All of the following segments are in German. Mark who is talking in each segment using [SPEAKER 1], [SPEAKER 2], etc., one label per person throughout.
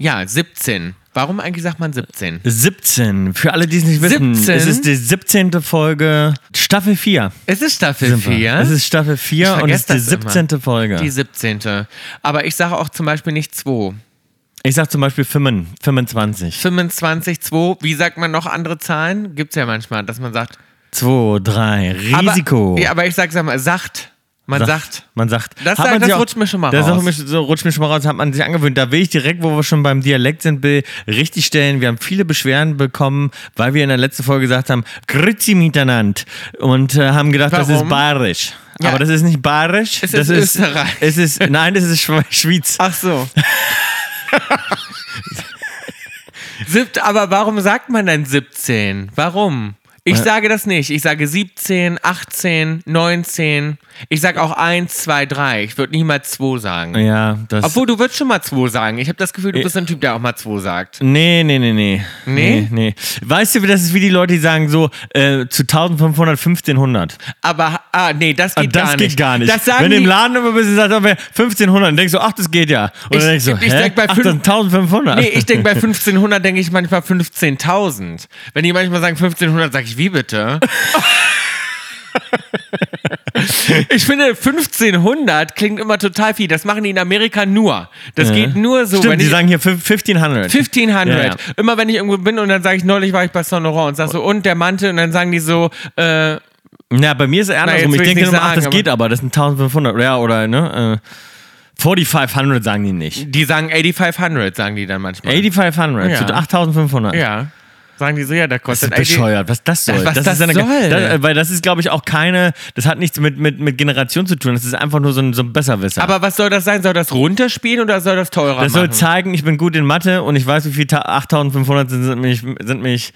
[SPEAKER 1] Ja, 17. Warum eigentlich sagt man 17?
[SPEAKER 2] 17. Für alle, die es nicht wissen,
[SPEAKER 1] 17?
[SPEAKER 2] es ist die 17. Folge Staffel 4.
[SPEAKER 1] Es ist Staffel 4.
[SPEAKER 2] Es ist Staffel 4
[SPEAKER 1] Ich
[SPEAKER 2] und es ist die
[SPEAKER 1] vergesse das
[SPEAKER 2] 17. Folge.
[SPEAKER 1] die 17. Aber ich sage auch zum Beispiel nicht 2.
[SPEAKER 2] Ich sag zum Beispiel 5, 25.
[SPEAKER 1] 25, 2. Wie sagt man noch andere Zahlen? Gibt es ja manchmal, dass man sagt.
[SPEAKER 2] 2, 3,
[SPEAKER 1] aber-
[SPEAKER 2] Risiko.
[SPEAKER 1] Ja, aber ich sag, sag mal, sagt. Man sagt.
[SPEAKER 2] Man sagt.
[SPEAKER 1] Das
[SPEAKER 2] Hat
[SPEAKER 1] sag-
[SPEAKER 2] man
[SPEAKER 1] das
[SPEAKER 2] sich
[SPEAKER 1] rutscht mir schon mal
[SPEAKER 2] das
[SPEAKER 1] raus.
[SPEAKER 2] auch mich- so rutscht mir schon mal raus, hat man sich angewöhnt. Da will ich direkt, wo wir schon beim Dialekt sind, Bill, richtig stellen. Wir haben viele Beschwerden bekommen, weil wir in der letzten Folge gesagt haben, Grüezi miteinander. Und äh, haben gedacht, das
[SPEAKER 1] Warum?
[SPEAKER 2] ist bayerisch.
[SPEAKER 1] Ja.
[SPEAKER 2] Aber das ist nicht bayerisch.
[SPEAKER 1] Es
[SPEAKER 2] das
[SPEAKER 1] ist Österreich.
[SPEAKER 2] Es ist, nein, das ist Schwe- Schwyz.
[SPEAKER 1] Ach so. Siebt, aber warum sagt man dann 17? Warum? Ich sage das nicht. Ich sage 17, 18, 19. Ich sage auch 1, 2, 3. Ich würde niemals 2 sagen.
[SPEAKER 2] Ja, das.
[SPEAKER 1] Obwohl, du würdest schon mal 2 sagen. Ich habe das Gefühl, du bist ein Typ, der auch mal 2 sagt.
[SPEAKER 2] Nee, nee, nee, nee.
[SPEAKER 1] Nee?
[SPEAKER 2] Nee, Weißt du, das ist wie die Leute, die sagen so, äh, zu 1500, 1500.
[SPEAKER 1] Aber, ah, nee, das geht,
[SPEAKER 2] das
[SPEAKER 1] gar,
[SPEAKER 2] geht
[SPEAKER 1] nicht.
[SPEAKER 2] gar nicht.
[SPEAKER 1] Das sagen
[SPEAKER 2] Wenn du im
[SPEAKER 1] die-
[SPEAKER 2] Laden immer bist, sagt aber 1500, dann denkst du, ach, das geht ja. Und
[SPEAKER 1] Ich-
[SPEAKER 2] dann denkst du,
[SPEAKER 1] ich
[SPEAKER 2] hä?
[SPEAKER 1] denk bei
[SPEAKER 2] ach,
[SPEAKER 1] fünf-
[SPEAKER 2] das sind 1500.
[SPEAKER 1] Nee, ich denke bei 1500 denke ich manchmal 15.000. Wenn die manchmal sagen 1500, sage ich wie bitte? ich finde 1500 klingt immer total viel. Das machen die in Amerika nur. Das geht nur so.
[SPEAKER 2] Stimmt,
[SPEAKER 1] wenn
[SPEAKER 2] die
[SPEAKER 1] ich,
[SPEAKER 2] sagen hier fünf- 1500.
[SPEAKER 1] 1500.
[SPEAKER 2] Ja, ja.
[SPEAKER 1] Immer wenn ich irgendwo bin und dann sage ich, neulich war ich bei Saint Laurent und sag so, und der Mantel und dann sagen die so, äh,
[SPEAKER 2] Na, bei mir ist es andersrum.
[SPEAKER 1] jetzt
[SPEAKER 2] ich
[SPEAKER 1] will ich
[SPEAKER 2] denke
[SPEAKER 1] nicht
[SPEAKER 2] immer, ach, das
[SPEAKER 1] sagen,
[SPEAKER 2] geht aber, das sind 1500. Ja, oder, ne? Äh, 4500 sagen die nicht.
[SPEAKER 1] die sagen 8500, sagen die dann manchmal.
[SPEAKER 2] 8500
[SPEAKER 1] Ja.
[SPEAKER 2] zu 8500.
[SPEAKER 1] Ja. Sagen die so, ja, da
[SPEAKER 2] Das
[SPEAKER 1] kostet
[SPEAKER 2] ist bescheuert, was das soll.
[SPEAKER 1] Was das
[SPEAKER 2] ist eine,
[SPEAKER 1] soll?
[SPEAKER 2] Das, äh, weil das ist, glaube ich, auch keine, das hat nichts mit, mit, mit Generation zu tun, das ist einfach nur so ein, so ein Besserwisser.
[SPEAKER 1] Aber was soll das sein? Soll das runterspielen oder soll das teurer
[SPEAKER 2] Das soll
[SPEAKER 1] machen?
[SPEAKER 2] zeigen, ich bin gut in Mathe und ich weiß, wie viel Ta- 8500 sind, sind mich, sind mich,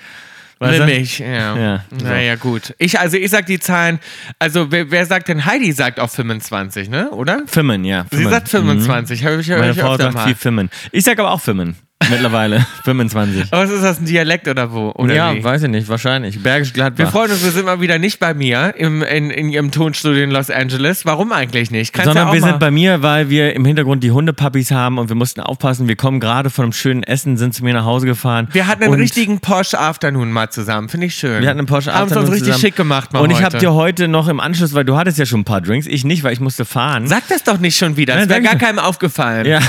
[SPEAKER 2] weißt du?
[SPEAKER 1] Nämlich, ja.
[SPEAKER 2] Ja, so.
[SPEAKER 1] Naja, gut. Ich, also ich sag die Zahlen, also wer, wer sagt denn, Heidi sagt auch 25, ne? Oder?
[SPEAKER 2] Fimmen, ja.
[SPEAKER 1] Sie
[SPEAKER 2] Fimmen.
[SPEAKER 1] sagt 25, hör ich, hör
[SPEAKER 2] Meine
[SPEAKER 1] ich
[SPEAKER 2] Frau
[SPEAKER 1] öfter
[SPEAKER 2] sagt viel
[SPEAKER 1] mal.
[SPEAKER 2] Fimmen. Ich sag aber auch Fimmen. Mittlerweile. 25.
[SPEAKER 1] Aber was ist das, ein Dialekt oder wo? Oder
[SPEAKER 2] ja,
[SPEAKER 1] wie?
[SPEAKER 2] weiß ich nicht, wahrscheinlich. Bergisch
[SPEAKER 1] Wir
[SPEAKER 2] Gladbach.
[SPEAKER 1] freuen uns, wir sind mal wieder nicht bei mir im, in, in ihrem Tonstudio in Los Angeles. Warum eigentlich nicht? Kannst
[SPEAKER 2] Sondern
[SPEAKER 1] ja auch
[SPEAKER 2] wir
[SPEAKER 1] mal.
[SPEAKER 2] sind bei mir, weil wir im Hintergrund die Hundepappis haben und wir mussten aufpassen. Wir kommen gerade von einem schönen Essen, sind zu mir nach Hause gefahren.
[SPEAKER 1] wir hatten einen
[SPEAKER 2] und
[SPEAKER 1] richtigen Porsche Afternoon mal zusammen, finde ich schön.
[SPEAKER 2] Wir hatten einen Porsche
[SPEAKER 1] Haben es uns
[SPEAKER 2] Afternoon
[SPEAKER 1] richtig
[SPEAKER 2] zusammen.
[SPEAKER 1] schick gemacht mal
[SPEAKER 2] Und ich
[SPEAKER 1] heute.
[SPEAKER 2] habe dir heute noch im Anschluss, weil du hattest ja schon ein paar Drinks, ich nicht, weil ich musste fahren.
[SPEAKER 1] Sag das doch nicht schon wieder, das
[SPEAKER 2] Nein,
[SPEAKER 1] wäre gar
[SPEAKER 2] danke.
[SPEAKER 1] keinem aufgefallen.
[SPEAKER 2] Ja.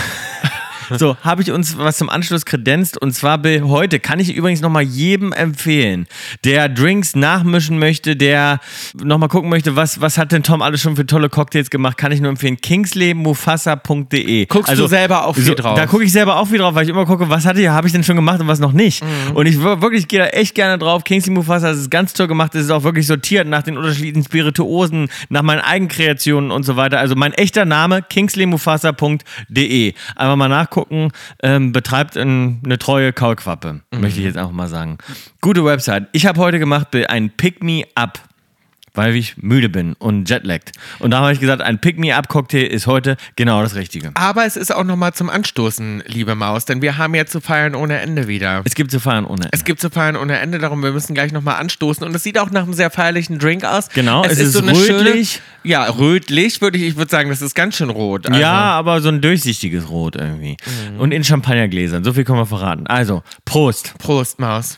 [SPEAKER 2] So, habe ich uns was zum Anschluss kredenzt und zwar Bill, heute kann ich übrigens nochmal jedem empfehlen, der Drinks nachmischen möchte, der nochmal gucken möchte, was, was hat denn Tom alles schon für tolle Cocktails gemacht, kann ich nur empfehlen, kingsleymufassade
[SPEAKER 1] Guckst du selber auch viel drauf?
[SPEAKER 2] Also, Da gucke ich selber auch viel drauf, weil ich immer gucke, was hatte ich, habe ich denn schon gemacht und was noch nicht. Und ich wir- wirklich gehe da echt gerne drauf. Kingsley Mufasa, das ist ganz toll gemacht, das ist auch wirklich sortiert nach den unterschiedlichen Spirituosen, nach meinen Eigenkreationen und so weiter. Also mein echter Name, kingsleyMufasa.de. Einfach mal nachgucken, ähm, betreibt ähm, eine treue Kaulquappe, möchte ich jetzt auch mal sagen. Gute Website. Ich habe heute gemacht Bill, ein Pick-Me-Up weil ich müde bin und jetlaggt. Und da habe ich gesagt, ein Pick-Me-Up-Cocktail ist heute genau das Richtige.
[SPEAKER 1] Aber es ist auch nochmal zum Anstoßen, liebe Maus, denn wir haben ja zu feiern ohne Ende wieder.
[SPEAKER 2] Es gibt zu feiern ohne.
[SPEAKER 1] Es gibt zu feiern ohne Ende, darum wir müssen gleich nochmal anstoßen. Und es sieht auch nach einem sehr feierlichen Drink aus.
[SPEAKER 2] Genau, es ist rötlich.
[SPEAKER 1] Schöne, ja, rötlich würde ich, ich würde sagen, das ist ganz schön rot. Also, Mhm.
[SPEAKER 2] Ja, aber so ein durchsichtiges Rot irgendwie. Und in Champagnergläsern. So viel können wir verraten. Also, Prost.
[SPEAKER 1] Prost, Maus.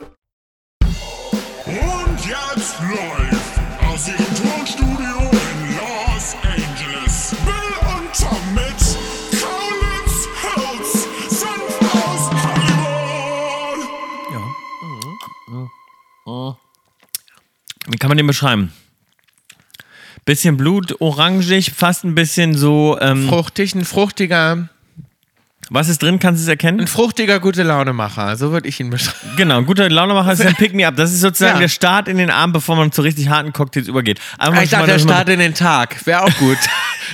[SPEAKER 3] Und jetzt läuft aus ihrem Tonstudio in Los Angeles Bill und Tom mit Kaulitz Hills, sanft aus Hollywood.
[SPEAKER 1] Oh.
[SPEAKER 2] Wie kann man den beschreiben? Bisschen Blut, orangig, fast ein bisschen so. Ähm,
[SPEAKER 1] Fruchtig, ein fruchtiger,
[SPEAKER 2] was ist drin? Kannst du es erkennen?
[SPEAKER 1] ein fruchtiger gute Launemacher. So würde ich ihn beschreiben.
[SPEAKER 2] Genau, ein guter Launemacher ist ein Pick-me-up. Das ist sozusagen
[SPEAKER 1] Ja.
[SPEAKER 2] der Start in den Arm, bevor man zu richtig harten Cocktails übergeht. Einfach
[SPEAKER 1] Ah, Ich
[SPEAKER 2] schon mal-
[SPEAKER 1] dachte, der
[SPEAKER 2] dass man-
[SPEAKER 1] Start in den Tag. Wäre auch gut.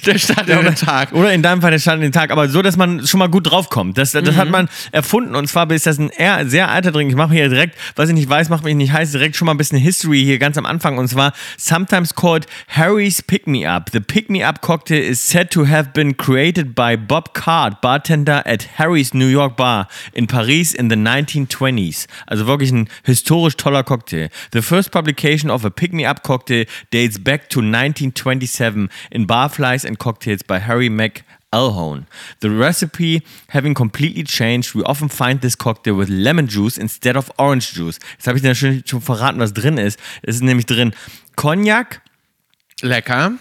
[SPEAKER 1] der Start in den Tag.
[SPEAKER 2] Oder in deinem Fall der Start in den Tag, aber so, dass man schon mal gut draufkommt. Das, das hat man erfunden und zwar ist das ein eher, sehr alter Drink. Ich mache hier direkt, was ich nicht weiß, macht mich nicht heiß, direkt schon mal ein bisschen History hier ganz am Anfang und zwar sometimes called Harry's Pick Me Up. The Pick Me Up Cocktail is said to have been created by Bob Card, bartender at Harry's New York Bar in Paris in the 1920s. Also wirklich ein historisch toller Cocktail. The first publication of a Pick Me Up Cocktail dates back to 1927 in Barflies and Cocktails by Harry Mac. Alhone. The recipe having completely changed, we often find this cocktail with lemon juice instead of orange juice. Jetzt habe ich dir schon, schon verraten, was drin ist. Es ist nämlich drin Cognac,
[SPEAKER 1] Lecker.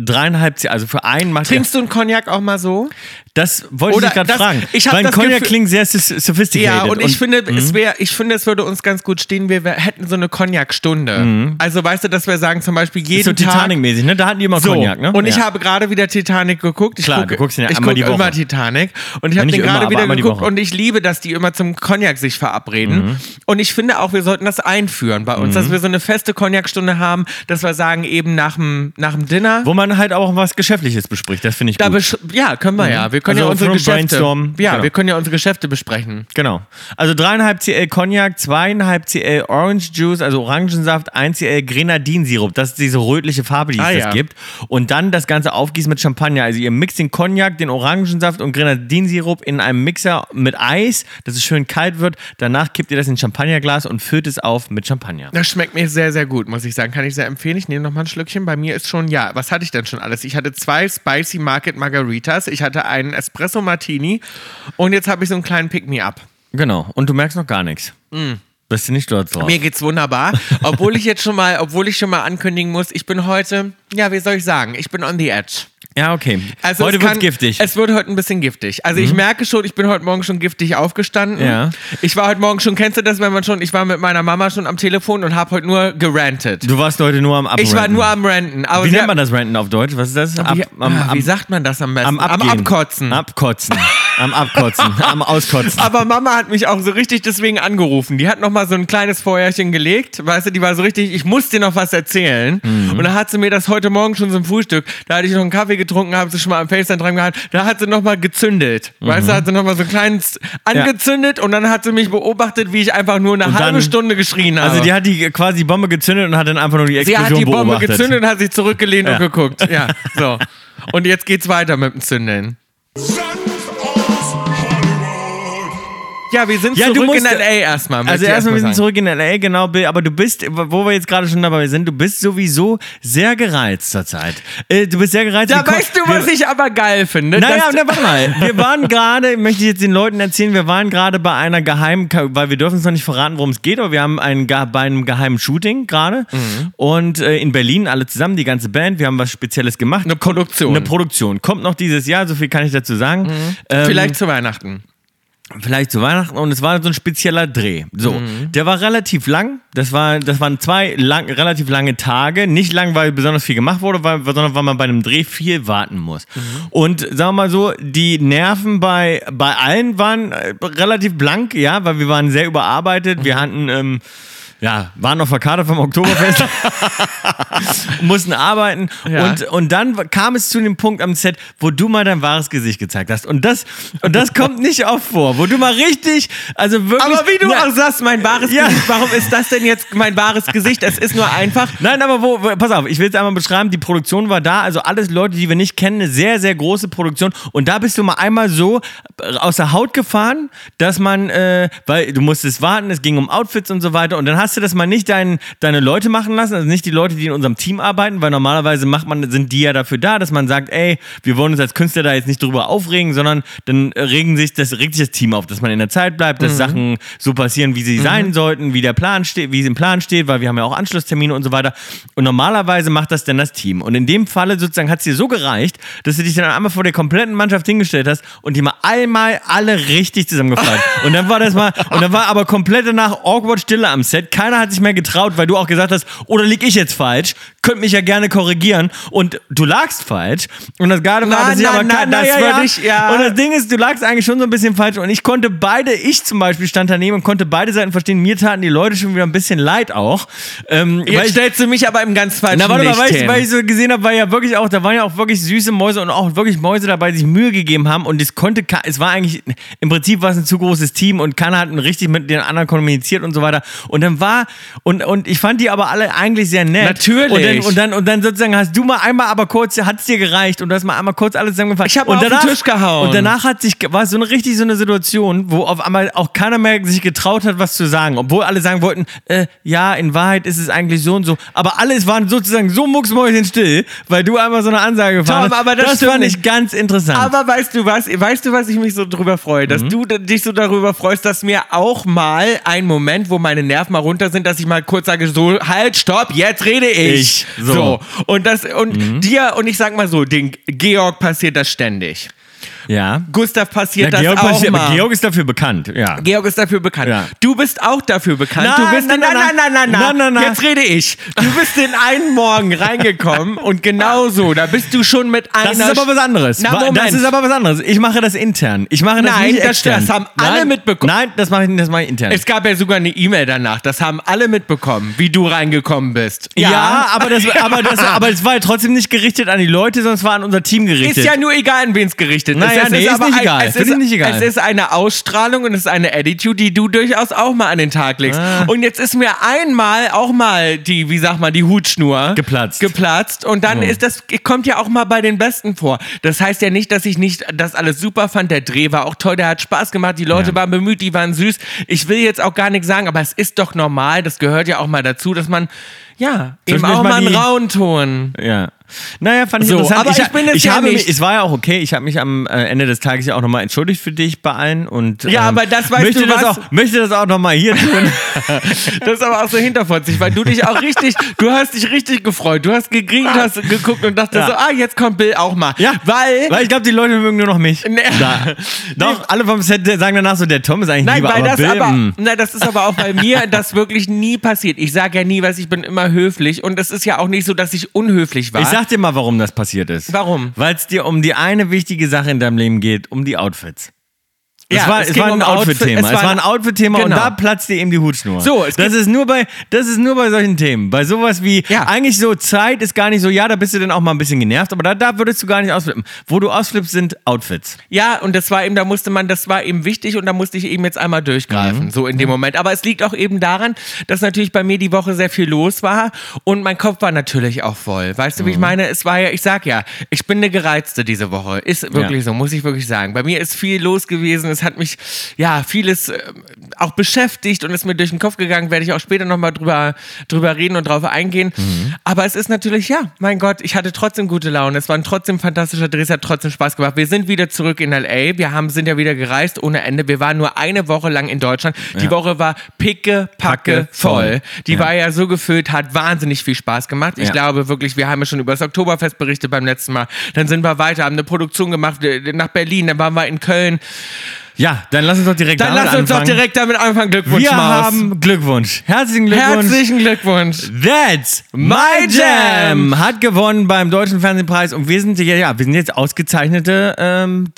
[SPEAKER 2] dreieinhalb, C- also für einen macht er-
[SPEAKER 1] Trinkst du einen Cognac auch mal so?
[SPEAKER 2] Das wollte
[SPEAKER 1] Oder
[SPEAKER 2] ich dich gerade
[SPEAKER 1] das-
[SPEAKER 2] fragen.
[SPEAKER 1] ich hab
[SPEAKER 2] Weil
[SPEAKER 1] das
[SPEAKER 2] Cognac
[SPEAKER 1] Gefühl-
[SPEAKER 2] klingt sehr soph-
[SPEAKER 1] Ja,
[SPEAKER 2] sophisticated.
[SPEAKER 1] und, ich finde,
[SPEAKER 2] Mhm.
[SPEAKER 1] es wäre, ich finde, es würde uns ganz gut stehen, wir wär- hätten so eine Cognac-Stunde. Also weißt du, dass wir sagen, zum Beispiel jeden
[SPEAKER 2] Mhm. ist so
[SPEAKER 1] Tag.
[SPEAKER 2] Titanic-mäßig, ne? Da hatten die immer
[SPEAKER 1] So,
[SPEAKER 2] Cognac, ne?
[SPEAKER 1] und ich
[SPEAKER 2] Ja.
[SPEAKER 1] habe gerade wieder Titanic geguckt. Ich
[SPEAKER 2] Klar,
[SPEAKER 1] gucke-
[SPEAKER 2] du guckst ihn ja
[SPEAKER 1] ich
[SPEAKER 2] einmal die
[SPEAKER 1] gucke
[SPEAKER 2] Woche.
[SPEAKER 1] immer Titanic. Und ich
[SPEAKER 2] Ja,
[SPEAKER 1] habe
[SPEAKER 2] nicht
[SPEAKER 1] den
[SPEAKER 2] immer,
[SPEAKER 1] gerade
[SPEAKER 2] aber
[SPEAKER 1] wieder
[SPEAKER 2] einmal die
[SPEAKER 1] geguckt
[SPEAKER 2] Woche. Mhm.
[SPEAKER 1] und ich liebe, dass die immer zum Cognac sich verabreden. Und ich finde auch, wir sollten das einführen bei uns, dass wir so eine feste Cognac-Stunde haben, dass wir sagen, eben nach dem, nach dem Dinner.
[SPEAKER 2] Wo man halt auch was Geschäftliches bespricht, das finde ich
[SPEAKER 1] da
[SPEAKER 2] gut.
[SPEAKER 1] besch- ja, können wir ja. Wir können
[SPEAKER 2] Also
[SPEAKER 1] ja unsere
[SPEAKER 2] from
[SPEAKER 1] Geschäfte.
[SPEAKER 2] brainstorm,
[SPEAKER 1] Ja,
[SPEAKER 2] genau.
[SPEAKER 1] wir können ja unsere Geschäfte besprechen.
[SPEAKER 2] Genau. Also dreieinhalb CL Cognac, zweieinhalb CL Orange Juice, also Orangensaft, 1 CL Grenadinsirup. Das ist diese rötliche Farbe, die es
[SPEAKER 1] Ah,
[SPEAKER 2] das
[SPEAKER 1] ja.
[SPEAKER 2] gibt. Und dann das Ganze aufgießen mit Champagner. Also ihr mixt den Cognac, den Orangensaft und Grenadinsirup in einem Mixer mit Eis, dass es schön kalt wird. Danach kippt ihr das in ein Champagnerglas und füllt es auf mit Champagner.
[SPEAKER 1] Das schmeckt mir sehr, sehr gut, muss ich sagen. Kann ich sehr empfehlen. Ich nehme nochmal ein Schlückchen. Bei mir ist schon, ja, was hatte ich denn schon alles? Ich hatte zwei Spicy Market Margaritas, ich hatte einen Espresso Martini und jetzt habe ich so einen kleinen Pick-me-up.
[SPEAKER 2] Genau. Und du merkst noch gar nichts. Bist du nicht stolz drauf?
[SPEAKER 1] Mm. Mir geht's wunderbar. Obwohl ich jetzt schon mal, obwohl ich schon mal ankündigen muss, ich bin heute, ja, wie soll ich sagen, ich bin on the edge.
[SPEAKER 2] Ja, okay.
[SPEAKER 1] Also
[SPEAKER 2] Heute
[SPEAKER 1] es
[SPEAKER 2] wird's
[SPEAKER 1] kann-
[SPEAKER 2] giftig. Mhm.
[SPEAKER 1] Es wird heute ein bisschen giftig. Also ich merke schon, ich bin heute Morgen schon giftig aufgestanden.
[SPEAKER 2] Ja.
[SPEAKER 1] Ich war heute Morgen schon, kennst du das, wenn man schon, ich war mit meiner Mama schon am Telefon und habe heute nur gerantet.
[SPEAKER 2] du warst heute nur am Abrenten.
[SPEAKER 1] Ich war nur am Renten. Aber
[SPEAKER 2] Wie
[SPEAKER 1] sie
[SPEAKER 2] nennt
[SPEAKER 1] hat-
[SPEAKER 2] man das Renten auf Deutsch? Was ist das? Ab-
[SPEAKER 1] Wie,
[SPEAKER 2] am-
[SPEAKER 1] ah, wie
[SPEAKER 2] am-
[SPEAKER 1] sagt man das am besten?
[SPEAKER 2] Am, Abgehen.
[SPEAKER 1] Abkotzen.
[SPEAKER 2] Abkotzen. Am Abkotzen. am Auskotzen.
[SPEAKER 1] aber Mama hat mich auch so richtig deswegen angerufen. Die hat noch mal so ein kleines Feuerchen gelegt, weißt du, die war so richtig, ich muss dir noch was erzählen.
[SPEAKER 2] Mhm.
[SPEAKER 1] Und da hat sie mir das heute Morgen schon zum Frühstück, da hatte ich noch einen Kaffee getrunken, habe sie schon mal am FaceTime dran gehalten, da hat sie noch mal gezündet.
[SPEAKER 2] Mhm.
[SPEAKER 1] Weißt du, hat sie noch mal so ein kleines angezündet und dann hat sie mich beobachtet, wie ich einfach nur eine halbe
[SPEAKER 2] dann-
[SPEAKER 1] Stunde geschrien habe.
[SPEAKER 2] also die hat die quasi die Bombe gezündet und hat dann einfach nur die
[SPEAKER 1] Genau. Sie
[SPEAKER 2] Explosion
[SPEAKER 1] hat die Bombe
[SPEAKER 2] beobachtet.
[SPEAKER 1] gezündet und hat sich zurückgelehnt
[SPEAKER 2] Ja.
[SPEAKER 1] und geguckt. Ja, so. Und jetzt geht's weiter mit dem Zündeln.
[SPEAKER 3] Senf aus Hollywood.
[SPEAKER 1] Ja, wir sind
[SPEAKER 2] Ja, du
[SPEAKER 1] zurück
[SPEAKER 2] musst-
[SPEAKER 1] in L.A. erstmal. möchte
[SPEAKER 2] Also
[SPEAKER 1] ich
[SPEAKER 2] erstmal, wir sind
[SPEAKER 1] sagen.
[SPEAKER 2] zurück in L.A., genau, Bill, aber du bist, wo wir jetzt gerade schon dabei sind, du bist sowieso sehr gereizt zurzeit. Äh, du bist sehr gereizt.
[SPEAKER 1] Da
[SPEAKER 2] Wir ko-
[SPEAKER 1] weißt du,
[SPEAKER 2] wir-
[SPEAKER 1] was ich aber geil finde.
[SPEAKER 2] Naja,
[SPEAKER 1] ne? dass-
[SPEAKER 2] na, warte mal. Wir waren gerade, möchte ich jetzt den Leuten erzählen, wir waren gerade bei einer geheimen, Ka- weil wir dürfen es noch nicht verraten, worum es geht, aber wir haben einen, ge- bei einem geheimen Shooting gerade
[SPEAKER 1] Mhm.
[SPEAKER 2] und äh, in Berlin alle zusammen, die ganze Band, wir haben was Spezielles gemacht.
[SPEAKER 1] Eine Produktion. Mhm.
[SPEAKER 2] Eine Produktion. Kommt noch dieses Jahr, so viel kann ich dazu sagen. Ähm,
[SPEAKER 1] Vielleicht zu Weihnachten.
[SPEAKER 2] vielleicht zu Weihnachten und es war so ein spezieller Dreh. So, der war relativ lang. Das war, das waren zwei lang, relativ lange Tage. Nicht lang, weil besonders viel gemacht wurde, weil, sondern weil man bei einem Dreh viel warten muss. Und sagen wir mal so, die Nerven bei bei allen waren äh, relativ blank, ja, weil wir waren sehr überarbeitet. Wir hatten ähm, ja, waren auf der Karte vom Oktoberfest, mussten arbeiten
[SPEAKER 1] Ja.
[SPEAKER 2] und und dann kam es zu dem Punkt am Set, wo du mal dein wahres Gesicht gezeigt hast. Und das, und das kommt nicht oft vor, wo du mal richtig, also wirklich.
[SPEAKER 1] Aber wie du
[SPEAKER 2] Ja.
[SPEAKER 1] auch sagst, mein wahres
[SPEAKER 2] Ja.
[SPEAKER 1] Gesicht. Warum ist das denn jetzt mein wahres Gesicht? Es ist nur einfach.
[SPEAKER 2] Nein, aber wo, wo- pass auf, ich will es einmal beschreiben, die Produktion war da, also alles Leute, die wir nicht kennen, eine sehr, sehr große Produktion und da bist du mal einmal so äh, aus der Haut gefahren, dass man, äh, weil du musstest warten, es ging um Outfits und so weiter und dann hast du das mal nicht dein, deine Leute machen lassen, also nicht die Leute, die in unserem Team arbeiten, weil normalerweise macht man, sind die ja dafür da, dass man sagt, ey, wir wollen uns als Künstler da jetzt nicht drüber aufregen, sondern dann äh, regen sich das, regt sich das Team auf, dass man in der Zeit bleibt,
[SPEAKER 1] Mhm.
[SPEAKER 2] dass Sachen so passieren, wie sie sein sollten, wie der Plan steht, wie es im Plan steht, weil wir haben ja auch Anschlusstermine und so weiter. Und normalerweise macht das dann das Team. Und in dem Falle sozusagen hat es dir so gereicht, dass du dich dann einmal vor der kompletten Mannschaft hingestellt hast und die mal einmal alle richtig zusammengefallen. und dann war das mal, und dann war aber komplett danach awkward Stille am Set. Keiner hat sich mehr getraut, weil du auch gesagt hast, oder lieg ich jetzt falsch? könnt mich ja gerne korrigieren. Und du lagst falsch. Und das gerade war,
[SPEAKER 1] Na,
[SPEAKER 2] dass ich
[SPEAKER 1] na,
[SPEAKER 2] aber
[SPEAKER 1] na,
[SPEAKER 2] kein-
[SPEAKER 1] na,
[SPEAKER 2] das
[SPEAKER 1] ja, ja,
[SPEAKER 2] war,
[SPEAKER 1] nicht, ja.
[SPEAKER 2] Und das Ding ist, du lagst eigentlich schon so ein bisschen falsch. Und ich konnte beide, ich zum Beispiel stand daneben und konnte beide Seiten verstehen. Mir taten die Leute schon wieder ein bisschen leid auch. Ähm, weil
[SPEAKER 1] Jetzt
[SPEAKER 2] ich-
[SPEAKER 1] stellst du mich aber im ganz falschen
[SPEAKER 2] na, warte mal,
[SPEAKER 1] Licht
[SPEAKER 2] weil ich,
[SPEAKER 1] hin.
[SPEAKER 2] weil ich so gesehen habe, war ja wirklich auch, da waren ja auch wirklich süße Mäuse und auch wirklich Mäuse dabei, die sich Mühe gegeben haben und es konnte, ke- es war eigentlich, im Prinzip war es ein zu großes Team und keiner hat richtig mit den anderen kommuniziert und so weiter. Und dann war, und, und ich fand die aber alle eigentlich sehr nett.
[SPEAKER 1] Natürlich.
[SPEAKER 2] Und dann, und dann, und dann sozusagen hast du mal einmal aber kurz, hat es dir gereicht und du hast mal einmal kurz alles zusammengefasst.
[SPEAKER 1] Ich hab
[SPEAKER 2] Und
[SPEAKER 1] auf den
[SPEAKER 2] danach-
[SPEAKER 1] Tisch gehauen.
[SPEAKER 2] Und danach hat sich, ge- war so eine richtig so eine Situation, wo auf einmal auch keiner mehr sich getraut hat, was zu sagen, obwohl alle sagen wollten, äh, ja, in Wahrheit ist es eigentlich so und so, aber alle waren sozusagen so mucksmäuschenstill, weil du einmal so eine Ansage gefahren
[SPEAKER 1] Tom,
[SPEAKER 2] hast.
[SPEAKER 1] aber das
[SPEAKER 2] das
[SPEAKER 1] stimmt
[SPEAKER 2] fand ich
[SPEAKER 1] nicht.
[SPEAKER 2] ganz interessant.
[SPEAKER 1] Aber weißt du was, weißt du, was ich mich so drüber freue?
[SPEAKER 2] Mhm.
[SPEAKER 1] Dass du d- dich so darüber freust, dass mir auch mal ein Moment, wo meine Nerven mal runter sind, dass ich mal kurz sage, so, halt, stopp, jetzt rede ich.
[SPEAKER 2] Ich, so. Mhm.
[SPEAKER 1] Und das, und dir, und ich sag mal so, den Georg passiert das ständig.
[SPEAKER 2] ja.
[SPEAKER 1] Gustav passiert das
[SPEAKER 2] Georg,
[SPEAKER 1] auch
[SPEAKER 2] passiert-
[SPEAKER 1] mal.
[SPEAKER 2] Georg ist dafür bekannt, ja.
[SPEAKER 1] Georg ist dafür bekannt.
[SPEAKER 2] Ja.
[SPEAKER 1] Du bist auch dafür bekannt.
[SPEAKER 2] Na,
[SPEAKER 1] du bist
[SPEAKER 2] na,
[SPEAKER 1] in,
[SPEAKER 2] na, na. Na, na, na.
[SPEAKER 1] Jetzt rede ich. Du bist in einen Morgen reingekommen und genau so, da bist du schon mit einer.
[SPEAKER 2] Das ist aber was anderes.
[SPEAKER 1] Na,
[SPEAKER 2] Wa-
[SPEAKER 1] Moment.
[SPEAKER 2] das ist aber was anderes. Ich mache das intern. Ich mache das
[SPEAKER 1] Nein,
[SPEAKER 2] nicht
[SPEAKER 1] das-
[SPEAKER 2] extern.
[SPEAKER 1] das haben alle
[SPEAKER 2] Nein,
[SPEAKER 1] mitbekommen.
[SPEAKER 2] Nein, das mache ich, das mache ich intern.
[SPEAKER 1] Es gab ja sogar eine E-Mail danach. Das haben alle mitbekommen, wie du reingekommen bist.
[SPEAKER 2] Ja, aber das, aber das, aber es war ja trotzdem nicht gerichtet an die Leute, sondern es war an unser Team gerichtet.
[SPEAKER 1] ist ja nur egal, an wen es gerichtet ist.
[SPEAKER 2] Naja,
[SPEAKER 1] es
[SPEAKER 2] nee, ist
[SPEAKER 1] aber
[SPEAKER 2] nicht
[SPEAKER 1] ein-
[SPEAKER 2] egal.
[SPEAKER 1] Es
[SPEAKER 2] Finde
[SPEAKER 1] ist,
[SPEAKER 2] ich nicht egal.
[SPEAKER 1] Es ist eine Ausstrahlung und es ist eine Attitude, die du durchaus auch mal an den Tag legst.
[SPEAKER 2] Ah.
[SPEAKER 1] Und jetzt ist mir einmal auch mal die, wie sag mal, die Hutschnur
[SPEAKER 2] Geplatzt.
[SPEAKER 1] Geplatzt. Und dann ist das, kommt ja auch mal bei den Besten vor. Das heißt ja nicht, dass ich nicht das alles super fand. Der Dreh war auch toll, der hat Spaß gemacht, die Leute waren bemüht, die waren süß. Ich will jetzt auch gar nichts sagen, aber es ist doch normal, das gehört ja auch mal dazu, dass man, ja, eben
[SPEAKER 2] Zwischendurch
[SPEAKER 1] auch
[SPEAKER 2] mal
[SPEAKER 1] mal einen
[SPEAKER 2] die-
[SPEAKER 1] rauen Ton.
[SPEAKER 2] Ja. Naja, fand ich
[SPEAKER 1] So,
[SPEAKER 2] interessant.
[SPEAKER 1] aber ich bin es
[SPEAKER 2] ich
[SPEAKER 1] ja
[SPEAKER 2] habe
[SPEAKER 1] nicht.
[SPEAKER 2] Mich, es war ja auch okay. Ich habe mich am äh, Ende des Tages ja auch nochmal entschuldigt für dich bei allen. Und, ähm,
[SPEAKER 1] Ja, aber das weißt
[SPEAKER 2] möchte
[SPEAKER 1] du
[SPEAKER 2] das
[SPEAKER 1] was?
[SPEAKER 2] Auch, möchte das auch nochmal hier tun.
[SPEAKER 1] Das ist aber auch so hinterfotzig, weil du dich auch richtig, du hast dich richtig gefreut. Du hast gegringt, hast geguckt und dachtest
[SPEAKER 2] Ja.
[SPEAKER 1] so, ah, jetzt kommt Bill auch mal. weil. ne,
[SPEAKER 2] Weil ich glaube, die Leute mögen nur noch mich.
[SPEAKER 1] Nee.
[SPEAKER 2] Da. Doch, alle vom Set sagen danach so, der Tom ist eigentlich
[SPEAKER 1] Nein,
[SPEAKER 2] lieber,
[SPEAKER 1] weil
[SPEAKER 2] aber
[SPEAKER 1] das
[SPEAKER 2] Bill, Hm.
[SPEAKER 1] aber,
[SPEAKER 2] mh.
[SPEAKER 1] nein, das ist aber auch bei mir, das wirklich nie passiert. Ich sage ja nie was, ich bin immer höflich und es ist ja auch nicht so, dass ich unhöflich war.
[SPEAKER 2] Ich sag dir mal, warum das passiert ist.
[SPEAKER 1] Warum?
[SPEAKER 2] Weil es dir um die eine wichtige Sache in deinem Leben geht, um die Outfits.
[SPEAKER 1] Ja,
[SPEAKER 2] es war,
[SPEAKER 1] es
[SPEAKER 2] es
[SPEAKER 1] ging
[SPEAKER 2] war ein
[SPEAKER 1] um Outfit-
[SPEAKER 2] Outfit-Thema.
[SPEAKER 1] es
[SPEAKER 2] Es,
[SPEAKER 1] war
[SPEAKER 2] war
[SPEAKER 1] ein-
[SPEAKER 2] ein Outfit-Thema
[SPEAKER 1] Genau.
[SPEAKER 2] und da platzt dir eben die Hutschnur.
[SPEAKER 1] So, es
[SPEAKER 2] das
[SPEAKER 1] gibt-
[SPEAKER 2] ist nur bei das ist nur bei solchen Themen. Bei sowas wie
[SPEAKER 1] Ja.
[SPEAKER 2] eigentlich so Zeit ist gar nicht so. Ja, da bist du dann auch mal ein bisschen genervt, aber da, da würdest du gar nicht ausflippen. Wo du ausflippst, sind Outfits.
[SPEAKER 1] Ja, und das war eben, da musste man, das war eben wichtig und da musste ich eben jetzt einmal durchgreifen, so in dem Moment. Aber es liegt auch eben daran, dass natürlich bei mir die Woche sehr viel los war und mein Kopf war natürlich auch voll. Weißt du, wie ich meine? Es war ja, ich sag ja, ich bin eine Gereizte diese Woche. Ist wirklich
[SPEAKER 2] Ja.
[SPEAKER 1] so, muss ich wirklich sagen. Bei mir ist viel los gewesen, es hat mich, ja, vieles äh, auch beschäftigt und ist mir durch den Kopf gegangen, werde ich auch später nochmal drüber, drüber reden und drauf eingehen. Aber es ist natürlich, ja, mein Gott, ich hatte trotzdem gute Laune. Es war ein trotzdem fantastischer Dreh, es hat trotzdem Spaß gemacht. Wir sind wieder zurück in L.A., wir haben, sind ja wieder gereist ohne Ende. Wir waren nur eine Woche lang in Deutschland. Die Woche war picke, packe,
[SPEAKER 2] Packe,
[SPEAKER 1] voll.
[SPEAKER 2] voll.
[SPEAKER 1] Die
[SPEAKER 2] Ja.
[SPEAKER 1] war ja so gefüllt, hat wahnsinnig viel Spaß gemacht. Ich
[SPEAKER 2] Ja.
[SPEAKER 1] glaube wirklich, wir haben ja schon über das Oktoberfest berichtet beim letzten Mal. Dann sind wir weiter, haben eine Produktion gemacht äh, nach Berlin, dann waren wir in Köln.
[SPEAKER 2] Ja, dann lass uns doch direkt
[SPEAKER 1] Dann
[SPEAKER 2] damit
[SPEAKER 1] lass uns doch
[SPEAKER 2] anfangen.
[SPEAKER 1] direkt damit anfangen. Glückwunsch,
[SPEAKER 2] Wir
[SPEAKER 1] Maus.
[SPEAKER 2] haben Glückwunsch. Herzlichen Glückwunsch.
[SPEAKER 1] Herzlichen Glückwunsch.
[SPEAKER 2] That's
[SPEAKER 1] My
[SPEAKER 2] my
[SPEAKER 1] Jam.
[SPEAKER 2] Jam hat gewonnen beim Deutschen Fernsehpreis und wir sind ja, ja wir sind jetzt ausgezeichnete ähm,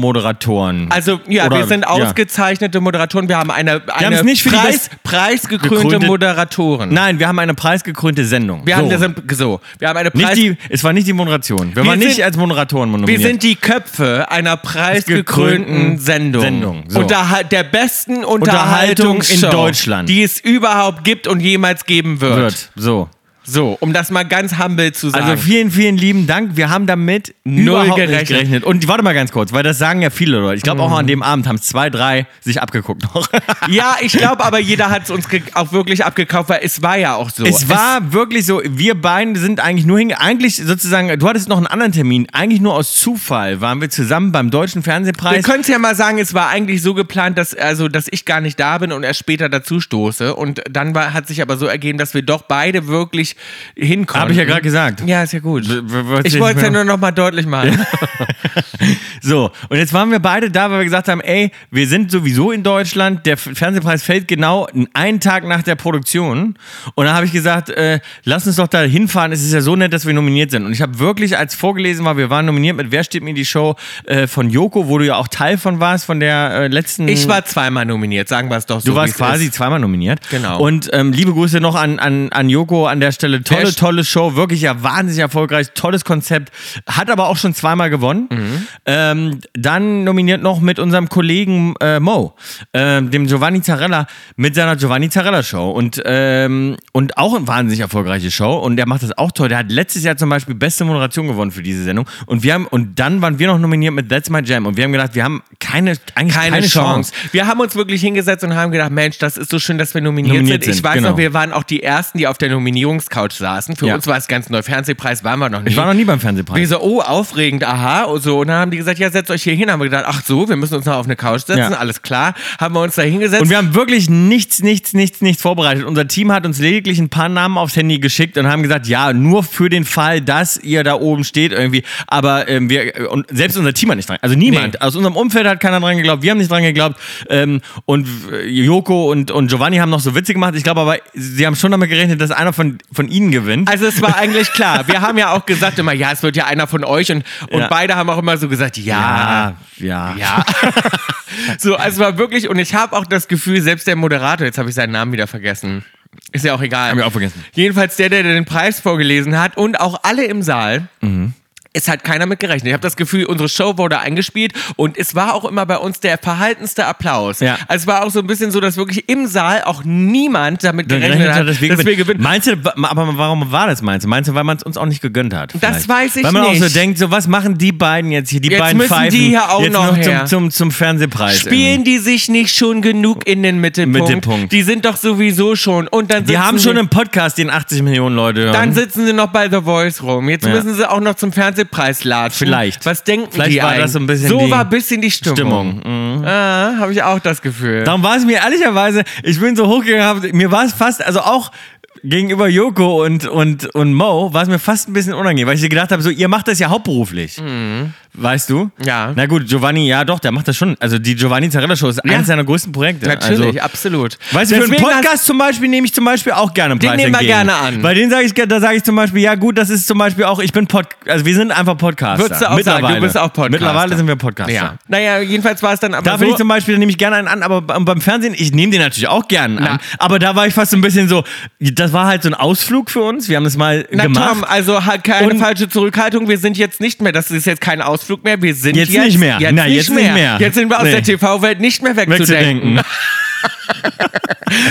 [SPEAKER 2] TV-Moderatoren.
[SPEAKER 1] Also, ja,
[SPEAKER 2] Oder-
[SPEAKER 1] wir sind ausgezeichnete Moderatoren. Wir haben eine, eine
[SPEAKER 2] haben's nicht für die
[SPEAKER 1] Preis,
[SPEAKER 2] best-
[SPEAKER 1] preisgekrönte
[SPEAKER 2] gekrönte-
[SPEAKER 1] Moderatorin.
[SPEAKER 2] Nein, wir haben eine preisgekrönte Sendung.
[SPEAKER 1] wir
[SPEAKER 2] so.
[SPEAKER 1] haben das sind, so, wir haben eine
[SPEAKER 2] nicht
[SPEAKER 1] Preis,
[SPEAKER 2] die, es war nicht die Moderation. Wir,
[SPEAKER 1] Wir
[SPEAKER 2] waren
[SPEAKER 1] sind-
[SPEAKER 2] nicht als Moderatoren nominiert.
[SPEAKER 1] wir sind die Köpfe einer preisgekrönten
[SPEAKER 2] Gekrönten
[SPEAKER 1] Sendung.
[SPEAKER 2] Sendung, so.
[SPEAKER 1] Unterha- der besten
[SPEAKER 2] Unterhaltung in
[SPEAKER 1] Unterhaltungsshow,
[SPEAKER 2] Deutschland.
[SPEAKER 1] die es überhaupt gibt und jemals geben wird.
[SPEAKER 2] Wird. So.
[SPEAKER 1] So, um das mal ganz humble zu sagen.
[SPEAKER 2] Also vielen, vielen lieben Dank. Wir haben damit
[SPEAKER 1] Null
[SPEAKER 2] überhaupt
[SPEAKER 1] gerechnet. Mhm.
[SPEAKER 2] nicht gerechnet. Und warte mal ganz kurz, weil das sagen ja viele Leute. Ich glaube auch an dem Abend haben es zwei, drei sich abgeguckt.
[SPEAKER 1] ja, ich glaube, aber jeder hat es uns ge- auch wirklich abgekauft, weil es war ja auch so.
[SPEAKER 2] Es war wirklich so, wir beiden sind eigentlich nur hinge... Eigentlich sozusagen, du hattest noch einen anderen Termin. Eigentlich nur aus Zufall waren wir zusammen beim Deutschen
[SPEAKER 1] Wir
[SPEAKER 2] Fernsehpreis.
[SPEAKER 1] können es ja mal sagen, es war eigentlich so geplant, dass, also, dass ich gar nicht da bin und erst später dazu stoße. Und dann war, hat sich aber so ergeben, dass wir doch beide wirklich hinkommen.
[SPEAKER 2] Habe ich ja gerade gesagt.
[SPEAKER 1] Ja, ist ja gut.
[SPEAKER 2] W- w- was
[SPEAKER 1] Ich
[SPEAKER 2] ich-
[SPEAKER 1] wollte es ja nur nochmal deutlich machen.
[SPEAKER 2] So, und jetzt waren wir beide da, weil wir gesagt haben, ey, wir sind sowieso in Deutschland, der F- Fernsehpreis fällt genau einen Tag nach der Produktion. Und da habe ich gesagt, äh, lass uns doch da hinfahren, es ist ja so nett, dass wir nominiert sind. Und ich habe wirklich, als vorgelesen war, wir waren nominiert mit Wer steht mir die Show äh, von Joko, wo du ja auch Teil von warst, von der äh, letzten...
[SPEAKER 1] Ich war zweimal nominiert, sagen wir es doch so.
[SPEAKER 2] Du warst
[SPEAKER 1] wie's
[SPEAKER 2] quasi
[SPEAKER 1] ist.
[SPEAKER 2] zweimal nominiert.
[SPEAKER 1] Genau.
[SPEAKER 2] Und ähm, liebe Grüße noch an, an, an Joko an der Stelle. Tolle,
[SPEAKER 1] Wer sch-
[SPEAKER 2] tolle Show, wirklich ja wahnsinnig erfolgreich, tolles Konzept. Hat aber auch schon zweimal gewonnen.
[SPEAKER 1] Mhm.
[SPEAKER 2] Ähm, dann nominiert noch mit unserem Kollegen äh, Mo, ähm, dem Giovanni Zarella, mit seiner Giovanni Zarella Show. Und, ähm, und auch eine wahnsinnig erfolgreiche Show. Und der macht das auch toll. Der hat letztes Jahr zum Beispiel beste Moderation gewonnen für diese Sendung. Und wir haben, und dann waren wir noch nominiert mit That's My Jam. Und wir haben gedacht, wir haben keine, eigentlich keine,
[SPEAKER 1] Keine, Chance.
[SPEAKER 2] Chance.
[SPEAKER 1] Wir haben uns wirklich hingesetzt und haben gedacht, Mensch, das ist so schön, dass wir nominiert,
[SPEAKER 2] Nominiert
[SPEAKER 1] sind. Ich
[SPEAKER 2] sind,
[SPEAKER 1] weiß
[SPEAKER 2] genau.
[SPEAKER 1] noch, wir waren auch die Ersten, die auf der Nominierungscouch saßen. Für
[SPEAKER 2] Ja.
[SPEAKER 1] uns war es ganz neu. Fernsehpreis waren wir noch nie.
[SPEAKER 2] Ich war noch nie beim Fernsehpreis.
[SPEAKER 1] Wir so, oh, aufregend, aha. Und, so, und dann haben die gesagt, ja, setzt euch hier hin. Haben wir gedacht, ach so, wir müssen uns noch auf eine Couch setzen,
[SPEAKER 2] Ja.
[SPEAKER 1] alles klar. Haben wir uns da hingesetzt.
[SPEAKER 2] Und wir haben wirklich nichts, nichts, nichts, nichts vorbereitet. Unser Team hat uns lediglich ein paar Namen aufs Handy geschickt und haben gesagt, ja, nur für den Fall, dass ihr da oben steht irgendwie. Aber ähm, wir, und selbst unser Team hat nicht dran, also niemand.
[SPEAKER 1] Nee.
[SPEAKER 2] Aus unserem Umfeld hat keiner dran geglaubt, wir haben nicht dran geglaubt. Ähm, und äh, Joko und, und Giovanni haben noch so Witze gemacht. Ich glaube aber, sie haben schon damit gerechnet, dass einer von, von ihnen gewinnt.
[SPEAKER 1] also es war eigentlich klar. Wir haben ja auch gesagt immer, ja, es wird ja einer von euch. Und, und
[SPEAKER 2] Ja.
[SPEAKER 1] beide haben auch immer so gesagt, ja.
[SPEAKER 2] ja.
[SPEAKER 1] Ja. so, also war wirklich, und ich habe auch das Gefühl, selbst der Moderator, jetzt habe ich seinen Namen wieder vergessen. Ist ja auch egal.
[SPEAKER 2] Haben wir auch vergessen.
[SPEAKER 1] Jedenfalls der, der den Preis vorgelesen hat und auch alle im Saal.
[SPEAKER 2] Mhm.
[SPEAKER 1] Es hat keiner mit gerechnet. Ich habe das Gefühl, unsere Show wurde eingespielt und es war auch immer bei uns der verhaltenste Applaus.
[SPEAKER 2] Ja.
[SPEAKER 1] Also es war auch so ein bisschen so, dass wirklich im Saal auch niemand damit
[SPEAKER 2] Dann
[SPEAKER 1] gerechnet, hat,
[SPEAKER 2] gerechnet hat, dass wir gewinnen.
[SPEAKER 1] gewinnen.
[SPEAKER 2] Meinst du, wa- aber warum war das meinst du? Meinst du, weil man es uns auch nicht gegönnt hat? vielleicht?
[SPEAKER 1] weiß ich
[SPEAKER 2] Weil man auch so
[SPEAKER 1] nicht.
[SPEAKER 2] denkt, so was machen die beiden jetzt hier? Die
[SPEAKER 1] Jetzt
[SPEAKER 2] beiden
[SPEAKER 1] müssen
[SPEAKER 2] Pfeifen
[SPEAKER 1] die hier auch
[SPEAKER 2] jetzt
[SPEAKER 1] noch
[SPEAKER 2] noch,
[SPEAKER 1] her.
[SPEAKER 2] zum, zum, zum Fernsehpreis.
[SPEAKER 1] Spielen
[SPEAKER 2] irgendwie.
[SPEAKER 1] die sich nicht schon genug in den Mittelpunkt?
[SPEAKER 2] Mittelpunkt.
[SPEAKER 1] Die sind doch sowieso schon. Und dann
[SPEAKER 2] die
[SPEAKER 1] sitzen
[SPEAKER 2] haben
[SPEAKER 1] sie-
[SPEAKER 2] schon einen Podcast, den 80 Millionen Leute hören.
[SPEAKER 1] Dann sitzen sie noch bei The Voice rum. Jetzt
[SPEAKER 2] Ja.
[SPEAKER 1] müssen sie auch noch zum Fernsehpreis latschen.
[SPEAKER 2] Vielleicht.
[SPEAKER 1] Was denken
[SPEAKER 2] Vielleicht
[SPEAKER 1] die
[SPEAKER 2] war
[SPEAKER 1] ein?
[SPEAKER 2] das so ein bisschen
[SPEAKER 1] so
[SPEAKER 2] die
[SPEAKER 1] war ein bisschen die Stimmung.
[SPEAKER 2] Stimmung.
[SPEAKER 1] Ah, Habe ich auch das Gefühl.
[SPEAKER 2] Darum war es mir ehrlicherweise, ich bin so hochgegangen, hab, mir war es fast, also auch gegenüber Joko und, und, und Mo, war es mir fast ein bisschen unangenehm, weil ich gedacht habe, so, ihr macht das ja hauptberuflich. Weißt du?
[SPEAKER 1] Mhm. Ja.
[SPEAKER 2] Na gut, Giovanni, ja doch, der macht das schon. Also die Giovanni Zarella Show ist eines seiner größten Projekte.
[SPEAKER 1] Natürlich,
[SPEAKER 2] Also,
[SPEAKER 1] absolut.
[SPEAKER 2] Weißt du, für einen
[SPEAKER 1] Deswegen hast-
[SPEAKER 2] Podcast zum Beispiel nehme ich zum Beispiel auch gerne einen
[SPEAKER 1] Den
[SPEAKER 2] Preis
[SPEAKER 1] nehmen wir
[SPEAKER 2] entgegen.
[SPEAKER 1] gerne an.
[SPEAKER 2] Bei denen sage ich, da sage ich zum Beispiel, ja gut, das ist zum Beispiel auch, ich bin Pod, also wir sind einfach Podcaster.
[SPEAKER 1] Würdest du auch
[SPEAKER 2] Mittlerweile.
[SPEAKER 1] sagen, du bist auch Podcaster.
[SPEAKER 2] Mittlerweile sind wir Podcaster.
[SPEAKER 1] Ja. Naja, jedenfalls war es dann aber
[SPEAKER 2] Da
[SPEAKER 1] so.
[SPEAKER 2] finde ich zum Beispiel, da nehme ich gerne einen an, aber beim beim Fernsehen, ich nehme den natürlich auch gerne an. Aber da war ich fast so ein bisschen so, das war halt so ein Ausflug für uns. Wir haben das mal
[SPEAKER 1] na
[SPEAKER 2] gemacht.
[SPEAKER 1] Tom, also ha- keine
[SPEAKER 2] Und-
[SPEAKER 1] falsche Zurückhaltung. Wir sind jetzt nicht mehr. Das ist jetzt kein Ausflug mehr. Wir sind
[SPEAKER 2] Jetzt
[SPEAKER 1] jetzt,
[SPEAKER 2] nicht mehr.
[SPEAKER 1] Jetzt,
[SPEAKER 2] Na,
[SPEAKER 1] nicht,
[SPEAKER 2] jetzt
[SPEAKER 1] mehr.
[SPEAKER 2] nicht mehr.
[SPEAKER 1] Jetzt sind wir aus
[SPEAKER 2] Nee.
[SPEAKER 1] der TV-Welt nicht mehr wegzudenken.
[SPEAKER 2] Wegzudenken.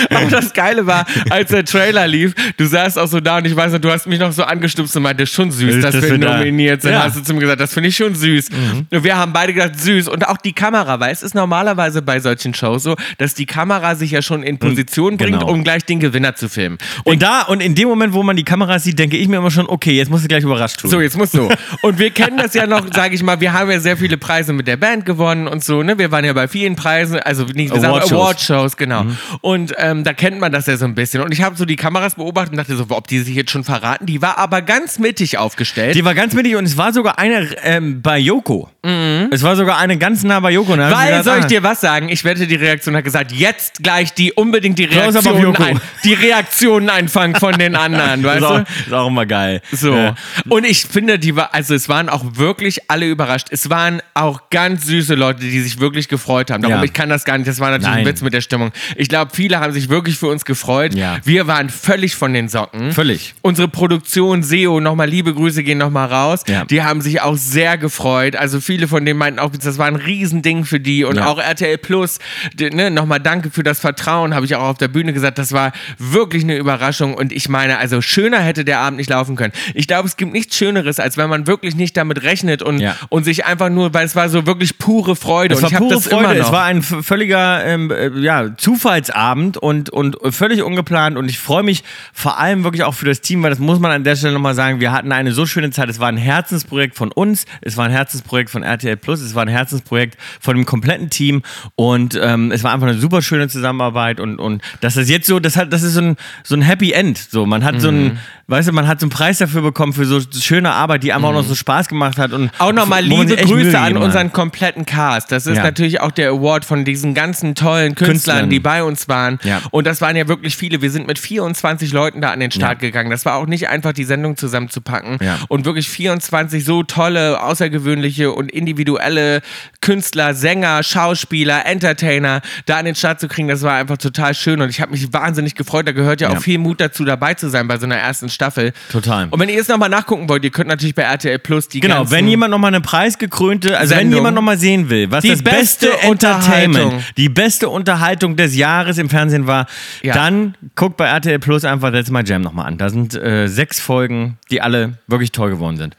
[SPEAKER 1] Aber das Geile war, als der Trailer lief, du saßt auch so da und ich weiß noch, du hast mich noch so angestupst und meintest, schon süß,
[SPEAKER 2] Ist
[SPEAKER 1] dass
[SPEAKER 2] das
[SPEAKER 1] wir
[SPEAKER 2] für da?
[SPEAKER 1] nominiert sind.
[SPEAKER 2] Ja. Mhm.
[SPEAKER 1] Hast du zu mir gesagt, das finde ich schon süß. Und wir haben beide gedacht, süß. Und auch die Kamera, weil es ist normalerweise bei solchen Shows so, dass die Kamera sich ja schon in Position bringt,
[SPEAKER 2] Mhm. genau.
[SPEAKER 1] um gleich den Gewinner zu filmen. Und
[SPEAKER 2] Und da, und in dem Moment, wo man die Kameras sieht, denke ich mir immer schon, okay, jetzt musst du gleich überrascht tun.
[SPEAKER 1] so, jetzt muss so. Und wir kennen das ja noch, sage ich mal, wir haben ja sehr viele Preise mit der Band gewonnen und so, ne? Wir waren ja bei vielen Preisen, also nicht gesagt,
[SPEAKER 2] Award-Shows.
[SPEAKER 1] Award-Shows, genau.
[SPEAKER 2] Mhm.
[SPEAKER 1] Und ähm, da kennt man das ja so ein bisschen. Und ich habe so die Kameras beobachtet und dachte so, ob die sich jetzt schon verraten. Die war aber ganz mittig aufgestellt.
[SPEAKER 2] Die war ganz mittig und es war sogar eine ähm, bei Joko. Es war sogar eine ganz nah bei Joko. Und da hab
[SPEAKER 1] Mhm. weil
[SPEAKER 2] mir
[SPEAKER 1] soll ich
[SPEAKER 2] ah,
[SPEAKER 1] dir was sagen? Ich wette, die Reaktion hat gesagt, jetzt gleich die unbedingt die
[SPEAKER 2] Close up auf
[SPEAKER 1] Reaktionen,
[SPEAKER 2] Joko.
[SPEAKER 1] ein, die Reaktionen einfangen von den anderen, weißt
[SPEAKER 2] ist auch,
[SPEAKER 1] du?
[SPEAKER 2] ist auch immer geil.
[SPEAKER 1] So.
[SPEAKER 2] Ja.
[SPEAKER 1] Und ich finde, die war, also es waren auch wirklich alle überrascht. Es waren auch ganz süße Leute, die sich wirklich gefreut haben. Darum,
[SPEAKER 2] Ja.
[SPEAKER 1] ich kann das gar nicht. Das war natürlich ein
[SPEAKER 2] Nein.
[SPEAKER 1] Witz mit der Stimmung. Ich glaube, viele haben sich wirklich für uns gefreut.
[SPEAKER 2] Ja.
[SPEAKER 1] Wir waren völlig von den Socken.
[SPEAKER 2] Völlig.
[SPEAKER 1] Unsere Produktion SEO, nochmal liebe Grüße gehen nochmal raus.
[SPEAKER 2] Ja.
[SPEAKER 1] Die haben sich auch sehr gefreut. Also viele von denen meinten auch, das war ein Riesending für die. Und
[SPEAKER 2] Ja.
[SPEAKER 1] auch RTL Plus, die- ne, nochmal danke für das Vertrauen, habe ich auch auf der Bühne gesagt. Das war wirklich eine Überraschung. Und ich meine, also schöner hätte der Abend nicht laufen können. Ich glaube, es gibt nichts Schöneres, als wenn man wirklich nicht damit rechnet und,
[SPEAKER 2] Ja.
[SPEAKER 1] und sich einfach nur, weil es war so wirklich pure Freude.
[SPEAKER 2] Es
[SPEAKER 1] und
[SPEAKER 2] war
[SPEAKER 1] ich habe
[SPEAKER 2] pure
[SPEAKER 1] das
[SPEAKER 2] Freude.
[SPEAKER 1] immer noch.
[SPEAKER 2] Es war ein f- völliger ähm, äh, ja, Zufallsabend und, und völlig ungeplant. Und ich freue mich vor allem wirklich auch für das Team, weil das muss man an der Stelle nochmal sagen. Wir hatten eine so schöne Zeit. Es war ein Herzensprojekt von uns. Es war ein Herzensprojekt von RTL Plus. Es war ein Herzensprojekt von dem kompletten Team und ähm, es war einfach eine super schöne Zusammenarbeit und, und das ist jetzt so, das hat, das ist so ein, so ein Happy End. So, man hat so ein,
[SPEAKER 1] Mhm.
[SPEAKER 2] weißt du, man hat so einen Preis dafür bekommen für so schöne Arbeit, die einfach auch noch so Spaß gemacht hat und
[SPEAKER 1] Mhm. Auch nochmal
[SPEAKER 2] wo man
[SPEAKER 1] liebe
[SPEAKER 2] sich echt Mühe
[SPEAKER 1] Grüße an
[SPEAKER 2] gegeben hat.
[SPEAKER 1] unseren kompletten Cast. Das ist
[SPEAKER 2] Ja.
[SPEAKER 1] natürlich auch der Award von diesen ganzen tollen Künstlern,
[SPEAKER 2] Künstlern.
[SPEAKER 1] die bei uns waren.
[SPEAKER 2] Ja.
[SPEAKER 1] Und das waren ja wirklich viele. Wir sind mit 24 Leuten da an den Start gegangen. Das war auch nicht einfach, die Sendung zusammenzupacken.
[SPEAKER 2] Ja.
[SPEAKER 1] Und wirklich 24 so tolle, außergewöhnliche und individuelle Künstler, Sänger, Schauspieler, Entertainer da an den Start zu kriegen, das war einfach total schön. Und ich habe mich wahnsinnig gefreut. Da gehört ja,
[SPEAKER 2] Ja.
[SPEAKER 1] auch viel Mut dazu, dabei zu sein bei so einer ersten Staffel.
[SPEAKER 2] Total.
[SPEAKER 1] Und wenn ihr es nochmal nachgucken wollt, ihr könnt natürlich bei RTL Plus die
[SPEAKER 2] Genau,
[SPEAKER 1] ganzen
[SPEAKER 2] wenn jemand nochmal eine preisgekrönte, also wenn
[SPEAKER 1] Sendung.
[SPEAKER 2] jemand nochmal sehen will, was
[SPEAKER 1] Die
[SPEAKER 2] das beste,
[SPEAKER 1] beste
[SPEAKER 2] Entertainment,
[SPEAKER 1] Unterhaltung.
[SPEAKER 2] die beste Unterhaltung des Jahres im Fernsehen war,
[SPEAKER 1] Ja.
[SPEAKER 2] dann guckt bei RTL Plus einfach That's My Jam nochmal an. Da sind äh, sechs Folgen, die alle wirklich toll geworden sind.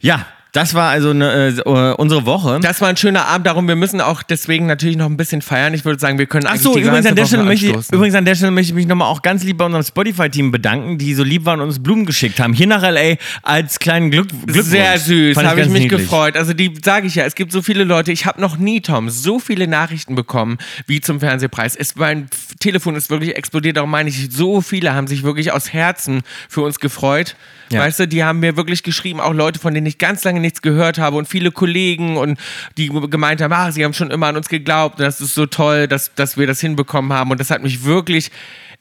[SPEAKER 2] Ja, das war also eine, äh, unsere Woche.
[SPEAKER 1] Das war ein schöner Abend, darum wir müssen auch deswegen natürlich noch ein bisschen feiern. Ich würde sagen, wir können
[SPEAKER 2] Ach
[SPEAKER 1] eigentlich
[SPEAKER 2] so,
[SPEAKER 1] die
[SPEAKER 2] übrigens
[SPEAKER 1] ganze
[SPEAKER 2] an, der
[SPEAKER 1] Woche
[SPEAKER 2] Stelle möchte ich,
[SPEAKER 1] anstoßen.
[SPEAKER 2] übrigens an der Stelle möchte ich mich nochmal auch ganz lieb bei unserem Spotify-Team bedanken, die so lieb waren und uns Blumen geschickt haben. Hier nach L.A. als kleinen Glück Glückwunsch.
[SPEAKER 1] sehr süß,
[SPEAKER 2] Fand
[SPEAKER 1] habe ich
[SPEAKER 2] ganz
[SPEAKER 1] mich
[SPEAKER 2] niedlich.
[SPEAKER 1] gefreut. Also die sage ich ja, es gibt so viele Leute, ich habe noch nie Tom so viele Nachrichten bekommen wie zum Fernsehpreis. Es, mein F- Telefon ist wirklich explodiert, darum meine ich, so viele haben sich wirklich aus Herzen für uns gefreut.
[SPEAKER 2] Ja.
[SPEAKER 1] Weißt du, die haben mir wirklich geschrieben, auch Leute, von denen ich ganz lange nichts gehört habe und viele Kollegen und die gemeint haben, ah, sie haben schon immer an uns geglaubt und das ist so toll, dass, dass wir das hinbekommen haben und das hat mich wirklich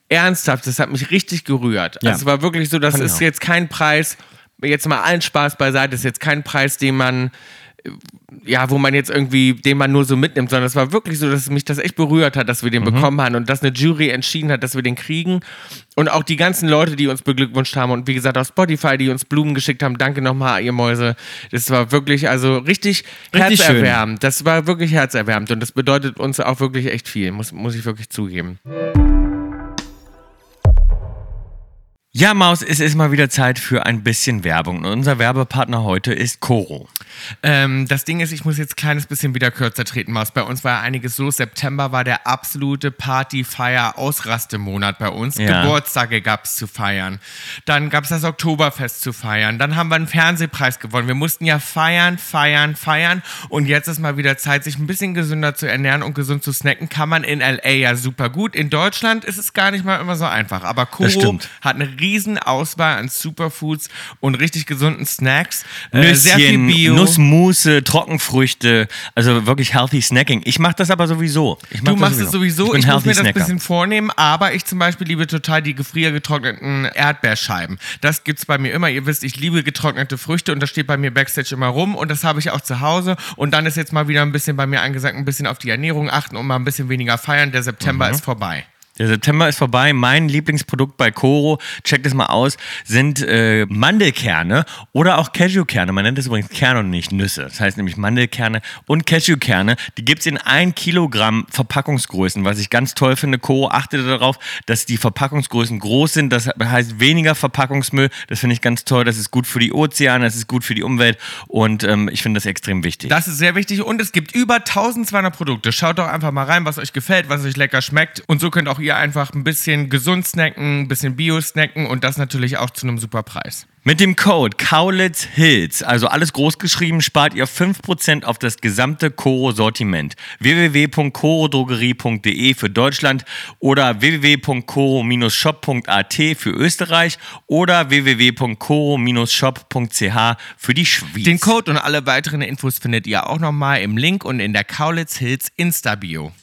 [SPEAKER 1] ernsthaft, das hat mich richtig gerührt.
[SPEAKER 2] Ja.
[SPEAKER 1] Also es war wirklich so, dass
[SPEAKER 2] Fand ich
[SPEAKER 1] es
[SPEAKER 2] auch.
[SPEAKER 1] jetzt jetzt kein Preis, jetzt mal allen Spaß beiseite, ist jetzt kein Preis, den man, äh, ja, wo man jetzt irgendwie, den man nur so mitnimmt, sondern es war wirklich so, dass mich das echt berührt hat, dass wir
[SPEAKER 2] Mhm.
[SPEAKER 1] den bekommen haben und dass eine Jury entschieden hat, dass wir den kriegen. Und auch die ganzen Leute, die uns beglückwünscht haben und wie gesagt auf Spotify, die uns Blumen geschickt haben, danke nochmal, ihr Mäuse. Das war wirklich, also richtig,
[SPEAKER 2] Richtig schön.
[SPEAKER 1] herzerwärmend. Das war wirklich herzerwärmend und das bedeutet uns auch wirklich echt viel, muss, muss ich wirklich zugeben.
[SPEAKER 2] Ja, Maus, es ist mal wieder Zeit für ein bisschen Werbung. Und unser Werbepartner heute ist Coro.
[SPEAKER 1] Ähm, das Ding ist, ich muss jetzt ein kleines bisschen wieder kürzer treten, Maus. Bei uns war ja einiges los. September war der absolute Party, Feier, Ausrastemonat bei uns.
[SPEAKER 2] Ja.
[SPEAKER 1] Geburtstage gab es zu feiern. Dann gab es das Oktoberfest zu feiern. Dann haben wir einen Fernsehpreis gewonnen. Wir mussten ja feiern, feiern, feiern. Und jetzt ist mal wieder Zeit, sich ein bisschen gesünder zu ernähren und gesund zu snacken. Kann man in L.A. ja super gut. In Deutschland ist es gar nicht mal immer so einfach. Aber
[SPEAKER 2] Das
[SPEAKER 1] Koro
[SPEAKER 2] stimmt.
[SPEAKER 1] hat eine riesen Auswahl an Superfoods und richtig gesunden Snacks. Äh,
[SPEAKER 2] Nüsschen,
[SPEAKER 1] sehr viel Bio.
[SPEAKER 2] Nussmusse, Trockenfrüchte, also wirklich healthy Snacking. Ich mache das aber sowieso. Ich mach
[SPEAKER 1] Du
[SPEAKER 2] das
[SPEAKER 1] machst es sowieso,
[SPEAKER 2] Ich
[SPEAKER 1] ich,
[SPEAKER 2] bin
[SPEAKER 1] muss
[SPEAKER 2] healthy
[SPEAKER 1] mir das ein
[SPEAKER 2] Snacker.
[SPEAKER 1] bisschen vornehmen, aber ich zum Beispiel liebe total die gefriergetrockneten Erdbeerscheiben. Das gibt's bei mir immer. Ihr wisst, ich liebe getrocknete Früchte und das steht bei mir Backstage immer rum und das habe ich auch zu Hause. Und dann ist jetzt mal wieder ein bisschen bei mir angesagt, ein bisschen auf die Ernährung achten und mal ein bisschen weniger feiern. Der September
[SPEAKER 2] Mhm.
[SPEAKER 1] ist vorbei.
[SPEAKER 2] Der September ist vorbei. Mein Lieblingsprodukt bei Coro, checkt es mal aus, sind äh, Mandelkerne oder auch Cashewkerne. Man nennt es übrigens Kerne und nicht Nüsse. Das heißt nämlich Mandelkerne und Cashewkerne. Die gibt es in 1 Kilogramm Verpackungsgrößen, was ich ganz toll finde. Coro achtet darauf, dass die Verpackungsgrößen groß sind. Das heißt weniger Verpackungsmüll. Das finde ich ganz toll. Das ist gut für die Ozeane, das ist gut für die Umwelt und ähm, ich finde das extrem wichtig.
[SPEAKER 1] Das ist sehr wichtig und es gibt über 1200 Produkte. Schaut doch einfach mal rein, was euch gefällt, was euch lecker schmeckt. Und so könnt auch ihr einfach ein bisschen gesund snacken, ein bisschen bio snacken und das natürlich auch zu einem super Preis.
[SPEAKER 2] Mit dem Code Kaulitz Hills, also alles groß geschrieben, spart ihr 5% auf das gesamte Koro-Sortiment. www.korodrogerie.de für Deutschland oder www.koro-shop.at für Österreich oder www.koro-shop.ch für die Schweiz.
[SPEAKER 1] Den Code und alle weiteren Infos findet ihr auch nochmal im Link und in der Kaulitz Hills Insta-Bio.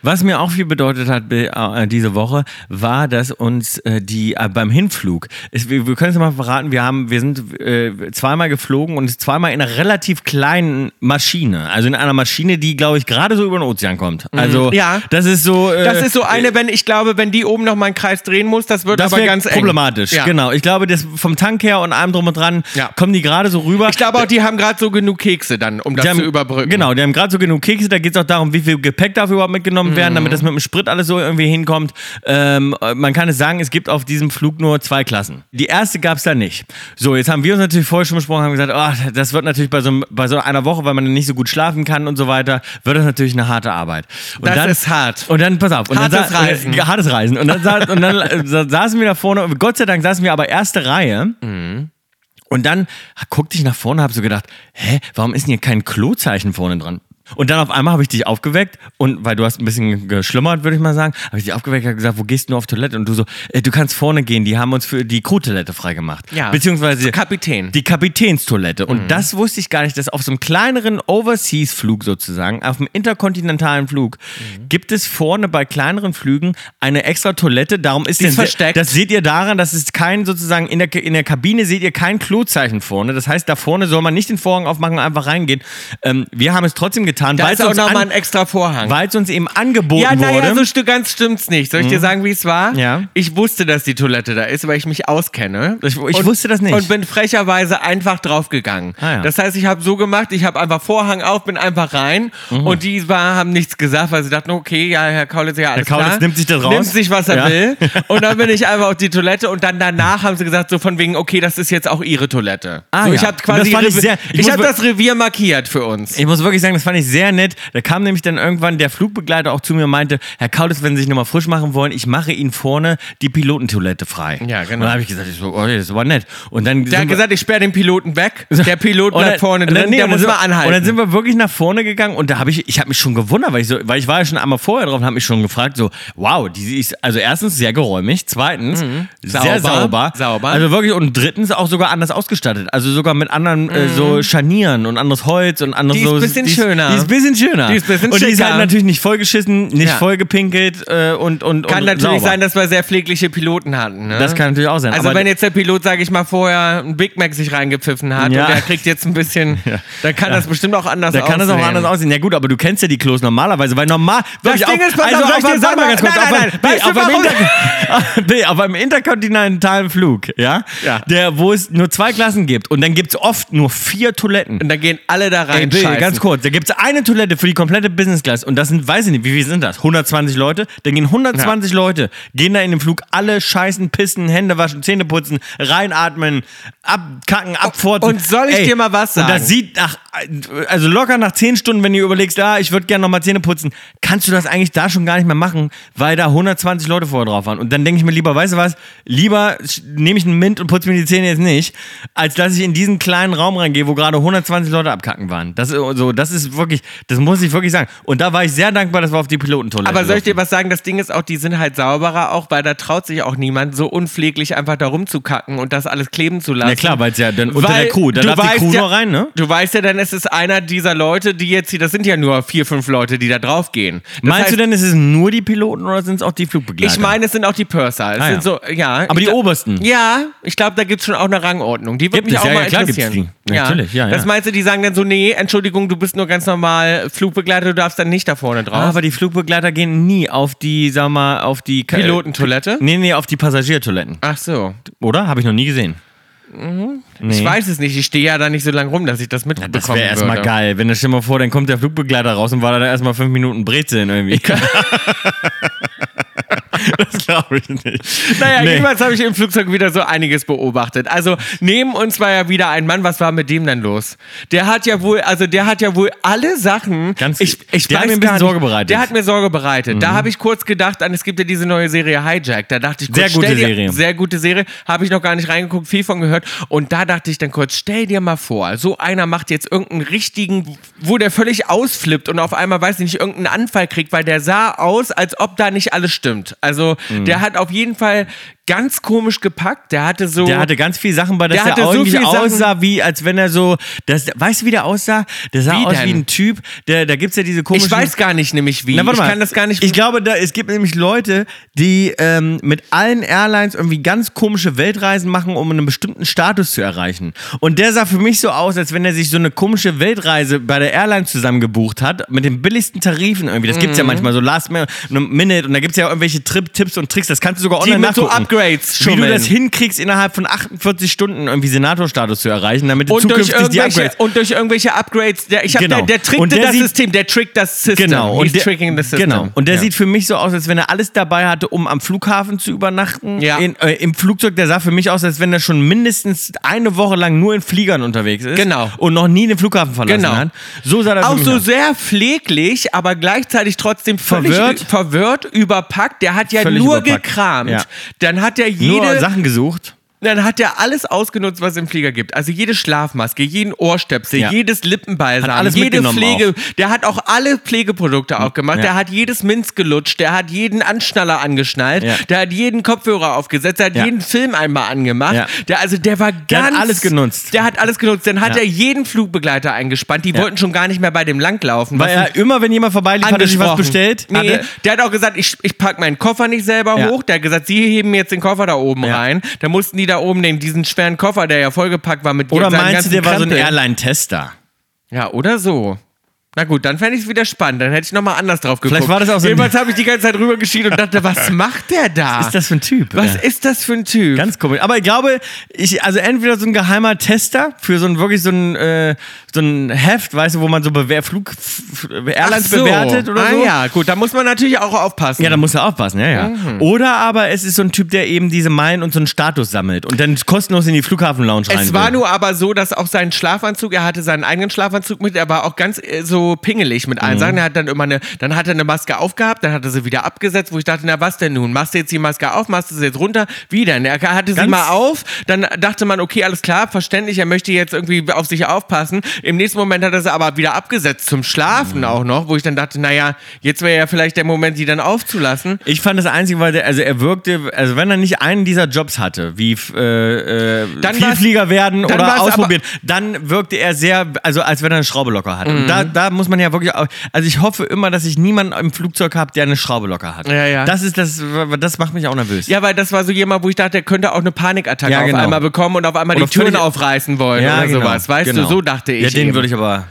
[SPEAKER 2] Was mir auch viel bedeutet hat Bill, äh, diese Woche, war, dass uns äh, die äh, beim Hinflug, ist, wir, wir können es mal verraten, wir haben, wir sind äh, zweimal geflogen und zweimal in einer relativ kleinen Maschine, also in einer Maschine, die glaube ich gerade so über den Ozean kommt. Also
[SPEAKER 1] Mhm. Ja.
[SPEAKER 2] das ist so, äh,
[SPEAKER 1] Das ist so eine, wenn ich glaube, wenn die oben nochmal einen Kreis drehen muss, das wird
[SPEAKER 2] das
[SPEAKER 1] aber
[SPEAKER 2] wär
[SPEAKER 1] ganz eng.
[SPEAKER 2] problematisch.
[SPEAKER 1] Ja.
[SPEAKER 2] Genau, ich glaube, das vom Tank her und allem drum und dran
[SPEAKER 1] Ja.
[SPEAKER 2] kommen die gerade so rüber.
[SPEAKER 1] Ich glaube auch, die haben gerade so genug Kekse dann, um das
[SPEAKER 2] Die haben-
[SPEAKER 1] zu überbrücken.
[SPEAKER 2] Genau, die haben gerade so genug Kekse, da geht es auch darum, wie viel Gepäck darf überhaupt mitgenommen
[SPEAKER 1] Mhm.
[SPEAKER 2] werden, damit das mit dem Sprit alles so irgendwie hinkommt. Ähm, man kann es sagen, es gibt auf diesem Flug nur zwei Klassen. Die erste gab es da nicht. So, jetzt haben wir uns natürlich vorher schon besprochen, haben gesagt, oh, das wird natürlich bei so, einem- bei so einer Woche, weil man dann nicht so gut schlafen kann und so weiter, wird das natürlich eine harte Arbeit. Und
[SPEAKER 1] Das
[SPEAKER 2] dann,
[SPEAKER 1] ist hart.
[SPEAKER 2] Und dann, pass auf. Und
[SPEAKER 1] Hartes
[SPEAKER 2] dann sa-
[SPEAKER 1] Reisen.
[SPEAKER 2] Äh, hartes Reisen.
[SPEAKER 1] Mhm.
[SPEAKER 2] Und dann, sa und dann äh, sa- saßen wir da vorne, und Gott sei Dank saßen wir aber erste Reihe. Und dann guckte ich nach vorne und habe so gedacht, hä, warum ist denn hier kein Klozeichen vorne dran? Und dann auf einmal habe ich dich aufgeweckt und weil du hast ein bisschen geschlummert, würde ich mal sagen, habe ich dich aufgeweckt und gesagt, wo gehst du auf Toilette? Und du so, äh, du kannst vorne gehen, die haben uns für die Crewtoilette freigemacht.
[SPEAKER 1] Ja.
[SPEAKER 2] Beziehungsweise
[SPEAKER 1] Zur Kapitän.
[SPEAKER 2] die Kapitänstoilette.
[SPEAKER 1] Mhm.
[SPEAKER 2] Und das wusste ich gar nicht, dass auf so einem kleineren Overseas-Flug sozusagen, auf einem interkontinentalen Flug,
[SPEAKER 1] Mhm.
[SPEAKER 2] gibt es vorne bei kleineren Flügen eine extra Toilette. Darum ist,
[SPEAKER 1] ist versteckt.
[SPEAKER 2] Das seht ihr daran, dass es kein sozusagen in der, in der Kabine seht ihr kein Klozeichen vorne. Das heißt, da vorne soll man nicht den Vorhang aufmachen und einfach reingehen. Ähm, wir haben es trotzdem getan,
[SPEAKER 1] Da
[SPEAKER 2] weil
[SPEAKER 1] ist
[SPEAKER 2] es
[SPEAKER 1] auch
[SPEAKER 2] uns,
[SPEAKER 1] nochmal
[SPEAKER 2] an,
[SPEAKER 1] ein extra Vorhang.
[SPEAKER 2] weil es uns eben angeboten
[SPEAKER 1] Ja, naja,
[SPEAKER 2] wurde.
[SPEAKER 1] so stu- ganz stimmt's nicht. Soll ich dir sagen, wie es war?
[SPEAKER 2] Ja.
[SPEAKER 1] Ich wusste, dass die Toilette da ist, weil ich mich auskenne.
[SPEAKER 2] Ich- ich wusste das nicht.
[SPEAKER 1] Und bin frecherweise einfach draufgegangen.
[SPEAKER 2] Ah, ja.
[SPEAKER 1] Das heißt, ich habe so gemacht, ich habe einfach Vorhang auf, bin einfach rein
[SPEAKER 2] Mhm.
[SPEAKER 1] und die war, haben nichts gesagt, weil sie dachten, okay, ja, Herr Kaulitz, ja, alles
[SPEAKER 2] Kaulitz
[SPEAKER 1] klar.
[SPEAKER 2] nimmt sich das raus.
[SPEAKER 1] Nimmt sich, was er
[SPEAKER 2] Ja.
[SPEAKER 1] will. Und dann bin ich einfach auf die Toilette und dann danach haben sie gesagt, so von wegen, okay, das ist jetzt auch ihre Toilette.
[SPEAKER 2] Ah,
[SPEAKER 1] so,
[SPEAKER 2] ja.
[SPEAKER 1] ich habe quasi,
[SPEAKER 2] Das fand ich
[SPEAKER 1] Revi-
[SPEAKER 2] sehr- ich
[SPEAKER 1] ich
[SPEAKER 2] muss
[SPEAKER 1] habe
[SPEAKER 2] be-
[SPEAKER 1] das Revier markiert für uns.
[SPEAKER 2] Ich muss wirklich sagen, das fand ich sehr nett. Da kam nämlich dann irgendwann der Flugbegleiter auch zu mir und meinte, Herr Kaulitz, wenn Sie sich nochmal frisch machen wollen, ich mache Ihnen vorne die Pilotentoilette frei.
[SPEAKER 1] Ja, genau.
[SPEAKER 2] Und dann habe ich gesagt, ich so, oh, das war nett. Und dann
[SPEAKER 1] Der hat
[SPEAKER 2] sind wir-
[SPEAKER 1] gesagt, ich sperre den Piloten weg. Der Pilot
[SPEAKER 2] Und
[SPEAKER 1] bleibt
[SPEAKER 2] dann-
[SPEAKER 1] vorne
[SPEAKER 2] und dann-
[SPEAKER 1] drin,
[SPEAKER 2] nee,
[SPEAKER 1] der
[SPEAKER 2] und dann
[SPEAKER 1] muss
[SPEAKER 2] sind
[SPEAKER 1] mal
[SPEAKER 2] wir-
[SPEAKER 1] anhalten.
[SPEAKER 2] Und dann sind wir wirklich nach vorne gegangen und da habe ich, ich habe mich schon gewundert, weil ich so, weil ich war ja schon einmal vorher drauf und habe mich schon gefragt, so, wow, die ist also erstens sehr geräumig, zweitens sehr
[SPEAKER 1] Mhm. Sauber,
[SPEAKER 2] sauber,
[SPEAKER 1] sauber.
[SPEAKER 2] also wirklich und drittens auch sogar anders ausgestattet, also sogar mit anderen äh, so Scharnieren und anderes Holz und
[SPEAKER 1] Mhm.
[SPEAKER 2] anderes
[SPEAKER 1] Die ist
[SPEAKER 2] so,
[SPEAKER 1] bisschen
[SPEAKER 2] die
[SPEAKER 1] schöner.
[SPEAKER 2] die ist ein bisschen schöner,
[SPEAKER 1] Die ist bisschen
[SPEAKER 2] und die ist
[SPEAKER 1] schicker.
[SPEAKER 2] halt natürlich nicht vollgeschissen, nicht
[SPEAKER 1] Ja.
[SPEAKER 2] vollgepinkelt äh, und und
[SPEAKER 1] kann
[SPEAKER 2] und
[SPEAKER 1] natürlich
[SPEAKER 2] sauber.
[SPEAKER 1] sein, dass wir sehr pflegliche Piloten hatten. Ne?
[SPEAKER 2] das kann natürlich auch sein,
[SPEAKER 1] also
[SPEAKER 2] aber
[SPEAKER 1] wenn jetzt der Pilot, sage ich mal, vorher einen Big Mac sich reingepfiffen hat
[SPEAKER 2] Ja.
[SPEAKER 1] und der kriegt jetzt ein bisschen, dann kann das bestimmt auch anders
[SPEAKER 2] Da
[SPEAKER 1] aussehen.
[SPEAKER 2] kann das auch anders aussehen. Ja gut, aber du kennst ja die Klos normalerweise, weil normal... wirklich also,
[SPEAKER 1] Ding
[SPEAKER 2] auf-
[SPEAKER 1] ist, pass auf, soll ich dir
[SPEAKER 2] einem- warte
[SPEAKER 1] sagen, nein,
[SPEAKER 2] auf
[SPEAKER 1] nein,
[SPEAKER 2] einem-
[SPEAKER 1] nein,
[SPEAKER 2] nee,
[SPEAKER 1] weißt du,
[SPEAKER 2] auf einem Inter- nee, auf einem interkontinentalen Flug, ja,
[SPEAKER 1] Ja.
[SPEAKER 2] Der, wo es nur zwei Klassen gibt und dann gibt es oft nur vier Toiletten.
[SPEAKER 1] Und dann gehen alle da rein.
[SPEAKER 2] Ey, Bill,
[SPEAKER 1] scheißen.
[SPEAKER 2] ganz kurz, da gibt es eine Toilette für die komplette Business Class und das sind, weiß ich nicht, wie viel sind das? 120 Leute? Dann gehen 120 Leute, gehen da in den Flug, alle scheißen, pissen, Hände waschen, Zähne putzen, reinatmen, abkacken, abfurzen.
[SPEAKER 1] und soll ich dir mal was
[SPEAKER 2] Und
[SPEAKER 1] sagen?
[SPEAKER 2] das sieht nach, also locker nach 10 Stunden, wenn du überlegst, ah, ich würde gerne nochmal Zähne putzen, kannst du das eigentlich da schon gar nicht mehr machen, weil da 120 Leute vorher drauf waren. Und dann denke ich mir lieber, weißt du was, lieber sch- nehme ich einen Mint und putze mir die Zähne jetzt nicht, als dass ich in diesen kleinen Raum reingehe, wo gerade 120 Leute abkacken waren. Das ist, so, das ist wirklich, das muss ich wirklich sagen. Und da war ich sehr dankbar, dass wir auf die Pilotentoilette
[SPEAKER 1] Aber soll ich dir
[SPEAKER 2] durften.
[SPEAKER 1] was sagen? Das Ding ist auch, die sind halt sauberer, auch weil da traut sich auch niemand, so unpfleglich einfach da rumzukacken und das alles kleben zu lassen.
[SPEAKER 2] Ja klar, weil's ja dann unter
[SPEAKER 1] Weil
[SPEAKER 2] der Crew, da
[SPEAKER 1] du
[SPEAKER 2] darf die
[SPEAKER 1] weißt
[SPEAKER 2] Crew
[SPEAKER 1] ja,
[SPEAKER 2] nur rein, ne?
[SPEAKER 1] Du weißt ja, dann ist es einer dieser Leute, die jetzt hier, das sind ja nur vier, fünf Leute, die da draufgehen. Das
[SPEAKER 2] Meinst
[SPEAKER 1] heißt,
[SPEAKER 2] du denn, ist es nur die Piloten oder sind es auch die Flugbegleiter?
[SPEAKER 1] Ich meine, es sind auch die Purser. Es
[SPEAKER 2] Ah,
[SPEAKER 1] sind
[SPEAKER 2] ja.
[SPEAKER 1] so, ja.
[SPEAKER 2] Aber
[SPEAKER 1] Ich
[SPEAKER 2] die
[SPEAKER 1] gla-
[SPEAKER 2] obersten?
[SPEAKER 1] Ja, ich glaube, da gibt es schon auch eine Rangordnung. Die würde
[SPEAKER 2] Gibt
[SPEAKER 1] mich
[SPEAKER 2] es,
[SPEAKER 1] auch
[SPEAKER 2] ja,
[SPEAKER 1] mal
[SPEAKER 2] ja, klar gibt's
[SPEAKER 1] interessieren.
[SPEAKER 2] die. Natürlich, ja,
[SPEAKER 1] Das
[SPEAKER 2] ja.
[SPEAKER 1] meinst du, die sagen dann so, nee, Entschuldigung, du bist nur ganz normal Flugbegleiter, du darfst dann nicht da vorne drauf.
[SPEAKER 2] Ah, Aber die Flugbegleiter gehen nie auf die, sag mal, auf die Ka-
[SPEAKER 1] Pilotentoilette?
[SPEAKER 2] Nee, nee, auf die Passagiertoiletten.
[SPEAKER 1] Ach so.
[SPEAKER 2] Oder? Habe ich noch nie gesehen.
[SPEAKER 1] Ich weiß es nicht. Ich stehe ja da nicht so lange rum, dass ich das mitbekommen
[SPEAKER 2] Das wäre
[SPEAKER 1] würde.
[SPEAKER 2] erstmal geil. Wenn du stell dir mal vor, dann kommt der Flugbegleiter raus und war da dann erstmal fünf Minuten Brezeln irgendwie. das glaube ich nicht.
[SPEAKER 1] Naja,
[SPEAKER 2] Nee.
[SPEAKER 1] jedenfalls habe ich im Flugzeug wieder so einiges beobachtet. Also neben uns war ja wieder ein Mann. Was war mit dem denn los? Der hat ja wohl, also der hat ja wohl alle Sachen.
[SPEAKER 2] Ganz-
[SPEAKER 1] ich, ich
[SPEAKER 2] der hat
[SPEAKER 1] weiß
[SPEAKER 2] mir ein
[SPEAKER 1] gar
[SPEAKER 2] bisschen
[SPEAKER 1] nicht.
[SPEAKER 2] Sorge bereitet. Mhm.
[SPEAKER 1] Der hat mir Sorge bereitet. Da habe ich kurz gedacht an, es gibt ja diese neue Serie Hijack. Da dachte ich, kurz,
[SPEAKER 2] Sehr gute
[SPEAKER 1] stell dir,
[SPEAKER 2] Serie.
[SPEAKER 1] Sehr gute Serie. Habe ich noch gar nicht reingeguckt, viel von gehört. Und da dachte ich dann kurz, stell dir mal vor, so einer macht jetzt irgendeinen richtigen, wo der völlig ausflippt und auf einmal, weiß ich nicht, irgendeinen Anfall kriegt, weil der sah aus, als ob da nicht alles stimmt. Also
[SPEAKER 2] Mhm.
[SPEAKER 1] der hat auf jeden Fall ganz komisch gepackt. Der hatte so.
[SPEAKER 2] Der hatte ganz viele Sachen bei, dass
[SPEAKER 1] Der
[SPEAKER 2] der,
[SPEAKER 1] hatte so
[SPEAKER 2] irgendwie
[SPEAKER 1] viele Sachen-
[SPEAKER 2] aussah, wie als wenn er so. Das, weißt du, wie der aussah? Der sah
[SPEAKER 1] Wie
[SPEAKER 2] aus
[SPEAKER 1] denn?
[SPEAKER 2] wie ein Typ. Der, da gibt es ja diese komischen.
[SPEAKER 1] ich weiß gar nicht nämlich wie.
[SPEAKER 2] Na, warte
[SPEAKER 1] ich
[SPEAKER 2] mal.
[SPEAKER 1] kann das gar nicht.
[SPEAKER 2] Ich glaube, da, es gibt nämlich Leute, die ähm, mit allen Airlines irgendwie ganz komische Weltreisen machen, um einen bestimmten Status zu erreichen. Und der sah für mich so aus, als wenn er sich so eine komische Weltreise bei der Airline zusammen gebucht hat, mit den billigsten Tarifen irgendwie. Das gibt's
[SPEAKER 1] Mhm.
[SPEAKER 2] ja manchmal so Last Min- Minute und da gibt's ja auch irgendwelche Trip, Tipps und Tricks. Das kannst du sogar
[SPEAKER 1] Die
[SPEAKER 2] online
[SPEAKER 1] mit so
[SPEAKER 2] nachgucken.
[SPEAKER 1] Upgrades
[SPEAKER 2] Wie du
[SPEAKER 1] schummeln.
[SPEAKER 2] das hinkriegst, innerhalb von 48 Stunden irgendwie Senatorstatus zu erreichen, damit du
[SPEAKER 1] und durch,
[SPEAKER 2] zukünftig die
[SPEAKER 1] irgendwelche,
[SPEAKER 2] Upgrades...
[SPEAKER 1] und durch irgendwelche Upgrades, der, ich hab,
[SPEAKER 2] Genau.
[SPEAKER 1] der, der trickte
[SPEAKER 2] Und der
[SPEAKER 1] das
[SPEAKER 2] sieht-
[SPEAKER 1] System, der trickt das System.
[SPEAKER 2] Genau.
[SPEAKER 1] He's
[SPEAKER 2] Und der,
[SPEAKER 1] tricking the system.
[SPEAKER 2] genau. Und der
[SPEAKER 1] Ja.
[SPEAKER 2] sieht für mich so aus, als wenn er alles dabei hatte, um am Flughafen zu übernachten.
[SPEAKER 1] Ja.
[SPEAKER 2] In, äh, Im Flugzeug, der sah für mich aus, als wenn er schon mindestens eine Woche lang nur in Fliegern unterwegs ist.
[SPEAKER 1] Genau.
[SPEAKER 2] Und noch nie den Flughafen verlassen
[SPEAKER 1] Genau.
[SPEAKER 2] hat. So sah er
[SPEAKER 1] auch
[SPEAKER 2] für
[SPEAKER 1] so
[SPEAKER 2] mich aus.
[SPEAKER 1] sehr pfleglich, aber gleichzeitig trotzdem völlig
[SPEAKER 2] Verwirrt.
[SPEAKER 1] verwirrt, verwirrt überpackt. Der hat ja
[SPEAKER 2] Völlig
[SPEAKER 1] nur
[SPEAKER 2] überpackt.
[SPEAKER 1] gekramt.
[SPEAKER 2] Ja.
[SPEAKER 1] Dann hat er
[SPEAKER 2] Nur
[SPEAKER 1] jede
[SPEAKER 2] Sachen gesucht.
[SPEAKER 1] Dann hat er alles ausgenutzt, was es im Flieger gibt. Also jede Schlafmaske, jeden Ohrstöpsel,
[SPEAKER 2] Ja.
[SPEAKER 1] jedes Lippenbalsam,
[SPEAKER 2] Hat alles
[SPEAKER 1] jede
[SPEAKER 2] mitgenommen
[SPEAKER 1] Pflege. Der hat auch alle Pflegeprodukte aufgemacht.
[SPEAKER 2] Ja.
[SPEAKER 1] Der hat jedes Minz gelutscht. Der hat jeden Anschnaller angeschnallt.
[SPEAKER 2] Ja.
[SPEAKER 1] Der hat jeden Kopfhörer aufgesetzt. Der hat
[SPEAKER 2] Ja.
[SPEAKER 1] jeden Film einmal angemacht.
[SPEAKER 2] Ja.
[SPEAKER 1] Der, also der war ganz.
[SPEAKER 2] Der hat alles genutzt.
[SPEAKER 1] Der hat alles genutzt. Dann hat
[SPEAKER 2] Ja.
[SPEAKER 1] er jeden Flugbegleiter eingespannt. Die
[SPEAKER 2] Ja.
[SPEAKER 1] wollten schon gar nicht mehr bei dem langlaufen.
[SPEAKER 2] Weil
[SPEAKER 1] Was ein
[SPEAKER 2] er immer, wenn jemand vorbeilief, hat er sich was bestellt.
[SPEAKER 1] Nee,
[SPEAKER 2] Hat er-
[SPEAKER 1] der hat auch gesagt, ich, ich pack meinen Koffer nicht selber
[SPEAKER 2] Ja.
[SPEAKER 1] hoch. Der hat gesagt, sie heben mir jetzt den Koffer da oben
[SPEAKER 2] Ja.
[SPEAKER 1] rein. Da mussten die da oben nehmen, diesen schweren Koffer, der ja vollgepackt war mit
[SPEAKER 2] Oder
[SPEAKER 1] seinen
[SPEAKER 2] meinst du,
[SPEAKER 1] ganzen
[SPEAKER 2] der war so ein
[SPEAKER 1] Krempeln.
[SPEAKER 2] Airline-Tester?
[SPEAKER 1] Ja, oder so. Na gut, dann fände ich es wieder spannend. Dann hätte ich nochmal anders drauf geguckt.
[SPEAKER 2] Vielleicht war das auch so ein-
[SPEAKER 1] Jedenfalls habe ich die ganze Zeit rübergeschielt und dachte, was macht der da?
[SPEAKER 2] Ist das für ein Typ?
[SPEAKER 1] Ah. was
[SPEAKER 2] Ja.
[SPEAKER 1] ist das für ein Typ?
[SPEAKER 2] Ganz komisch. Aber ich glaube, ich, also entweder so ein geheimer Tester für so ein wirklich so ein, äh, so ein Heft, weißt du, wo man so bewer Flug F- F- Airlines
[SPEAKER 1] Ach so.
[SPEAKER 2] bewertet oder
[SPEAKER 1] ah,
[SPEAKER 2] so.
[SPEAKER 1] ja, gut, da muss man natürlich auch aufpassen.
[SPEAKER 2] Ja, da musst du aufpassen, ja, ja.
[SPEAKER 1] Mhm.
[SPEAKER 2] Oder aber es ist so ein Typ, der eben diese Meilen und so einen Status sammelt und dann kostenlos in die Flughafen-Lounge rein
[SPEAKER 1] Es war
[SPEAKER 2] will.
[SPEAKER 1] nur aber so, dass auch sein Schlafanzug, er hatte seinen eigenen Schlafanzug mit, er war auch ganz äh, so pingelig mit
[SPEAKER 2] Mhm.
[SPEAKER 1] allen Sachen. Er hat dann immer eine, dann hat er eine Maske aufgehabt, dann hat er sie wieder abgesetzt, wo ich dachte, na was denn nun? Machst du jetzt die Maske auf, machst du sie jetzt runter? Wie denn? Er hatte sie
[SPEAKER 2] Ganz-
[SPEAKER 1] mal auf, dann dachte man, okay, alles klar, verständlich, er möchte jetzt irgendwie auf sich aufpassen. Im nächsten Moment hat er sie aber wieder abgesetzt zum
[SPEAKER 2] Mhm.
[SPEAKER 1] Schlafen auch noch, wo ich dann dachte, naja, jetzt wäre ja vielleicht der Moment, sie dann aufzulassen.
[SPEAKER 2] Ich fand das Einzige, weil der, also er wirkte, also wenn er nicht einen dieser Jobs hatte, wie äh, äh,
[SPEAKER 1] Dann war's-
[SPEAKER 2] Vielflieger werden
[SPEAKER 1] dann
[SPEAKER 2] oder
[SPEAKER 1] war's
[SPEAKER 2] ausprobieren, dann wirkte er sehr, also als wenn er eine Schraube locker hat. Und
[SPEAKER 1] Mhm.
[SPEAKER 2] da, da muss man ja wirklich, auch, also ich hoffe immer, dass ich niemanden im Flugzeug habe, der eine Schraube locker hat.
[SPEAKER 1] Ja, ja.
[SPEAKER 2] Das ist das, das macht mich auch nervös.
[SPEAKER 1] Ja, weil das war so jemand, wo ich dachte, der könnte auch eine Panikattacke
[SPEAKER 2] Ja, genau.
[SPEAKER 1] auf einmal bekommen und auf einmal
[SPEAKER 2] Oder
[SPEAKER 1] die Türen
[SPEAKER 2] völlig-
[SPEAKER 1] aufreißen wollen oder
[SPEAKER 2] genau,
[SPEAKER 1] sowas. Weißt
[SPEAKER 2] genau.
[SPEAKER 1] du, so dachte ich.
[SPEAKER 2] Ja, den
[SPEAKER 1] eben.
[SPEAKER 2] würde ich aber,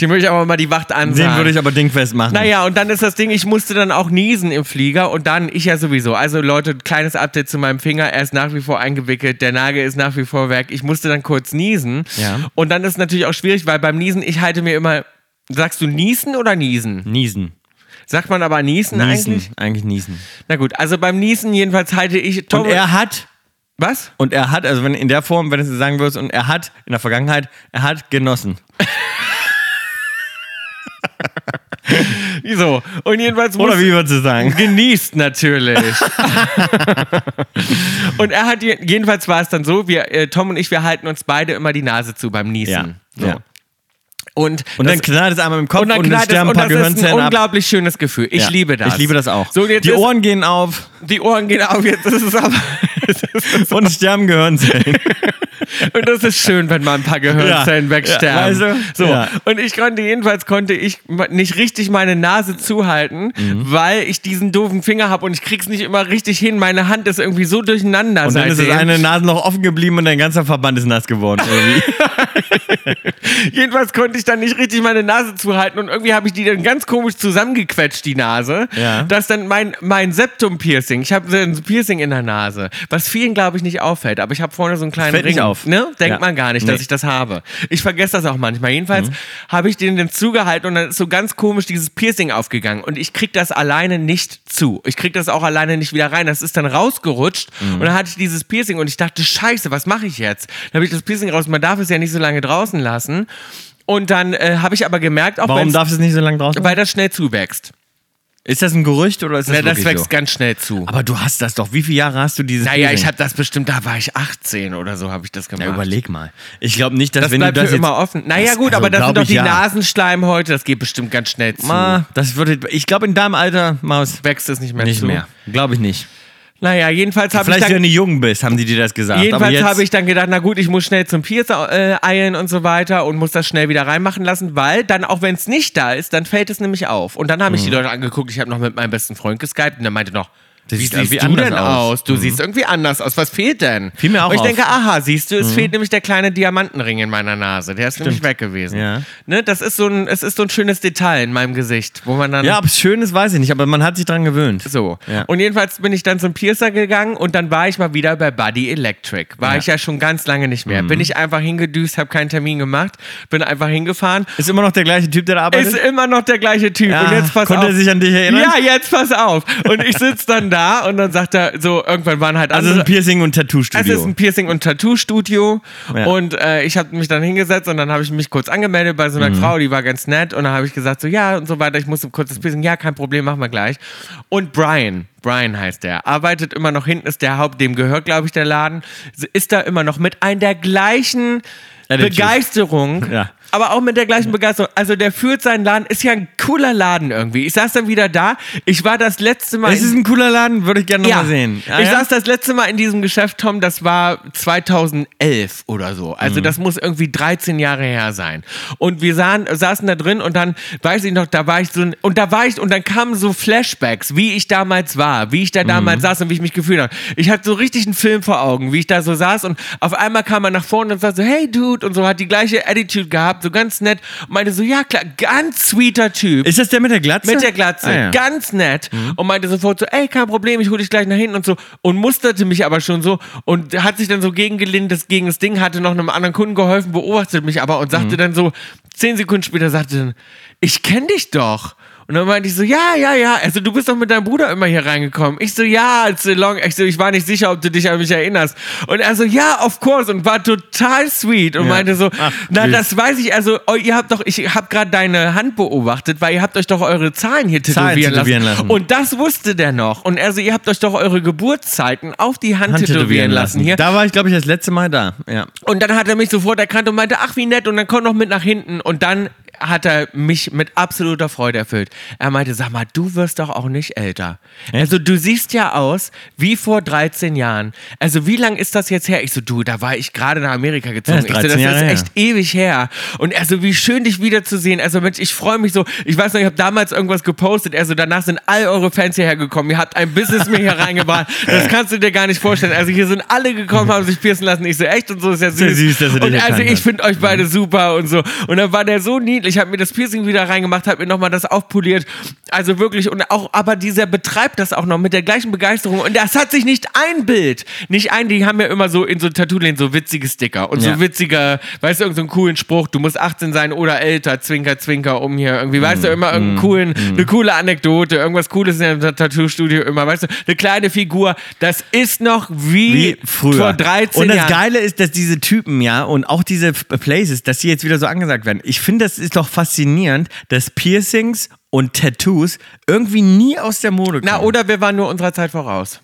[SPEAKER 1] den würde ich aber mal die Wacht ansagen.
[SPEAKER 2] den würde ich aber dingfest machen.
[SPEAKER 1] Naja, und dann ist das Ding, ich musste dann auch niesen im Flieger und dann ich ja sowieso. Also Leute, kleines Update zu meinem Finger, er ist nach wie vor eingewickelt, der Nagel ist nach wie vor weg. Ich musste dann kurz niesen.
[SPEAKER 2] Ja.
[SPEAKER 1] Und dann ist natürlich auch schwierig, weil beim Niesen, ich halte mir immer, sagst du niesen oder niesen?
[SPEAKER 2] Niesen.
[SPEAKER 1] Sagt man aber niesen,
[SPEAKER 2] Niesen.
[SPEAKER 1] eigentlich?
[SPEAKER 2] eigentlich niesen.
[SPEAKER 1] Na gut, also beim Niesen jedenfalls halte ich...
[SPEAKER 2] Und er hat
[SPEAKER 1] was?
[SPEAKER 2] Und er hat, also wenn in der Form, wenn du es sagen würdest, und er hat in der Vergangenheit, er hat genossen.
[SPEAKER 1] So, und jedenfalls muss
[SPEAKER 2] Oder wie würdest du sagen?
[SPEAKER 1] genießt natürlich. und er hat je- jedenfalls war es dann so, wir äh, Tom und ich, wir halten uns beide immer die Nase zu beim Niesen. So.
[SPEAKER 2] ja.
[SPEAKER 1] Und,
[SPEAKER 2] Und dann
[SPEAKER 1] das-
[SPEAKER 2] knallt es einmal im Kopf
[SPEAKER 1] und
[SPEAKER 2] und
[SPEAKER 1] dann
[SPEAKER 2] dann,
[SPEAKER 1] knallt es
[SPEAKER 2] sterben ein
[SPEAKER 1] und
[SPEAKER 2] paar
[SPEAKER 1] das ist ein
[SPEAKER 2] Gehirnzellen ab.
[SPEAKER 1] unglaublich schönes Gefühl. Ich
[SPEAKER 2] Ja.
[SPEAKER 1] liebe das.
[SPEAKER 2] Ich liebe das auch.
[SPEAKER 1] So, jetzt
[SPEAKER 2] die
[SPEAKER 1] ist-
[SPEAKER 2] Ohren gehen auf
[SPEAKER 1] Die Ohren gehen auf, jetzt ist es aber
[SPEAKER 2] und sterben Gehirnzellen.
[SPEAKER 1] Und das ist schön, wenn mal ein paar Gehirnzellen
[SPEAKER 2] Ja,
[SPEAKER 1] wegsterben.
[SPEAKER 2] ja, weißt du?
[SPEAKER 1] also, so.
[SPEAKER 2] Ja.
[SPEAKER 1] Und ich konnte, jedenfalls konnte ich ma- nicht richtig meine Nase zuhalten,
[SPEAKER 2] Mhm.
[SPEAKER 1] weil ich diesen doofen Finger habe und ich krieg's nicht immer richtig hin. Meine Hand ist irgendwie so durcheinander.
[SPEAKER 2] und dann ist das
[SPEAKER 1] seitdem.
[SPEAKER 2] eine Nasenloch offen geblieben und dein ganzer Verband ist nass geworden. Irgendwie.
[SPEAKER 1] Jedenfalls konnte ich dann nicht richtig meine Nase zuhalten und irgendwie habe ich die dann ganz komisch zusammengequetscht, die Nase.
[SPEAKER 2] Ja.
[SPEAKER 1] Dass dann mein, mein Septum-Piercing, ich habe so ein Piercing in der Nase, was vielen, glaube ich, nicht auffällt, aber ich habe vorne so einen kleinen
[SPEAKER 2] Fällt
[SPEAKER 1] Ring.
[SPEAKER 2] nicht auf.
[SPEAKER 1] Ne? Denkt
[SPEAKER 2] Ja.
[SPEAKER 1] man gar nicht, dass
[SPEAKER 2] Nee.
[SPEAKER 1] ich das habe. Ich vergesse das auch manchmal. Jedenfalls
[SPEAKER 2] Mhm.
[SPEAKER 1] habe ich den dann zugehalten und dann ist so ganz komisch dieses Piercing aufgegangen und ich krieg das alleine nicht zu. Ich krieg das auch alleine nicht wieder rein. Das ist dann rausgerutscht
[SPEAKER 2] Mhm.
[SPEAKER 1] und dann hatte ich dieses Piercing und ich dachte, scheiße, was mache ich jetzt? Dann habe ich das Piercing raus, man darf es ja nicht so lange draußen lassen. Und dann äh, habe ich aber gemerkt, auch
[SPEAKER 2] Warum
[SPEAKER 1] wenn's-
[SPEAKER 2] darfst du es nicht so lange draußen?
[SPEAKER 1] weil das schnell zuwächst.
[SPEAKER 2] Ist das ein Gerücht oder ist das,
[SPEAKER 1] Ja, das
[SPEAKER 2] wirklich
[SPEAKER 1] wächst
[SPEAKER 2] so?
[SPEAKER 1] ganz schnell zu.
[SPEAKER 2] Aber du hast das doch. Wie viele Jahre hast du dieses
[SPEAKER 1] naja,
[SPEAKER 2] Piercing?
[SPEAKER 1] ich habe das bestimmt, da war ich 18 oder so, habe ich das gemacht.
[SPEAKER 2] Ja, überleg mal. Ich glaube nicht, dass
[SPEAKER 1] Das
[SPEAKER 2] Also wenn
[SPEAKER 1] bleibt
[SPEAKER 2] du das
[SPEAKER 1] für
[SPEAKER 2] jetzt
[SPEAKER 1] immer offen. Naja,
[SPEAKER 2] Das-
[SPEAKER 1] gut,
[SPEAKER 2] also
[SPEAKER 1] aber das
[SPEAKER 2] glaub
[SPEAKER 1] sind doch
[SPEAKER 2] ich,
[SPEAKER 1] die
[SPEAKER 2] ja.
[SPEAKER 1] Nasenschleimhäute, das geht bestimmt ganz schnell zu.
[SPEAKER 2] Ma, das würde, ich glaube, in deinem Alter, Maus,
[SPEAKER 1] Wächst es nicht mehr
[SPEAKER 2] nicht
[SPEAKER 1] zu.
[SPEAKER 2] mehr. Glaube ich nicht.
[SPEAKER 1] Naja, jedenfalls habe ich,
[SPEAKER 2] Vielleicht, wenn
[SPEAKER 1] dann-
[SPEAKER 2] du jung bist, haben die dir das gesagt. aber
[SPEAKER 1] jedenfalls
[SPEAKER 2] jetzt,
[SPEAKER 1] habe ich dann gedacht, na gut, ich muss schnell zum Piercer äh, eilen und so weiter und muss das schnell wieder reinmachen lassen, weil dann, auch wenn es nicht da ist, dann fällt es nämlich auf. Und dann habe ich
[SPEAKER 2] Mhm.
[SPEAKER 1] die Leute angeguckt, ich habe noch mit meinem besten Freund geskypt und der meinte noch,
[SPEAKER 2] Das
[SPEAKER 1] wie
[SPEAKER 2] sieht
[SPEAKER 1] siehst du
[SPEAKER 2] irgendwie
[SPEAKER 1] denn
[SPEAKER 2] anders
[SPEAKER 1] aus?
[SPEAKER 2] aus. Mhm.
[SPEAKER 1] Du siehst irgendwie anders aus. Was fehlt denn?
[SPEAKER 2] Fiel mir auch
[SPEAKER 1] Und ich
[SPEAKER 2] auf. Mhm.
[SPEAKER 1] denke, aha, siehst du, es fehlt nämlich der kleine Diamantenring in meiner Nase. Der ist nämlich weg gewesen.
[SPEAKER 2] Ja.
[SPEAKER 1] Ne, das ist so ein, es ist so ein schönes Detail in meinem Gesicht, wo man dann
[SPEAKER 2] Ja, ob es schön ist, weiß ich nicht, aber man hat sich dran gewöhnt.
[SPEAKER 1] so.
[SPEAKER 2] Ja.
[SPEAKER 1] Und jedenfalls bin ich dann zum Piercer gegangen und dann war ich mal wieder bei Buddy Electric. War ich ja schon ganz lange nicht
[SPEAKER 2] Mhm.
[SPEAKER 1] mehr. Bin ich einfach hingedüst, habe keinen Termin gemacht, bin einfach hingefahren.
[SPEAKER 2] Ist immer noch der gleiche Typ, der da arbeitet?
[SPEAKER 1] Ist immer noch der gleiche Typ.
[SPEAKER 2] Ja,
[SPEAKER 1] und jetzt pass
[SPEAKER 2] konnte
[SPEAKER 1] auf.
[SPEAKER 2] er sich an dich erinnern?
[SPEAKER 1] Ja, jetzt pass auf. Und ich sitze dann da und dann sagt er so, irgendwann waren halt
[SPEAKER 2] Also es
[SPEAKER 1] andere.
[SPEAKER 2] ist ein Piercing- und
[SPEAKER 1] Es
[SPEAKER 2] Tattoo-Studio.
[SPEAKER 1] ist ein Piercing- und Tattoo-Studio.
[SPEAKER 2] Ja.
[SPEAKER 1] Und äh, ich habe mich dann hingesetzt und dann habe ich mich kurz angemeldet bei so
[SPEAKER 2] Mhm.
[SPEAKER 1] einer Frau, die war ganz nett. Und dann habe ich gesagt, so ja und so weiter, ich muss ein kurzes Piercing. Ja, kein Problem, machen wir gleich. Und Brian, Brian heißt der, arbeitet immer noch hinten, ist der Haupt, dem gehört, glaube ich, der Laden, ist da immer noch mit ein der gleichen
[SPEAKER 2] Attitude.
[SPEAKER 1] Begeisterung.
[SPEAKER 2] Ja.
[SPEAKER 1] Aber auch mit der gleichen Begeisterung. Also der führt seinen Laden, ist ja ein cooler Laden irgendwie. Ich saß dann wieder da. Ich war das letzte Mal.
[SPEAKER 2] es
[SPEAKER 1] in-
[SPEAKER 2] ist ein cooler Laden, würde ich gerne nochmal sehen. Ah,
[SPEAKER 1] ich
[SPEAKER 2] ja?
[SPEAKER 1] saß das letzte Mal in diesem Geschäft, Tom, das war 2011 oder so. Also
[SPEAKER 2] Mhm.
[SPEAKER 1] das muss irgendwie 13 Jahre her sein. Und wir sahen, saßen da drin und dann, weiß ich noch, da war ich so, ein- und da war ich, und dann kamen so Flashbacks, wie ich damals war, wie ich
[SPEAKER 2] Mhm.
[SPEAKER 1] da damals saß und wie ich mich gefühlt habe. Ich hatte so richtig einen Film vor Augen, wie ich da so saß und auf einmal kam er nach vorne und sagte so, hey Dude, und so hat die gleiche Attitude gehabt, so ganz nett, und meinte so, ja klar, ganz sweeter Typ.
[SPEAKER 2] ist das der mit der Glatze?
[SPEAKER 1] Mit der Glatze.
[SPEAKER 2] Ah, ja.
[SPEAKER 1] Ganz nett. Und meinte sofort so, ey, kein Problem, ich hole dich gleich nach hinten und so. Und musterte mich aber schon so und hat sich dann so gegengelehnt, das gegen das Ding, hatte noch einem anderen Kunden geholfen, beobachtet mich aber und
[SPEAKER 2] Mhm.
[SPEAKER 1] sagte dann so, zehn Sekunden später sagte dann, ich kenne dich doch. Und dann meinte ich so, ja, ja, ja, also du bist doch mit deinem Bruder immer hier reingekommen. Ich so, ja, it's a long, ich so, ich war nicht sicher, ob du dich an mich erinnerst. Und er so, ja, of course, und war total sweet und meinte so,
[SPEAKER 2] Ach,
[SPEAKER 1] na,
[SPEAKER 2] süß.
[SPEAKER 1] das weiß ich, also oh, ihr habt doch, ich habe gerade deine Hand beobachtet, weil ihr habt euch doch eure Zahlen hier
[SPEAKER 2] Zahlen
[SPEAKER 1] tätowieren,
[SPEAKER 2] tätowieren
[SPEAKER 1] lassen.
[SPEAKER 2] lassen.
[SPEAKER 1] Und das wusste der noch. Und also ihr habt euch doch eure Geburtszeiten auf die Hand,
[SPEAKER 2] Hand
[SPEAKER 1] tätowieren lassen hier.
[SPEAKER 2] Da war ich, glaube ich, das letzte Mal da. Ja.
[SPEAKER 1] Und dann hat er mich sofort erkannt und meinte, ach wie nett, und dann komm noch mit nach hinten. Und dann hat er mich mit absoluter Freude erfüllt. Er meinte, sag mal, du wirst doch auch nicht älter. Also du siehst ja aus wie vor 13 Jahren. Also wie lang ist das jetzt her? Ich so, du, da war ich gerade nach Amerika gezogen.
[SPEAKER 2] Ja, ist
[SPEAKER 1] ich so, das
[SPEAKER 2] 13 Jahre
[SPEAKER 1] ist
[SPEAKER 2] her.
[SPEAKER 1] echt ewig her. Und er so, wie schön dich wiederzusehen. Also Mensch, ich freue mich so. Ich weiß noch, ich habe damals irgendwas gepostet. Er so, danach sind all eure Fans hierher gekommen. Ihr habt ein Business mir hier reingebracht. Das kannst du dir gar nicht vorstellen. Also hier sind alle gekommen, haben sich piercen lassen. Ich so, echt? Und so ist ja süß.
[SPEAKER 2] Sehr süß, dass er dich
[SPEAKER 1] Und also
[SPEAKER 2] erkannt
[SPEAKER 1] ich
[SPEAKER 2] hat. Mhm.
[SPEAKER 1] finde euch beide super und so. Und dann war der so niedlich, hat mir das Piercing wieder reingemacht, hat mir nochmal das aufpoliert. Also wirklich, und auch, aber dieser betreibt das auch noch mit der gleichen Begeisterung. Und das hat sich nicht ein Bild, nicht ein, die haben ja immer so in so tattoo so witzige Sticker und so
[SPEAKER 2] Ja.
[SPEAKER 1] witziger, weißt du, irgendeinen so coolen Spruch, du musst 18 sein oder älter, zwinker, zwinker, um hier irgendwie, weißt
[SPEAKER 2] Mhm.
[SPEAKER 1] du, immer irgendeinen coolen, eine coole Anekdote, irgendwas Cooles in der Tattoo-Studio immer, weißt du, eine kleine Figur, das ist noch wie,
[SPEAKER 2] Wie früher.
[SPEAKER 1] vor 13
[SPEAKER 2] und das
[SPEAKER 1] Jahren.
[SPEAKER 2] Geile ist, dass diese Typen, ja, und auch diese F- Places, dass sie jetzt wieder so angesagt werden. Ich finde, das ist doch faszinierend, dass Piercings und Tattoos irgendwie nie aus der Mode kommen.
[SPEAKER 1] Na, oder wir waren nur unserer Zeit voraus.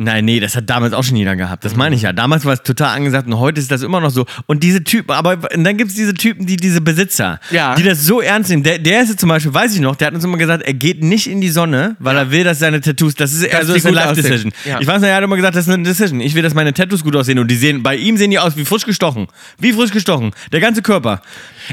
[SPEAKER 2] Nein, nee, das hat damals auch schon jeder gehabt. Das meine ich ja. Damals war es total angesagt und heute ist das immer noch so. Und diese Typen, aber und dann gibt es diese Typen, die diese Besitzer,
[SPEAKER 1] Ja.
[SPEAKER 2] die das so ernst nehmen. Der, der ist jetzt zum Beispiel, weiß ich noch, der hat uns immer gesagt, er geht nicht in die Sonne, weil er will, dass seine Tattoos, das ist also
[SPEAKER 1] die
[SPEAKER 2] ist eine
[SPEAKER 1] gut aussehen.
[SPEAKER 2] Life-Decision.
[SPEAKER 1] Ja.
[SPEAKER 2] Ich weiß noch, er hat immer gesagt, das ist eine Decision. Ich will, dass meine Tattoos gut aussehen und die sehen, bei ihm sehen die aus wie frisch gestochen. Wie frisch gestochen. Der ganze Körper.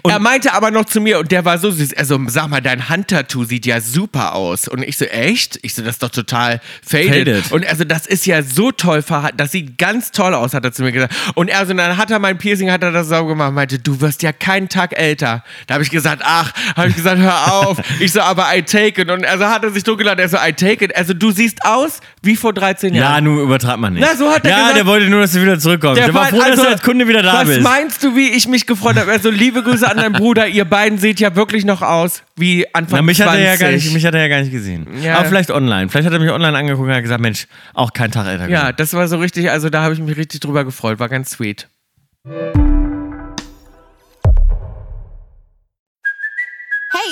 [SPEAKER 2] Und
[SPEAKER 1] er meinte aber noch zu mir, und der war so süß, also sag mal, dein Handtattoo sieht ja super aus. Und ich so, echt? Ich so, das ist doch total faded.
[SPEAKER 2] Faded.
[SPEAKER 1] Und also das ist ja so toll verhalten, das sieht ganz toll aus, hat er zu mir gesagt. Und er so, dann hat er mein Piercing, hat er das sauber gemacht, meinte, du wirst ja keinen Tag älter. Da habe ich gesagt, ach, habe ich gesagt, hör auf. Ich so, aber I take it. Und also hat er sich durchgeladen, er so, I take it. Also du siehst aus wie vor 13 Jahren.
[SPEAKER 2] ja, nun übertreibt man nicht.
[SPEAKER 1] Na, so hat er
[SPEAKER 2] ja,
[SPEAKER 1] gesagt-
[SPEAKER 2] der wollte nur, dass du wieder zurückkommst. Der, war
[SPEAKER 1] Fall-
[SPEAKER 2] froh, dass
[SPEAKER 1] also,
[SPEAKER 2] du als Kunde wieder da
[SPEAKER 1] was
[SPEAKER 2] bist.
[SPEAKER 1] Was meinst du, wie ich mich gefreut habe? Also liebe Grüße an deinen Bruder. Ihr beiden seht ja wirklich noch aus wie Anfang
[SPEAKER 2] Na, mich
[SPEAKER 1] 20.
[SPEAKER 2] hat, er ja gar nicht, mich hat er ja gar nicht gesehen.
[SPEAKER 1] Ja.
[SPEAKER 2] Aber vielleicht online. Vielleicht hat er mich online angeguckt und hat gesagt, Mensch, auch kein Tag älter.
[SPEAKER 1] ja,
[SPEAKER 2] gewesen.
[SPEAKER 1] das war so richtig, also da habe ich mich richtig drüber gefreut. War ganz sweet.
[SPEAKER 4] Hey,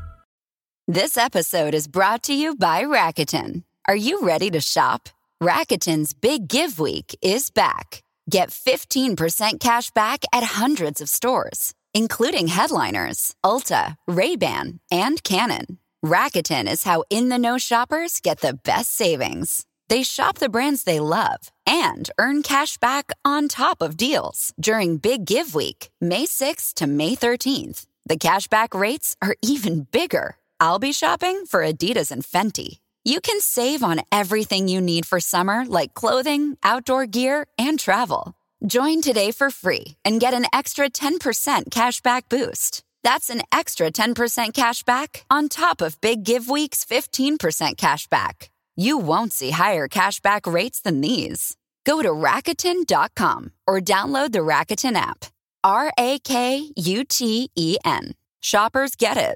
[SPEAKER 5] This episode is brought to you by Rakuten. Are you ready to shop? Rakuten's Big Give Week is back. Get 15% cash back at hundreds of stores, including headliners, Ulta, Ray-Ban, and Canon. Rakuten is how in-the-know shoppers get the best savings. They shop the brands they love and earn cash back on top of deals during Big Give Week, May 6th to May 13th. The cashback rates are even bigger. I'll be shopping for Adidas and Fenty. You can save on everything you need for summer, like clothing, outdoor gear, and travel. Join today for free and get an extra 10% cashback boost. That's an extra 10% cashback on top of Big Give Week's 15% cashback. You won't see higher cashback rates than these. Go to Rakuten.com or download the Rakuten app. R A K U T E N. Shoppers get it.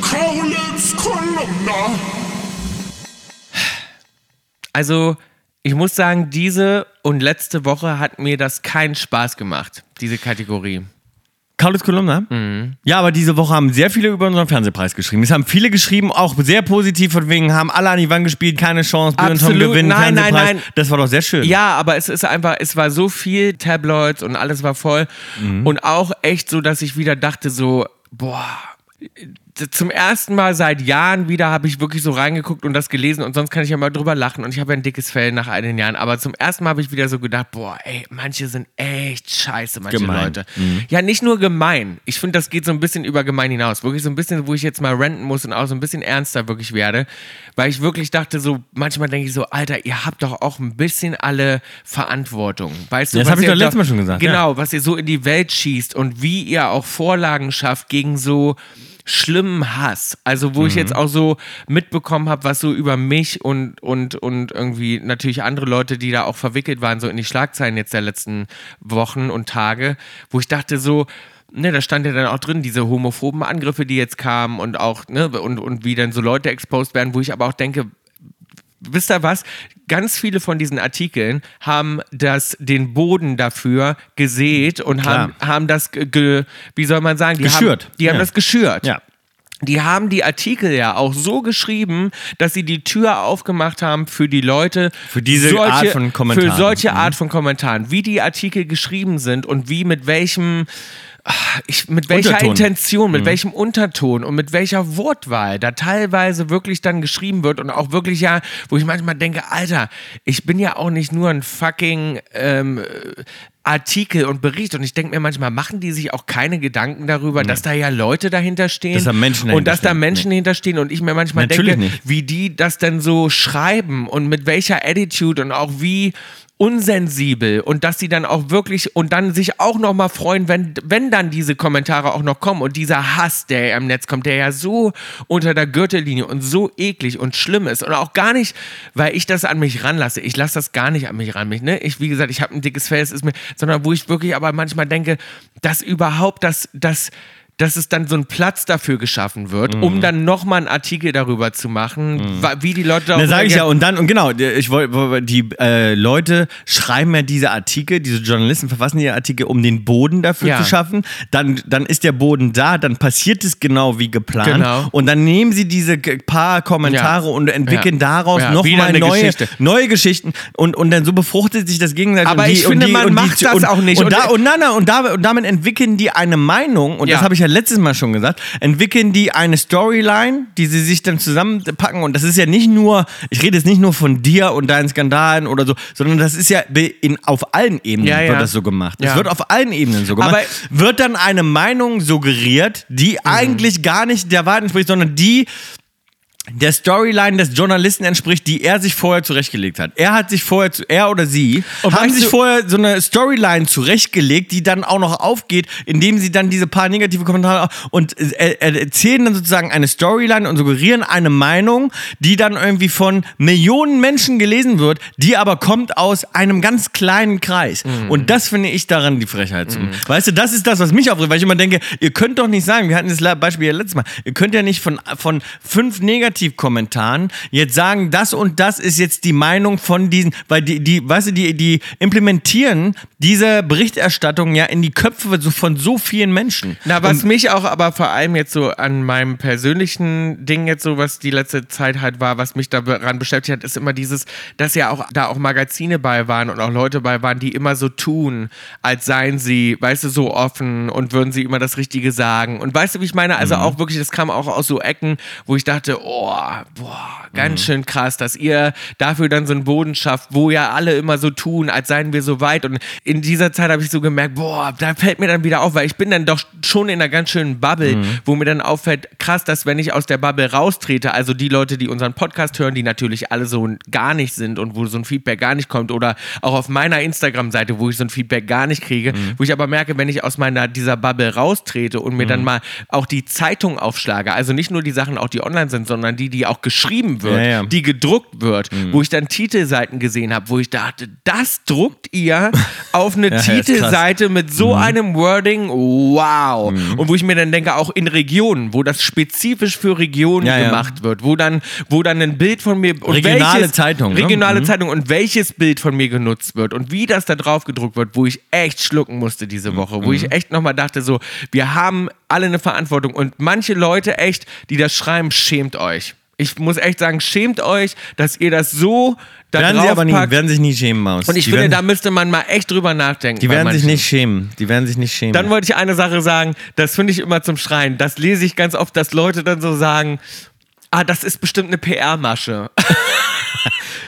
[SPEAKER 3] Kaulitz Kolumna.
[SPEAKER 1] Also, ich muss sagen, diese und letzte Woche hat mir das keinen Spaß gemacht, diese Kategorie.
[SPEAKER 2] Carlos Kolumna?
[SPEAKER 1] Mhm.
[SPEAKER 2] Ja, aber diese Woche haben sehr viele über unseren Fernsehpreis geschrieben. Es haben viele geschrieben, auch sehr positiv, von wegen haben alle an die Wand gespielt, keine Chance, Bill und Tom
[SPEAKER 1] Absolut.
[SPEAKER 2] gewinnen,
[SPEAKER 1] Nein, nein,
[SPEAKER 2] Fernsehpreis.
[SPEAKER 1] nein.
[SPEAKER 2] Das war doch sehr schön.
[SPEAKER 1] Ja, aber es ist einfach, es war so viel Tabloids und alles war voll.
[SPEAKER 2] Mhm.
[SPEAKER 1] Und auch echt so, dass ich wieder dachte, so, boah, d- zum ersten Mal seit Jahren wieder habe ich wirklich so reingeguckt und das gelesen und sonst kann ich ja mal drüber lachen und ich habe ja ein dickes Fell nach all den Jahren. Aber zum ersten Mal habe ich wieder so gedacht, boah, ey, manche sind echt scheiße, manche
[SPEAKER 2] Gemein.
[SPEAKER 1] Leute. Ja, nicht nur gemein. Ich finde, das geht so ein bisschen über gemein hinaus. Wirklich so ein bisschen, wo ich jetzt mal renten muss und auch so ein bisschen ernster wirklich werde. Weil ich wirklich dachte, so, manchmal denke ich so, Alter, ihr habt doch auch ein bisschen alle Verantwortung. Weißt du,
[SPEAKER 2] Das
[SPEAKER 1] was
[SPEAKER 2] hab ich
[SPEAKER 1] ihr
[SPEAKER 2] doch letztes Mal schon gesagt,
[SPEAKER 1] Genau, was ihr so in die Welt schießt und wie ihr auch Vorlagen schafft gegen so schlimmen Hass. Also wo ich jetzt auch so mitbekommen habe, was so über mich und und und irgendwie natürlich andere Leute, die da auch verwickelt waren, so in die Schlagzeilen jetzt der letzten Wochen und Tage, wo ich dachte so, ne, da stand ja dann auch drin, diese homophoben Angriffe, die jetzt kamen und auch, ne, und, und wie dann so Leute exposed werden, wo ich aber auch denke, wisst ihr was? Ganz viele von diesen Artikeln haben das, den Boden dafür gesät und haben, haben das, ge, ge, wie soll man sagen, die
[SPEAKER 2] Geschürt.
[SPEAKER 1] Haben, die haben
[SPEAKER 2] Ja.
[SPEAKER 1] das geschürt.
[SPEAKER 2] Ja.
[SPEAKER 1] Die haben die Artikel ja auch so geschrieben, dass sie die Tür aufgemacht haben für die Leute.
[SPEAKER 2] Für diese Art von Kommentaren. Mhm.
[SPEAKER 1] Für solche Art von Kommentaren. Wie die Artikel geschrieben sind und wie mit welchem. ah, Ich, mit welcher
[SPEAKER 2] Unterton. Mhm.
[SPEAKER 1] Intention, mit welchem Unterton und mit welcher Wortwahl da teilweise wirklich dann geschrieben wird und auch wirklich ja, wo ich manchmal denke, Alter, ich bin ja auch nicht nur ein fucking Artikel und Bericht und ich denke mir manchmal, machen die sich auch keine Gedanken darüber, dass da ja Leute dahinter stehen
[SPEAKER 2] Dass da Menschen
[SPEAKER 1] und dass da
[SPEAKER 2] dahinterstehen.
[SPEAKER 1] Menschen hinterstehen und ich mir manchmal
[SPEAKER 2] Natürlich
[SPEAKER 1] denke,
[SPEAKER 2] nicht.
[SPEAKER 1] wie die das denn so schreiben und mit welcher Attitude und auch wie unsensibel und dass sie dann auch wirklich und dann sich auch noch mal freuen, wenn, wenn dann diese Kommentare auch noch kommen und dieser Hass, der ja im Netz kommt, der ja so unter der Gürtellinie und so eklig und schlimm ist und auch gar nicht, weil ich das an mich ranlasse. Ich lasse das gar nicht an mich ran. Mich, ne? Ich, wie gesagt, ich habe ein dickes Fell, es ist mir, sondern wo ich wirklich aber manchmal denke, dass überhaupt das, das, dass es dann so ein Platz dafür geschaffen wird,
[SPEAKER 2] Mhm.
[SPEAKER 1] um dann nochmal einen Artikel darüber zu machen, wa- wie die Leute darauf
[SPEAKER 2] Na, sage ich ja,
[SPEAKER 1] reagieren.
[SPEAKER 2] und Mhm. dann, und genau, ich wollte, die äh, Leute schreiben ja diese Artikel, diese Journalisten verfassen die Artikel, um den Boden dafür
[SPEAKER 1] Ja.
[SPEAKER 2] zu schaffen. Dann, dann ist der Boden da, dann passiert es genau wie geplant.
[SPEAKER 1] Genau.
[SPEAKER 2] Und dann nehmen sie diese g- paar Kommentare
[SPEAKER 1] Ja.
[SPEAKER 2] und entwickeln
[SPEAKER 1] Ja.
[SPEAKER 2] daraus
[SPEAKER 1] Ja, wieder
[SPEAKER 2] nochmal
[SPEAKER 1] eine
[SPEAKER 2] neue,
[SPEAKER 1] Geschichte.
[SPEAKER 2] neue Geschichten. Und, und dann so befruchtet sich das gegenseitig.
[SPEAKER 1] Aber
[SPEAKER 2] und die,
[SPEAKER 1] ich finde,
[SPEAKER 2] und die,
[SPEAKER 1] man
[SPEAKER 2] und die,
[SPEAKER 1] macht das
[SPEAKER 2] und,
[SPEAKER 1] auch nicht.
[SPEAKER 2] Und,
[SPEAKER 1] Und-
[SPEAKER 2] da, und, na, na, und, da, und damit entwickeln die eine Meinung, und
[SPEAKER 1] Ja.
[SPEAKER 2] das habe ich ja letztes Mal schon gesagt, entwickeln die eine Storyline, die sie sich dann zusammenpacken. Und das ist ja nicht nur, ich rede jetzt nicht nur von dir und deinen Skandalen oder so, sondern das ist ja be- in, auf allen Ebenen
[SPEAKER 1] Ja, ja.
[SPEAKER 2] wird das so gemacht. Es
[SPEAKER 1] Ja.
[SPEAKER 2] wird auf allen Ebenen so gemacht.
[SPEAKER 1] Aber- Mhm.
[SPEAKER 2] wird dann eine Meinung suggeriert, die eigentlich gar nicht der Wahrheit entspricht, sondern die der Storyline des Journalisten entspricht, die er sich vorher zurechtgelegt hat. Er hat sich vorher, zu, er oder sie,
[SPEAKER 1] Und
[SPEAKER 2] haben
[SPEAKER 1] weißt
[SPEAKER 2] sich
[SPEAKER 1] du-
[SPEAKER 2] vorher so eine Storyline zurechtgelegt, die dann auch noch aufgeht, indem sie dann diese paar negative Kommentare und äh, äh, erzählen dann sozusagen eine Storyline und suggerieren eine Meinung, die dann irgendwie von Millionen Menschen gelesen wird, die aber kommt aus einem ganz kleinen Kreis.
[SPEAKER 1] Mhm.
[SPEAKER 2] Und das finde ich daran die Frechheit. zum- Weißt du, das ist das, was mich aufregt, weil ich immer denke, ihr könnt doch nicht sagen, wir hatten das Beispiel ja letztes Mal, ihr könnt ja nicht von, von fünf negativen Negativkommentaren jetzt sagen, das und das ist jetzt die Meinung von diesen, weil die, die, weißt du, die, die implementieren diese Berichterstattung ja in die Köpfe so- von so vielen Menschen.
[SPEAKER 1] Na, was mich auch aber vor allem jetzt so an meinem persönlichen Ding jetzt so, was die letzte Zeit halt war, was mich daran beschäftigt hat, ist immer dieses, dass ja auch da auch Magazine bei waren und auch Leute bei waren, die immer so tun, als seien sie, weißt du, so offen und würden sie immer das Richtige sagen. Und weißt du, wie ich meine? Also auch wirklich, das kam auch aus so Ecken, wo ich dachte, oh, boah, ganz schön krass, dass ihr dafür dann so einen Boden schafft, wo ja alle immer so tun, als seien wir so weit. Und in dieser Zeit habe ich so gemerkt, boah, da fällt mir dann wieder auf, weil ich bin dann doch schon in einer ganz schönen Bubble,
[SPEAKER 2] Mhm.
[SPEAKER 1] wo mir dann auffällt, krass, dass wenn ich aus der Bubble raustrete, also die Leute, die unseren Podcast hören, die natürlich alle so gar nicht sind und wo so ein Feedback gar nicht kommt oder auch auf meiner Instagram-Seite, wo ich so ein Feedback gar nicht kriege,
[SPEAKER 2] Mhm.
[SPEAKER 1] wo ich aber merke, wenn ich aus meiner dieser Bubble raustrete und mir dann
[SPEAKER 2] Mhm.
[SPEAKER 1] mal auch die Zeitung aufschlage, also nicht nur die Sachen, auch die online sind, sondern die, die auch geschrieben wird,
[SPEAKER 2] Ja, Mhm. ja.
[SPEAKER 1] die gedruckt wird, wo ich dann Titelseiten gesehen habe, wo ich dachte, das druckt ihr auf eine
[SPEAKER 2] Ja, ist krass. Mhm.
[SPEAKER 1] Titelseite mit so einem Wording, wow. Und wo ich mir dann denke, auch in Regionen, wo das spezifisch für Regionen
[SPEAKER 2] Ja, ja.
[SPEAKER 1] gemacht wird, wo dann, wo dann ein Bild von mir und
[SPEAKER 2] Regionale Zeitung, ne?
[SPEAKER 1] regionale
[SPEAKER 2] Mhm.
[SPEAKER 1] Zeitung und welches Bild von mir genutzt wird und wie das da drauf gedruckt wird, wo ich echt schlucken musste diese Woche, wo
[SPEAKER 2] Mhm.
[SPEAKER 1] ich echt nochmal dachte, so, wir haben alle eine Verantwortung und manche Leute echt, die das schreiben, schämt euch. Ich muss echt sagen, schämt euch, dass ihr das so da
[SPEAKER 2] Werden sie aber nie,
[SPEAKER 1] draufpackt.
[SPEAKER 2] werden sich nie schämen, Maus.
[SPEAKER 1] und ich
[SPEAKER 2] die
[SPEAKER 1] finde,
[SPEAKER 2] werden,
[SPEAKER 1] da müsste man mal echt drüber nachdenken.
[SPEAKER 2] die
[SPEAKER 1] bei
[SPEAKER 2] werden sich
[SPEAKER 1] manchen.
[SPEAKER 2] nicht schämen. Die werden sich nicht schämen.
[SPEAKER 1] Dann wollte ich eine Sache sagen, das finde ich immer zum Schreien. Das lese ich ganz oft, dass Leute dann so sagen, ah, das ist bestimmt eine PR-Masche.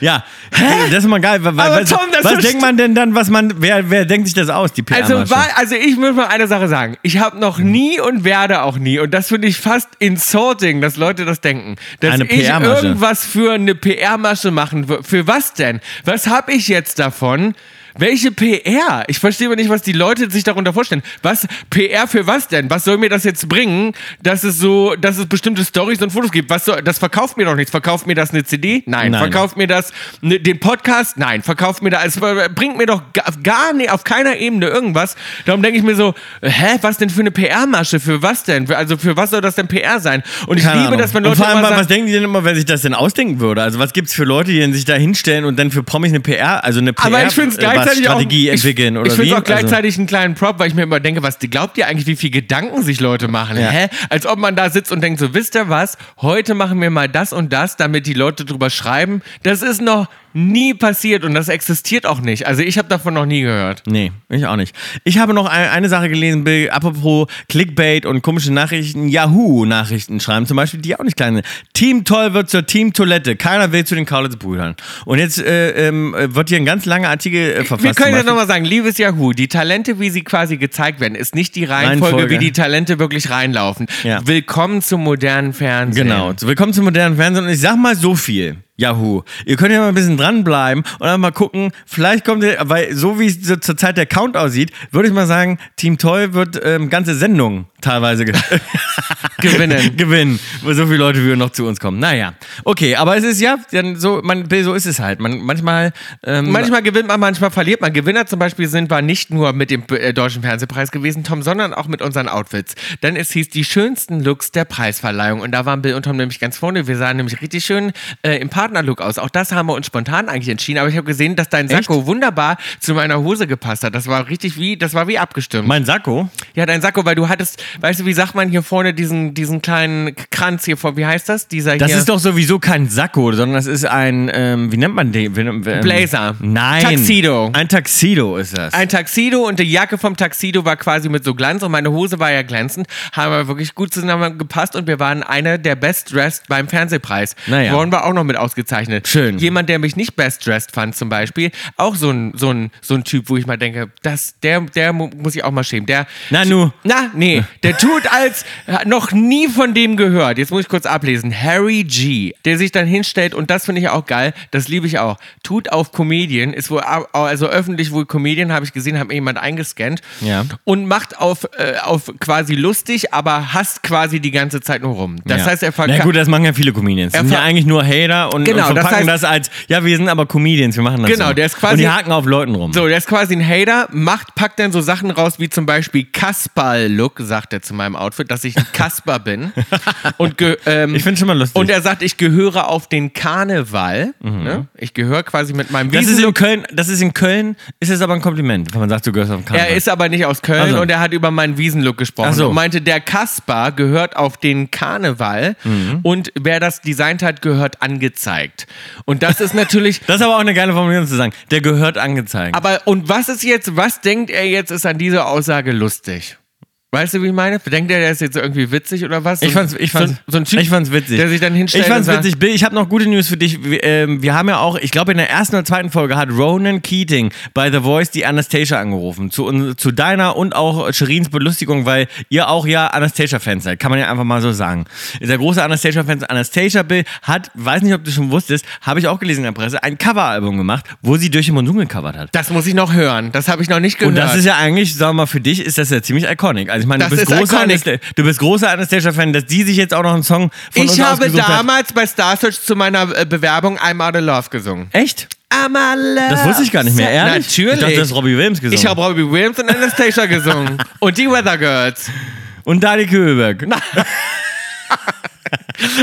[SPEAKER 2] Ja, Äh, das ist mal geil. Weil,
[SPEAKER 1] Aber
[SPEAKER 2] weil,
[SPEAKER 1] Tom, das
[SPEAKER 2] was
[SPEAKER 1] ist-
[SPEAKER 2] denkt man denn dann, was man, wer, wer denkt sich das aus, die PR
[SPEAKER 1] Also, war, also ich muss mal eine Sache sagen. Ich habe noch nie und werde auch nie, und das finde ich fast insulting, dass Leute das denken, dass
[SPEAKER 2] Eine
[SPEAKER 1] ich
[SPEAKER 2] PR-Masche.
[SPEAKER 1] irgendwas für eine PR-Masche machen wür- Für was denn? Was habe ich jetzt davon? Welche PR? Ich verstehe aber nicht, was die Leute sich darunter vorstellen. Was PR für was denn? Was soll mir das jetzt bringen, dass es so, dass es bestimmte Stories und Fotos gibt? Was soll, das verkauft mir doch nichts. Verkauft mir das eine CD? Nein.
[SPEAKER 2] Nein.
[SPEAKER 1] Verkauft Verkauft mir das, ne, den Podcast? Nein. Verkauft mir da, es äh, bringt mir doch gar, gar nicht, auf keiner Ebene irgendwas. Darum denke ich mir so, hä, was denn für eine PR-Masche? Für was denn? Für, also für was soll das denn PR sein? Und ich
[SPEAKER 2] Keine
[SPEAKER 1] liebe
[SPEAKER 2] Ahnung.
[SPEAKER 1] das, wenn
[SPEAKER 2] und
[SPEAKER 1] Leute
[SPEAKER 2] vor allem,
[SPEAKER 1] immer
[SPEAKER 2] was
[SPEAKER 1] sagen,
[SPEAKER 2] denken die denn immer, wer sich das denn ausdenken würde? Also was gibt's für Leute, die denn sich da hinstellen und dann für Promis eine PR, also eine PR,
[SPEAKER 1] aber ich finde es
[SPEAKER 2] äh, was,
[SPEAKER 1] gleichzeitig auch,
[SPEAKER 2] Strategie
[SPEAKER 1] ich,
[SPEAKER 2] entwickeln
[SPEAKER 1] ich
[SPEAKER 2] oder
[SPEAKER 1] find's
[SPEAKER 2] wie? Also
[SPEAKER 1] auch gleichzeitig einen kleinen Prop, weil ich mir immer denke, was die- glaubt ihr eigentlich, wie viel Gedanken sich Leute machen?
[SPEAKER 2] Ja.
[SPEAKER 1] Hä? Als ob man da sitzt und denkt so, wisst ihr was? Heute machen wir mal das und das, damit die Leute drüber schreiben. Das ist noch nie passiert und das existiert auch nicht. Also ich habe davon noch nie gehört.
[SPEAKER 2] Nee, ich auch nicht. Ich habe noch ein, eine Sache gelesen, Bill, apropos Clickbait und komische Nachrichten. Yahoo-Nachrichten schreiben zum Beispiel, die auch nicht klein sind. Team Toll wird zur Team Toilette. Keiner will zu den Kaulitz-Brüdern. Und jetzt äh, ähm, wird hier ein ganz langer Artikel äh, verfasst.
[SPEAKER 1] Wir
[SPEAKER 2] zum
[SPEAKER 1] können ja
[SPEAKER 2] Beispiel.
[SPEAKER 1] nochmal sagen, liebes Yahoo, die Talente, wie sie quasi gezeigt werden, ist nicht die Reihenfolge,
[SPEAKER 2] Reihenfolge.
[SPEAKER 1] wie die Talente wirklich reinlaufen.
[SPEAKER 2] Ja.
[SPEAKER 1] Willkommen zum modernen Fernsehen.
[SPEAKER 2] Genau. So, Willkommen zum modernen Fernsehen. Und ich sag mal so viel. Yahoo. Ihr könnt ja mal ein bisschen dranbleiben und dann mal gucken. Vielleicht kommt ihr, weil so wie es so zur Zeit der Count aussieht, würde ich mal sagen, Team Toll wird ähm, ganze Sendungen teilweise ge
[SPEAKER 1] Gewinnen.
[SPEAKER 2] gewinnen, weil so viele Leute würden noch zu uns kommen. Naja. Okay, aber es ist ja, dann so, man, Bill, so ist es halt. Man, manchmal, ähm,
[SPEAKER 1] Manchmal gewinnt man, manchmal verliert man. Gewinner zum Beispiel sind wir nicht nur mit dem äh, Deutschen Fernsehpreis gewesen, Tom, sondern auch mit unseren Outfits. Denn es hieß die schönsten Looks der Preisverleihung. Und da waren Bill und Tom nämlich ganz vorne. Wir sahen nämlich richtig schön äh, im Partnerlook aus. Auch das haben wir uns spontan eigentlich entschieden. Aber ich habe gesehen, dass dein Sakko wunderbar zu meiner Hose gepasst hat. Das war richtig wie, das war wie abgestimmt.
[SPEAKER 2] mein Sakko.
[SPEAKER 1] Ja, dein Sakko, weil du hattest, weißt du, wie sagt man hier vorne diesen, diesen kleinen Kranz hier vor, wie heißt das? Dieser
[SPEAKER 2] Das
[SPEAKER 1] hier.
[SPEAKER 2] ist doch sowieso kein Sakko, sondern das ist ein, ähm, wie nennt man den? Wie nennt- ähm,
[SPEAKER 1] Blazer.
[SPEAKER 2] Nein.
[SPEAKER 1] Tuxedo.
[SPEAKER 2] Ein Tuxedo ist das.
[SPEAKER 1] ein Tuxedo und die Jacke vom Tuxedo war quasi mit so Glanz und meine Hose war ja glänzend, haben wir wirklich gut zusammen gepasst und wir waren einer der Best Dressed beim Fernsehpreis.
[SPEAKER 2] Naja.
[SPEAKER 1] Wurden wir auch noch mit ausgezeichnet.
[SPEAKER 2] Schön.
[SPEAKER 1] Jemand, der mich nicht Best Dressed fand zum Beispiel, auch so ein, so ein, so ein Typ, wo ich mal denke, das, der, der mu- muss ich auch mal schämen. Der,
[SPEAKER 2] Na nu.
[SPEAKER 1] Na, nee, der tut als noch nie von dem gehört. Jetzt muss ich kurz ablesen. Harry G, der sich dann hinstellt und das finde ich auch geil, das liebe ich auch. Tut auf Comedian, ist wohl au- also öffentlich wohl Comedian, habe ich gesehen, hat mir jemand eingescannt
[SPEAKER 2] Ja.
[SPEAKER 1] und macht auf, äh, auf quasi lustig, aber hasst quasi die ganze Zeit nur rum. Das heißt, er
[SPEAKER 2] Na
[SPEAKER 1] verkauft
[SPEAKER 2] gut, das machen ja viele Comedians. Das
[SPEAKER 1] Er
[SPEAKER 2] sind ja
[SPEAKER 1] ver-
[SPEAKER 2] eigentlich nur Hater und
[SPEAKER 1] Genau,
[SPEAKER 2] und
[SPEAKER 1] das
[SPEAKER 2] verpacken das,
[SPEAKER 1] heißt-
[SPEAKER 2] als, ja, wir sind aber Comedians, wir machen das
[SPEAKER 1] Genau,
[SPEAKER 2] so.
[SPEAKER 1] der ist quasi-
[SPEAKER 2] Und die haken auf Leuten rum.
[SPEAKER 1] So, der ist quasi ein Hater, macht, packt dann so Sachen raus, wie zum Beispiel Kasperl-Look, sagt er zu meinem Outfit, dass ich ein Kasper bin. Und ge- ähm,
[SPEAKER 2] Ich find's schon mal lustig. Mhm.
[SPEAKER 1] Und er sagt, ich gehöre auf den Karneval. Ne? Ich gehöre quasi mit meinem
[SPEAKER 2] das ist
[SPEAKER 1] Wiesen-
[SPEAKER 2] in Köln, das ist in Köln, ist es aber ein Kompliment, wenn man sagt, du gehörst auf den Karneval.
[SPEAKER 1] Er ist aber nicht aus Köln
[SPEAKER 2] Also.
[SPEAKER 1] und er hat über meinen Wiesenlook gesprochen
[SPEAKER 2] Ach so.
[SPEAKER 1] und meinte, der Kasper gehört auf den Karneval
[SPEAKER 2] Mhm.
[SPEAKER 1] und wer das designt hat, gehört angezeigt. Und das ist natürlich.
[SPEAKER 2] das ist aber auch eine geile Formulierung zu sagen. Der gehört angezeigt.
[SPEAKER 1] aber und was ist jetzt, was denkt er jetzt, ist an dieser Aussage lustig? Weißt du, wie ich meine? Denkt er, der ist jetzt irgendwie witzig oder was?
[SPEAKER 2] Ich fand's, ich fand's,
[SPEAKER 1] so, ein- so ein Typ,
[SPEAKER 2] ich fand's witzig.
[SPEAKER 1] der sich dann hinstellt.
[SPEAKER 2] Ich fand's
[SPEAKER 1] und sagt,
[SPEAKER 2] witzig. Bill, ich habe noch gute News für dich. Wir, ähm, wir haben ja auch, ich glaube in der ersten oder zweiten Folge hat Ronan Keating bei The Voice die Anastasia angerufen. Zu, uns- zu deiner und auch Sherins Belustigung, weil ihr auch ja Anastasia-Fans seid. Kann man ja einfach mal so sagen. Ist der große Anastasia-Fans. Anastasia Bill hat, weiß nicht, ob du schon wusstest, habe ich auch gelesen in der Presse, ein Coveralbum gemacht, wo sie durch den Monsum gecovert hat.
[SPEAKER 1] Das muss ich noch hören. Das habe ich noch nicht gehört.
[SPEAKER 2] Und das ist ja eigentlich, sagen wir mal, für dich ist das ja ziemlich iconic. Also ich meine, du
[SPEAKER 1] Das
[SPEAKER 2] bist,
[SPEAKER 1] ist
[SPEAKER 2] großer
[SPEAKER 1] iconic.
[SPEAKER 2] Anasta- du bist großer Anastasia-Fan, dass die sich jetzt auch noch einen Song von uns
[SPEAKER 1] ich habe
[SPEAKER 2] ausgesucht hat.
[SPEAKER 1] damals bei Star Search zu meiner äh, Bewerbung I'm Out of Love gesungen.
[SPEAKER 2] Echt?
[SPEAKER 1] I'm out of love.
[SPEAKER 2] Das wusste ich gar nicht mehr, ehrlich?
[SPEAKER 1] Natürlich.
[SPEAKER 2] Ich dachte, das ist Robbie Williams gesungen.
[SPEAKER 1] Ich habe Robbie Williams und Anastasia gesungen. Und die Weather Girls.
[SPEAKER 2] Und Dali Köhlberg.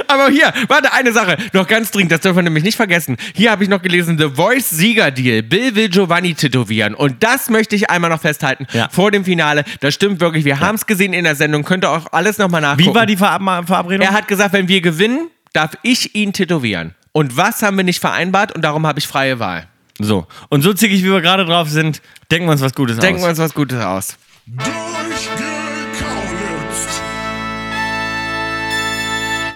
[SPEAKER 1] Aber hier, warte, eine Sache. Noch ganz dringend, das dürfen wir nämlich nicht vergessen. Hier habe ich noch gelesen, The Voice Sieger Deal. Bill will Giovanni tätowieren. Und das möchte ich einmal noch festhalten.
[SPEAKER 2] Ja.
[SPEAKER 1] Vor dem Finale. Das stimmt wirklich. Wir haben es gesehen in der Sendung. Könnt ihr auch alles nochmal nachgucken.
[SPEAKER 2] Wie war die Verab Verabredung?
[SPEAKER 1] Er hat gesagt, wenn wir gewinnen, darf ich ihn tätowieren. Und was haben wir nicht vereinbart? Und darum habe ich freie Wahl.
[SPEAKER 2] so. Und so zickig, wie wir gerade drauf sind, denken wir uns was Gutes
[SPEAKER 1] Denken wir
[SPEAKER 2] aus.
[SPEAKER 1] uns was Gutes aus.
[SPEAKER 3] Durchgekauletzt.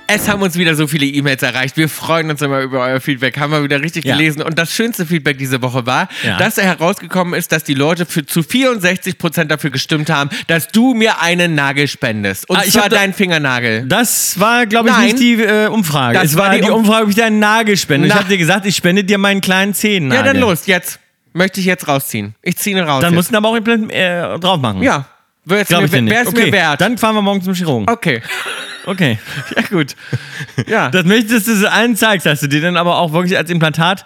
[SPEAKER 1] Es haben uns wieder so viele E-Mails erreicht. Wir freuen uns immer über euer Feedback. Haben wir wieder richtig
[SPEAKER 2] Ja.
[SPEAKER 1] gelesen. Und das schönste Feedback diese Woche war,
[SPEAKER 2] Ja.
[SPEAKER 1] dass herausgekommen ist, dass die Leute für zu 64 Prozent dafür gestimmt haben, dass du mir einen Nagel spendest. Und
[SPEAKER 2] Ah, ich
[SPEAKER 1] zwar
[SPEAKER 2] hab da-
[SPEAKER 1] deinen Fingernagel.
[SPEAKER 2] das war, glaube ich,
[SPEAKER 1] Nein.
[SPEAKER 2] nicht die äh, Umfrage.
[SPEAKER 1] Das
[SPEAKER 2] es
[SPEAKER 1] war
[SPEAKER 2] war
[SPEAKER 1] die
[SPEAKER 2] die
[SPEAKER 1] Um-
[SPEAKER 2] Umfrage, ob ich dir einen Nagel spende.
[SPEAKER 1] Na.
[SPEAKER 2] Ich habe dir gesagt, ich spende dir meinen kleinen Zehennagel.
[SPEAKER 1] ja, dann los, jetzt. Möchte ich jetzt rausziehen. Ich ziehe ihn raus.
[SPEAKER 2] Dann
[SPEAKER 1] jetzt.
[SPEAKER 2] mussten aber auch Implant äh, drauf machen.
[SPEAKER 1] ja. Wär's
[SPEAKER 2] Glaube
[SPEAKER 1] mir,
[SPEAKER 2] ich dir nicht.
[SPEAKER 1] wär's
[SPEAKER 2] okay.
[SPEAKER 1] mir wert.
[SPEAKER 2] Dann fahren wir morgen zum Chirurgen.
[SPEAKER 1] okay.
[SPEAKER 2] Okay.
[SPEAKER 1] Ja, gut. Ja.
[SPEAKER 2] Das möchtest du es allen zeigst, dass du dir dann aber auch wirklich als Implantat.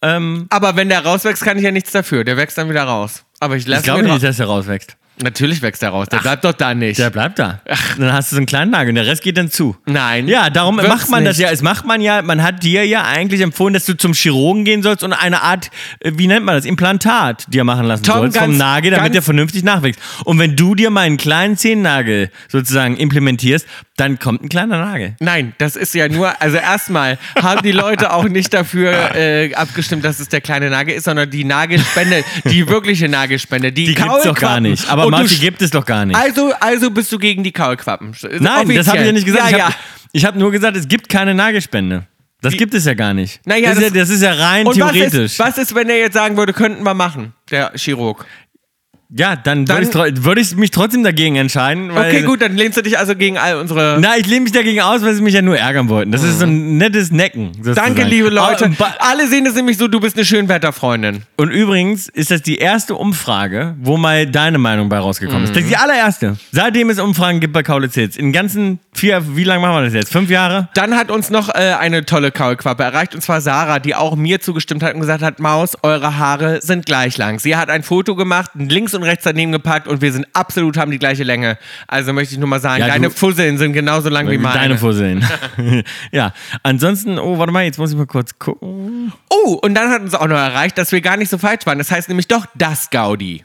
[SPEAKER 1] Aber wenn der rauswächst, kann ich ja nichts dafür. Der wächst dann wieder raus. Aber ich
[SPEAKER 2] Ich
[SPEAKER 1] lasse
[SPEAKER 2] glaube
[SPEAKER 1] ihn
[SPEAKER 2] nicht,
[SPEAKER 1] raus.
[SPEAKER 2] dass der rauswächst.
[SPEAKER 1] Natürlich wächst er raus. Der bleibt doch da nicht.
[SPEAKER 2] Der bleibt da. Dann hast du so einen kleinen Nagel und der Rest geht dann zu.
[SPEAKER 1] Nein.
[SPEAKER 2] Ja, darum
[SPEAKER 1] Wird's
[SPEAKER 2] macht man das
[SPEAKER 1] nicht.
[SPEAKER 2] ja. Es macht man ja, man hat dir ja eigentlich empfohlen, dass du zum Chirurgen gehen sollst und eine Art, äh, wie nennt man das, Implantat dir machen lassen
[SPEAKER 1] Tom,
[SPEAKER 2] sollst vom
[SPEAKER 1] ganz-
[SPEAKER 2] Nagel,
[SPEAKER 1] ganz-
[SPEAKER 2] damit der vernünftig nachwächst. Und wenn du dir meinen kleinen Zehennagel sozusagen implementierst, dann kommt ein kleiner Nagel.
[SPEAKER 1] Nein, das ist ja nur, also erstmal haben die Leute auch nicht dafür äh, abgestimmt, dass es der kleine Nagel ist, sondern die Nagelspende, die wirkliche Nagelspende, die,
[SPEAKER 2] Die gibt's doch gar
[SPEAKER 1] Kaulquappen.
[SPEAKER 2] nicht. Aber
[SPEAKER 1] Und du
[SPEAKER 2] Marc, die
[SPEAKER 1] sch-
[SPEAKER 2] gibt es doch gar nicht.
[SPEAKER 1] Also, also bist du gegen die Kaulquappen.
[SPEAKER 2] Nein, das habe ich ja nicht gesagt.
[SPEAKER 1] Ja,
[SPEAKER 2] ich
[SPEAKER 1] ja.
[SPEAKER 2] habe hab nur gesagt, es gibt keine Nagelspende. Das gibt es ja gar nicht.
[SPEAKER 1] Naja,
[SPEAKER 2] das,
[SPEAKER 1] das-
[SPEAKER 2] ist ja, das ist ja rein
[SPEAKER 1] Und
[SPEAKER 2] theoretisch.
[SPEAKER 1] Was ist, was ist, wenn er jetzt sagen würde, könnten wir machen, der Chirurg?
[SPEAKER 2] Ja, dann,
[SPEAKER 1] Dann-
[SPEAKER 2] würde ich, würd ich mich trotzdem dagegen entscheiden. Weil,
[SPEAKER 1] Okay, gut, dann lehnst du dich also gegen all unsere.
[SPEAKER 2] Na, ich lehne mich dagegen aus, weil sie mich ja nur ärgern wollten. Das ist so ein nettes Necken. sozusagen.
[SPEAKER 1] Mhm. Danke, liebe
[SPEAKER 2] Ah,
[SPEAKER 1] Leute.
[SPEAKER 2] ba-
[SPEAKER 1] Alle sehen es nämlich so, du bist eine Schönwetterfreundin.
[SPEAKER 2] Und übrigens ist das die erste Umfrage, wo mal deine Meinung bei rausgekommen
[SPEAKER 1] Mhm.
[SPEAKER 2] ist. Das ist die allererste. Seitdem es Umfragen gibt bei Kaulitz Hills. In den ganzen vier, wie lange machen wir das jetzt? Fünf Jahre?
[SPEAKER 1] Dann hat uns noch äh, eine tolle Kaulquappe erreicht, und zwar Sarah, die auch mir zugestimmt hat und gesagt hat, Maus, eure Haare sind gleich lang. Sie hat ein Foto gemacht, links und rechts daneben gepackt und wir sind absolut, haben die gleiche Länge. Also möchte ich nur mal sagen,
[SPEAKER 2] Ja,
[SPEAKER 1] deine
[SPEAKER 2] du-
[SPEAKER 1] Fusseln sind genauso lang wie meine.
[SPEAKER 2] Deine Fusseln. ja. Ansonsten, oh, warte mal, jetzt muss ich mal kurz gucken.
[SPEAKER 1] oh, und dann hat uns auch noch erreicht, dass wir gar nicht so falsch waren. Das heißt nämlich doch das Gaudi.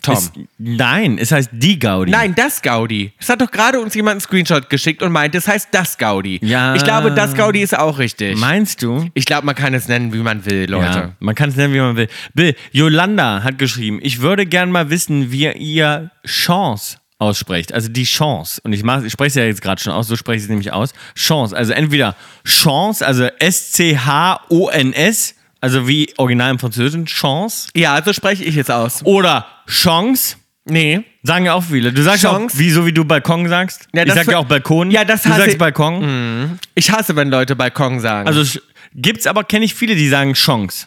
[SPEAKER 1] Tom.
[SPEAKER 2] Ist, nein, es heißt die Gaudi.
[SPEAKER 1] Nein, das Gaudi. Es hat doch gerade uns jemand einen Screenshot geschickt und meint, es heißt das Gaudi.
[SPEAKER 2] Ja.
[SPEAKER 1] Ich glaube, das Gaudi ist auch richtig.
[SPEAKER 2] Meinst du?
[SPEAKER 1] ich glaube, man kann es nennen, wie man will, Leute.
[SPEAKER 2] Ja, man kann es nennen, wie man will. Bill, Yolanda hat geschrieben, ich würde gern mal wissen, wie ihr Chance aussprecht. Also die Chance. Und ich, mach- ich spreche es ja jetzt gerade schon aus, so spreche ich es nämlich aus. Chance. Also entweder Chance, also S-C-H-O-N-S, also wie original im Französischen, Chance.
[SPEAKER 1] Ja, so spreche ich jetzt aus.
[SPEAKER 2] Oder Chance.
[SPEAKER 1] Nee.
[SPEAKER 2] Sagen ja auch viele. Du sagst
[SPEAKER 1] Chance.
[SPEAKER 2] auch, wie, so wie du Balkon sagst.
[SPEAKER 1] Ja,
[SPEAKER 2] ich
[SPEAKER 1] das
[SPEAKER 2] sag
[SPEAKER 1] ver-
[SPEAKER 2] ja auch Balkon.
[SPEAKER 1] Ja, das
[SPEAKER 2] du
[SPEAKER 1] hasse ich- Mhm.
[SPEAKER 2] sagst Balkon.
[SPEAKER 1] Ich hasse, wenn Leute Balkon sagen.
[SPEAKER 2] Also sch- gibt's aber, kenne ich viele, die sagen Chance.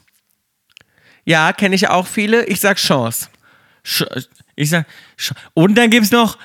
[SPEAKER 1] ja, kenne ich auch viele. Ich sag Chance.
[SPEAKER 2] Sch ich sag, sch und dann gibt's noch,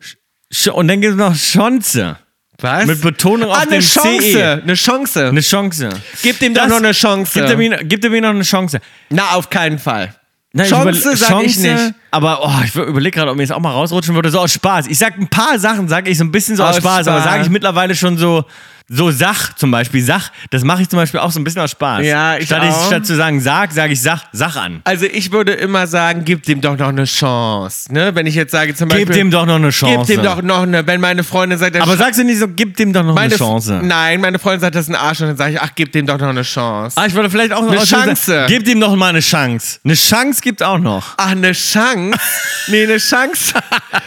[SPEAKER 2] sch sch- und dann gibt's noch Chance.
[SPEAKER 1] Was?
[SPEAKER 2] Mit Betonung auf
[SPEAKER 1] ah,
[SPEAKER 2] dem
[SPEAKER 1] eine Chance,
[SPEAKER 2] CE.
[SPEAKER 1] eine Chance.
[SPEAKER 2] Eine Chance.
[SPEAKER 1] Gib dem doch
[SPEAKER 2] Das-
[SPEAKER 1] noch eine Chance.
[SPEAKER 2] Gib dem, gib dem noch eine Chance.
[SPEAKER 1] Na, auf keinen Fall.
[SPEAKER 2] Na, ich
[SPEAKER 1] Chance
[SPEAKER 2] überle-
[SPEAKER 1] sag ich
[SPEAKER 2] Chance,
[SPEAKER 1] nicht.
[SPEAKER 2] Aber oh, ich überlege gerade, ob mir das auch mal rausrutschen würde, so aus Spaß. Ich sag ein paar Sachen, sage ich so ein bisschen so aus,
[SPEAKER 1] Aus
[SPEAKER 2] Spaß, aber
[SPEAKER 1] Spaß.
[SPEAKER 2] sage ich mittlerweile schon so, so Sach zum Beispiel. Sach, das mache ich zum Beispiel auch so ein bisschen aus Spaß.
[SPEAKER 1] Ja, ich
[SPEAKER 2] statt,
[SPEAKER 1] auch.
[SPEAKER 2] statt zu sagen Sag, sage ich Sach, Sach an.
[SPEAKER 1] Also ich würde immer sagen, gib dem doch noch eine Chance. Ne? Wenn ich jetzt sage zum
[SPEAKER 2] Gib
[SPEAKER 1] Beispiel...
[SPEAKER 2] dem doch noch eine Chance.
[SPEAKER 1] Gib dem doch noch eine... Wenn meine Freundin sagt... der
[SPEAKER 2] aber
[SPEAKER 1] Sch-
[SPEAKER 2] sagst du nicht so, gib dem doch noch
[SPEAKER 1] meine
[SPEAKER 2] eine Chance.
[SPEAKER 1] Nein, meine Freundin sagt, das ist ein Arsch. Und dann sage ich, ach, gib dem doch noch eine Chance.
[SPEAKER 2] Ah, ich würde vielleicht auch noch
[SPEAKER 1] Eine
[SPEAKER 2] aus-
[SPEAKER 1] Chance. Ah.
[SPEAKER 2] Gib dem noch mal eine Chance. Eine Chance gibt auch noch.
[SPEAKER 1] Ach, eine Chance? Nee, eine Chance.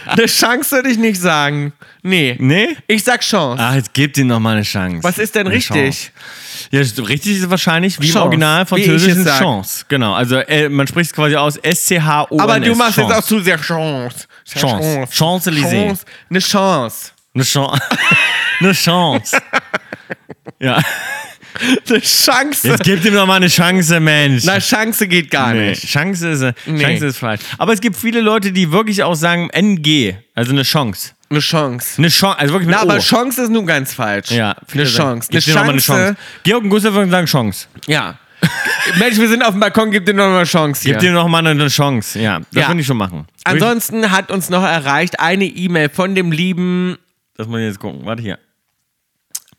[SPEAKER 1] eine Chance würde ich nicht sagen. Nee.
[SPEAKER 2] Nee?
[SPEAKER 1] Ich sag Chance.
[SPEAKER 2] Ach, Ah, jetzt gib dem noch mal eine Chance.
[SPEAKER 1] Was ist denn
[SPEAKER 2] Eine
[SPEAKER 1] richtig?
[SPEAKER 2] Chance. Ja, ist- richtig ist wahrscheinlich wie
[SPEAKER 1] Chance.
[SPEAKER 2] im Original
[SPEAKER 1] Wie ich
[SPEAKER 2] französisch
[SPEAKER 1] es
[SPEAKER 2] ist
[SPEAKER 1] sag.
[SPEAKER 2] Chance. Genau. Also äh, man spricht es quasi aus S C H O N S.
[SPEAKER 1] Aber du machst
[SPEAKER 2] Chance.
[SPEAKER 1] jetzt auch zu sehr Chance.
[SPEAKER 2] Chance. Champs-Élysées.
[SPEAKER 1] Chance. Eine Chance.
[SPEAKER 2] eine Chance. eine Chance. ja.
[SPEAKER 1] Eine Chance.
[SPEAKER 2] Jetzt gib dem noch mal eine Chance, Mensch.
[SPEAKER 1] Na, Chance geht gar
[SPEAKER 2] Nee,
[SPEAKER 1] nicht.
[SPEAKER 2] Chance ist, äh,
[SPEAKER 1] Nee.
[SPEAKER 2] Chance ist falsch. Aber es gibt viele Leute, die wirklich auch sagen NG, also eine Chance.
[SPEAKER 1] Eine Chance.
[SPEAKER 2] Eine Chance, also wirklich mit
[SPEAKER 1] Na, aber
[SPEAKER 2] o.
[SPEAKER 1] Chance ist nun ganz falsch.
[SPEAKER 2] Ja,
[SPEAKER 1] eine Chance.
[SPEAKER 2] Gib dir nochmal eine Chance. Georg und Gustav würden sagen Chance.
[SPEAKER 1] Ja. Mensch, wir sind auf dem Balkon, gib dir nochmal eine Chance hier.
[SPEAKER 2] Gib dir nochmal eine Chance. Ja, das
[SPEAKER 1] Ja.
[SPEAKER 2] würde ich schon machen.
[SPEAKER 1] Ansonsten hat uns noch erreicht eine E-Mail von dem lieben.
[SPEAKER 2] Das muss ich jetzt gucken. Warte hier.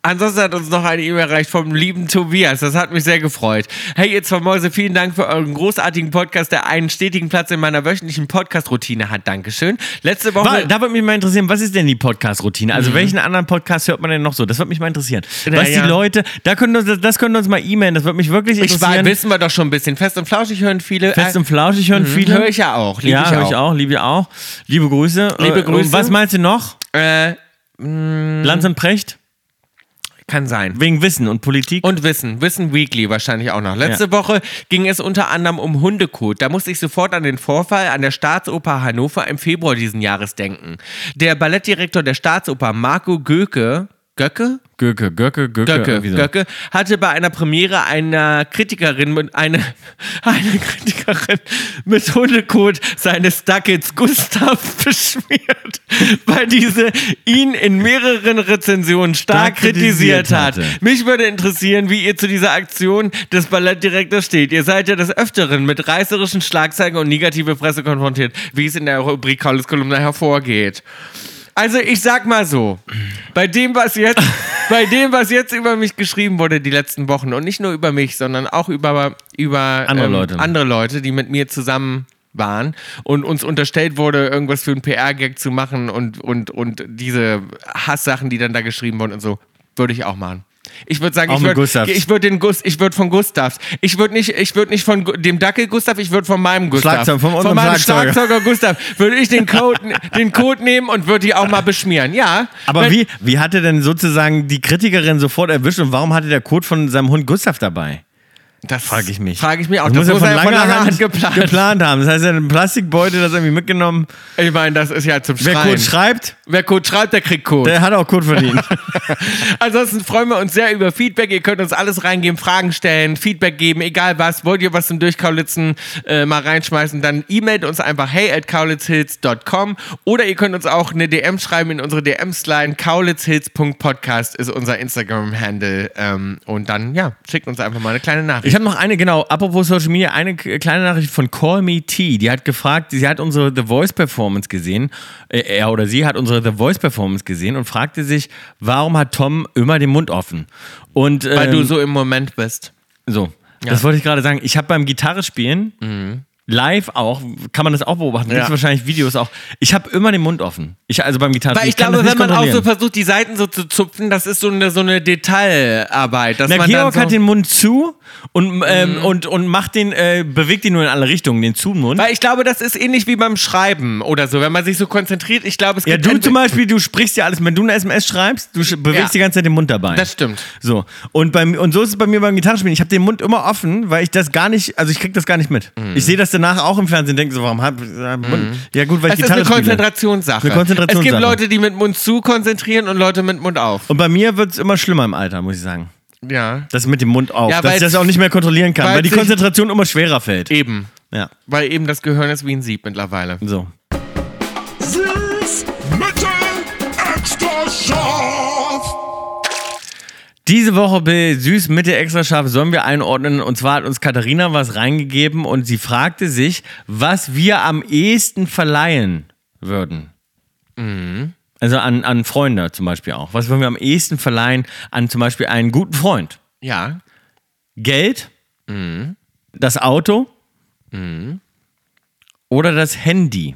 [SPEAKER 1] Ansonsten hat uns noch eine E-Mail erreicht vom lieben Tobias. Das hat mich sehr gefreut. Hey, ihr zwei Mäuse, vielen Dank für euren großartigen Podcast, der einen stetigen Platz in meiner wöchentlichen Podcast-Routine hat. Dankeschön. Letzte Woche.
[SPEAKER 2] Wa- da würde mich mal interessieren, was ist denn die Podcast-Routine? Also welchen anderen Podcast hört man denn noch so? Das würde mich mal interessieren.
[SPEAKER 1] Na
[SPEAKER 2] was
[SPEAKER 1] Mhm. ja.
[SPEAKER 2] die Leute, da können uns, das- das können uns mal e-mailen. Das würde mich wirklich
[SPEAKER 1] ich war,
[SPEAKER 2] interessieren.
[SPEAKER 1] wissen wir doch schon ein bisschen. Fest und flauschig hören viele.
[SPEAKER 2] Fest
[SPEAKER 1] Äh,
[SPEAKER 2] und flauschig hören viele.
[SPEAKER 1] Höre ich ja auch. Lieb
[SPEAKER 2] ja,
[SPEAKER 1] ich
[SPEAKER 2] höre
[SPEAKER 1] auch.
[SPEAKER 2] ich auch. Liebe auch. Liebe Grüße.
[SPEAKER 1] Liebe
[SPEAKER 2] Äh,
[SPEAKER 1] Grüße. Mhm.
[SPEAKER 2] Und was meinst du noch?
[SPEAKER 1] Äh,
[SPEAKER 2] Lanz und Precht?
[SPEAKER 1] kann sein.
[SPEAKER 2] Wegen Wissen und Politik.
[SPEAKER 1] Und Wissen, Wissen Weekly wahrscheinlich auch noch. Letzte Woche ging es unter anderem um Hundekot. Da musste ich sofort an den Vorfall an der Staatsoper Hannover im Februar diesen Jahres denken. Der Ballettdirektor der Staatsoper, Marco Göke, Göcke?
[SPEAKER 2] Göcke, Göcke, Göcke.
[SPEAKER 1] Göcke,
[SPEAKER 2] irgendwie so.
[SPEAKER 1] Göcke hatte bei einer Premiere einer Kritikerin mit eine, eine Kritikerin mit Hundekot seines Duckets Gustav beschmiert, weil diese ihn in mehreren Rezensionen stark
[SPEAKER 2] Stark kritisiert
[SPEAKER 1] kritisiert hat.
[SPEAKER 2] hatte.
[SPEAKER 1] Mich würde interessieren, wie ihr zu dieser Aktion des Ballettdirektors steht. Ihr seid ja des Öfteren mit reißerischen Schlagzeilen und negative Presse konfrontiert, wie es in der Rubrik Collis Kolumna hervorgeht. Also ich sag mal so, bei dem, was jetzt, bei dem, was jetzt über mich geschrieben wurde die letzten Wochen und nicht nur über mich, sondern auch über, über ähm,
[SPEAKER 2] Andere Leute.
[SPEAKER 1] andere Leute, die mit mir zusammen waren und uns unterstellt wurde, irgendwas für einen PR-Gag zu machen und, und, und diese Hasssachen, die dann da geschrieben wurden und so, würde ich auch machen. Ich würde sagen,
[SPEAKER 2] Auch
[SPEAKER 1] ich
[SPEAKER 2] mit
[SPEAKER 1] würde
[SPEAKER 2] Gustavs.
[SPEAKER 1] ich würd den Gus, ich würde von Gustavs. Ich würde nicht, ich würde nicht von Gu- dem Dackel Gustav, ich würde von meinem Gustav.
[SPEAKER 2] Schlagzeug, von unserem
[SPEAKER 1] meinem
[SPEAKER 2] Schlagzeuger.
[SPEAKER 1] Schlagzeuger Gustav würde ich den Code, den Code nehmen und würde die auch mal beschmieren. Ja.
[SPEAKER 2] Aber
[SPEAKER 1] Wenn-
[SPEAKER 2] wie, wie hatte denn sozusagen die Kritikerin sofort erwischt und warum hatte der Code von seinem Hund Gustav dabei?
[SPEAKER 1] Das
[SPEAKER 2] Frage ich mich.
[SPEAKER 1] Frage ich mich auch. Das, muss er ja von langer Hand geplant.
[SPEAKER 2] geplant haben. Das heißt, er hat einen Plastikbeutel das irgendwie mitgenommen.
[SPEAKER 1] Ich meine, das ist ja zum
[SPEAKER 2] Wer
[SPEAKER 1] Schreien.
[SPEAKER 2] Code schreibt,
[SPEAKER 1] Wer Code schreibt, der kriegt Code.
[SPEAKER 2] der hat auch Code verdient.
[SPEAKER 1] Ansonsten freuen wir uns sehr über Feedback. Ihr könnt uns alles reingeben, Fragen stellen, Feedback geben, egal was. Wollt ihr was zum Durchkaulitzen äh, mal reinschmeißen, dann e-mailt uns einfach hey at kaulitzhills.com oder ihr könnt uns auch eine DM schreiben in unsere DM-Slide. kaulitzhills.podcast ist unser Instagram-Handle. Ähm, und dann, ja, schickt uns einfach mal eine kleine Nachricht.
[SPEAKER 2] Ich habe noch eine, genau, apropos Social Media, eine k- kleine Nachricht von Call Me T. Die hat gefragt, sie hat unsere The Voice Performance gesehen, äh, er oder sie hat unsere The Voice Performance gesehen und fragte sich, warum hat Tom immer den Mund offen? Und, ähm,
[SPEAKER 1] weil du so im Moment bist.
[SPEAKER 2] So, das wollte ich gerade sagen. Ich habe beim Gitarrespielen live auch, kann man das auch beobachten, gibt
[SPEAKER 1] Mhm.
[SPEAKER 2] es
[SPEAKER 1] Ja.
[SPEAKER 2] wahrscheinlich Videos auch. Ich habe immer den Mund offen. Ich also beim Gitarrespielen.
[SPEAKER 1] Weil ich
[SPEAKER 2] kann
[SPEAKER 1] glaube,
[SPEAKER 2] das
[SPEAKER 1] wenn
[SPEAKER 2] nicht
[SPEAKER 1] man auch so
[SPEAKER 2] kontrollieren.
[SPEAKER 1] versucht, die Seiten so zu zupfen, das ist so eine, so eine Detailarbeit. Dass
[SPEAKER 2] Na,
[SPEAKER 1] man
[SPEAKER 2] Georg
[SPEAKER 1] dann so Mhm.
[SPEAKER 2] hat den Mund zu und, ähm, und, und macht den, äh, bewegt ihn nur in alle Richtungen, den Zumund.
[SPEAKER 1] Weil ich glaube, das ist ähnlich wie beim Schreiben oder so. Wenn man sich so konzentriert, ich glaube, es
[SPEAKER 2] Ja,
[SPEAKER 1] gibt.
[SPEAKER 2] du
[SPEAKER 1] entweder-
[SPEAKER 2] zum Beispiel, du sprichst ja alles, wenn du eine SMS schreibst, du sch- bewegst
[SPEAKER 1] äh, Ja.
[SPEAKER 2] die ganze Zeit den Mund dabei.
[SPEAKER 1] Das stimmt.
[SPEAKER 2] So. Und, bei, mir- und so ist es bei mir beim Gitarrespielen. Ich habe den Mund immer offen, weil ich das gar nicht, also ich krieg das gar nicht mit.
[SPEAKER 1] Mhm.
[SPEAKER 2] Ich sehe das danach auch im Fernsehen, denke so, warum hab äh, Mund? Ja gut, weil ich
[SPEAKER 1] Es ist
[SPEAKER 2] Gitarre
[SPEAKER 1] eine
[SPEAKER 2] spiele.
[SPEAKER 1] Konzentrationssache.
[SPEAKER 2] Eine Konzentrationssache.
[SPEAKER 1] Es gibt Leute, die mit Mund zu konzentrieren und Leute mit Mund auf.
[SPEAKER 2] Und bei mir wird's immer schlimmer im Alter, muss ich sagen.
[SPEAKER 1] Ja.
[SPEAKER 2] Das mit dem Mund auf,
[SPEAKER 1] Ja,
[SPEAKER 2] dass ich
[SPEAKER 1] weil's-
[SPEAKER 2] das auch nicht mehr kontrollieren kann,
[SPEAKER 1] weil's
[SPEAKER 2] weil die
[SPEAKER 1] sich- E-
[SPEAKER 2] Konzentration immer schwerer fällt.
[SPEAKER 1] Eben.
[SPEAKER 2] Ja,
[SPEAKER 1] Weil eben das Gehirn ist wie ein Sieb mittlerweile.
[SPEAKER 2] so.
[SPEAKER 3] Süß, mittel, extra scharf.
[SPEAKER 2] Diese Woche bei Süß Mitte extra scharf sollen wir einordnen. Und zwar hat uns Katharina was reingegeben und sie fragte sich, was wir am ehesten verleihen würden. Also an, an Freunde zum Beispiel auch. Was würden wir am ehesten verleihen an zum Beispiel einen guten Freund?
[SPEAKER 1] Ja.
[SPEAKER 2] Geld, das Auto oder das Handy.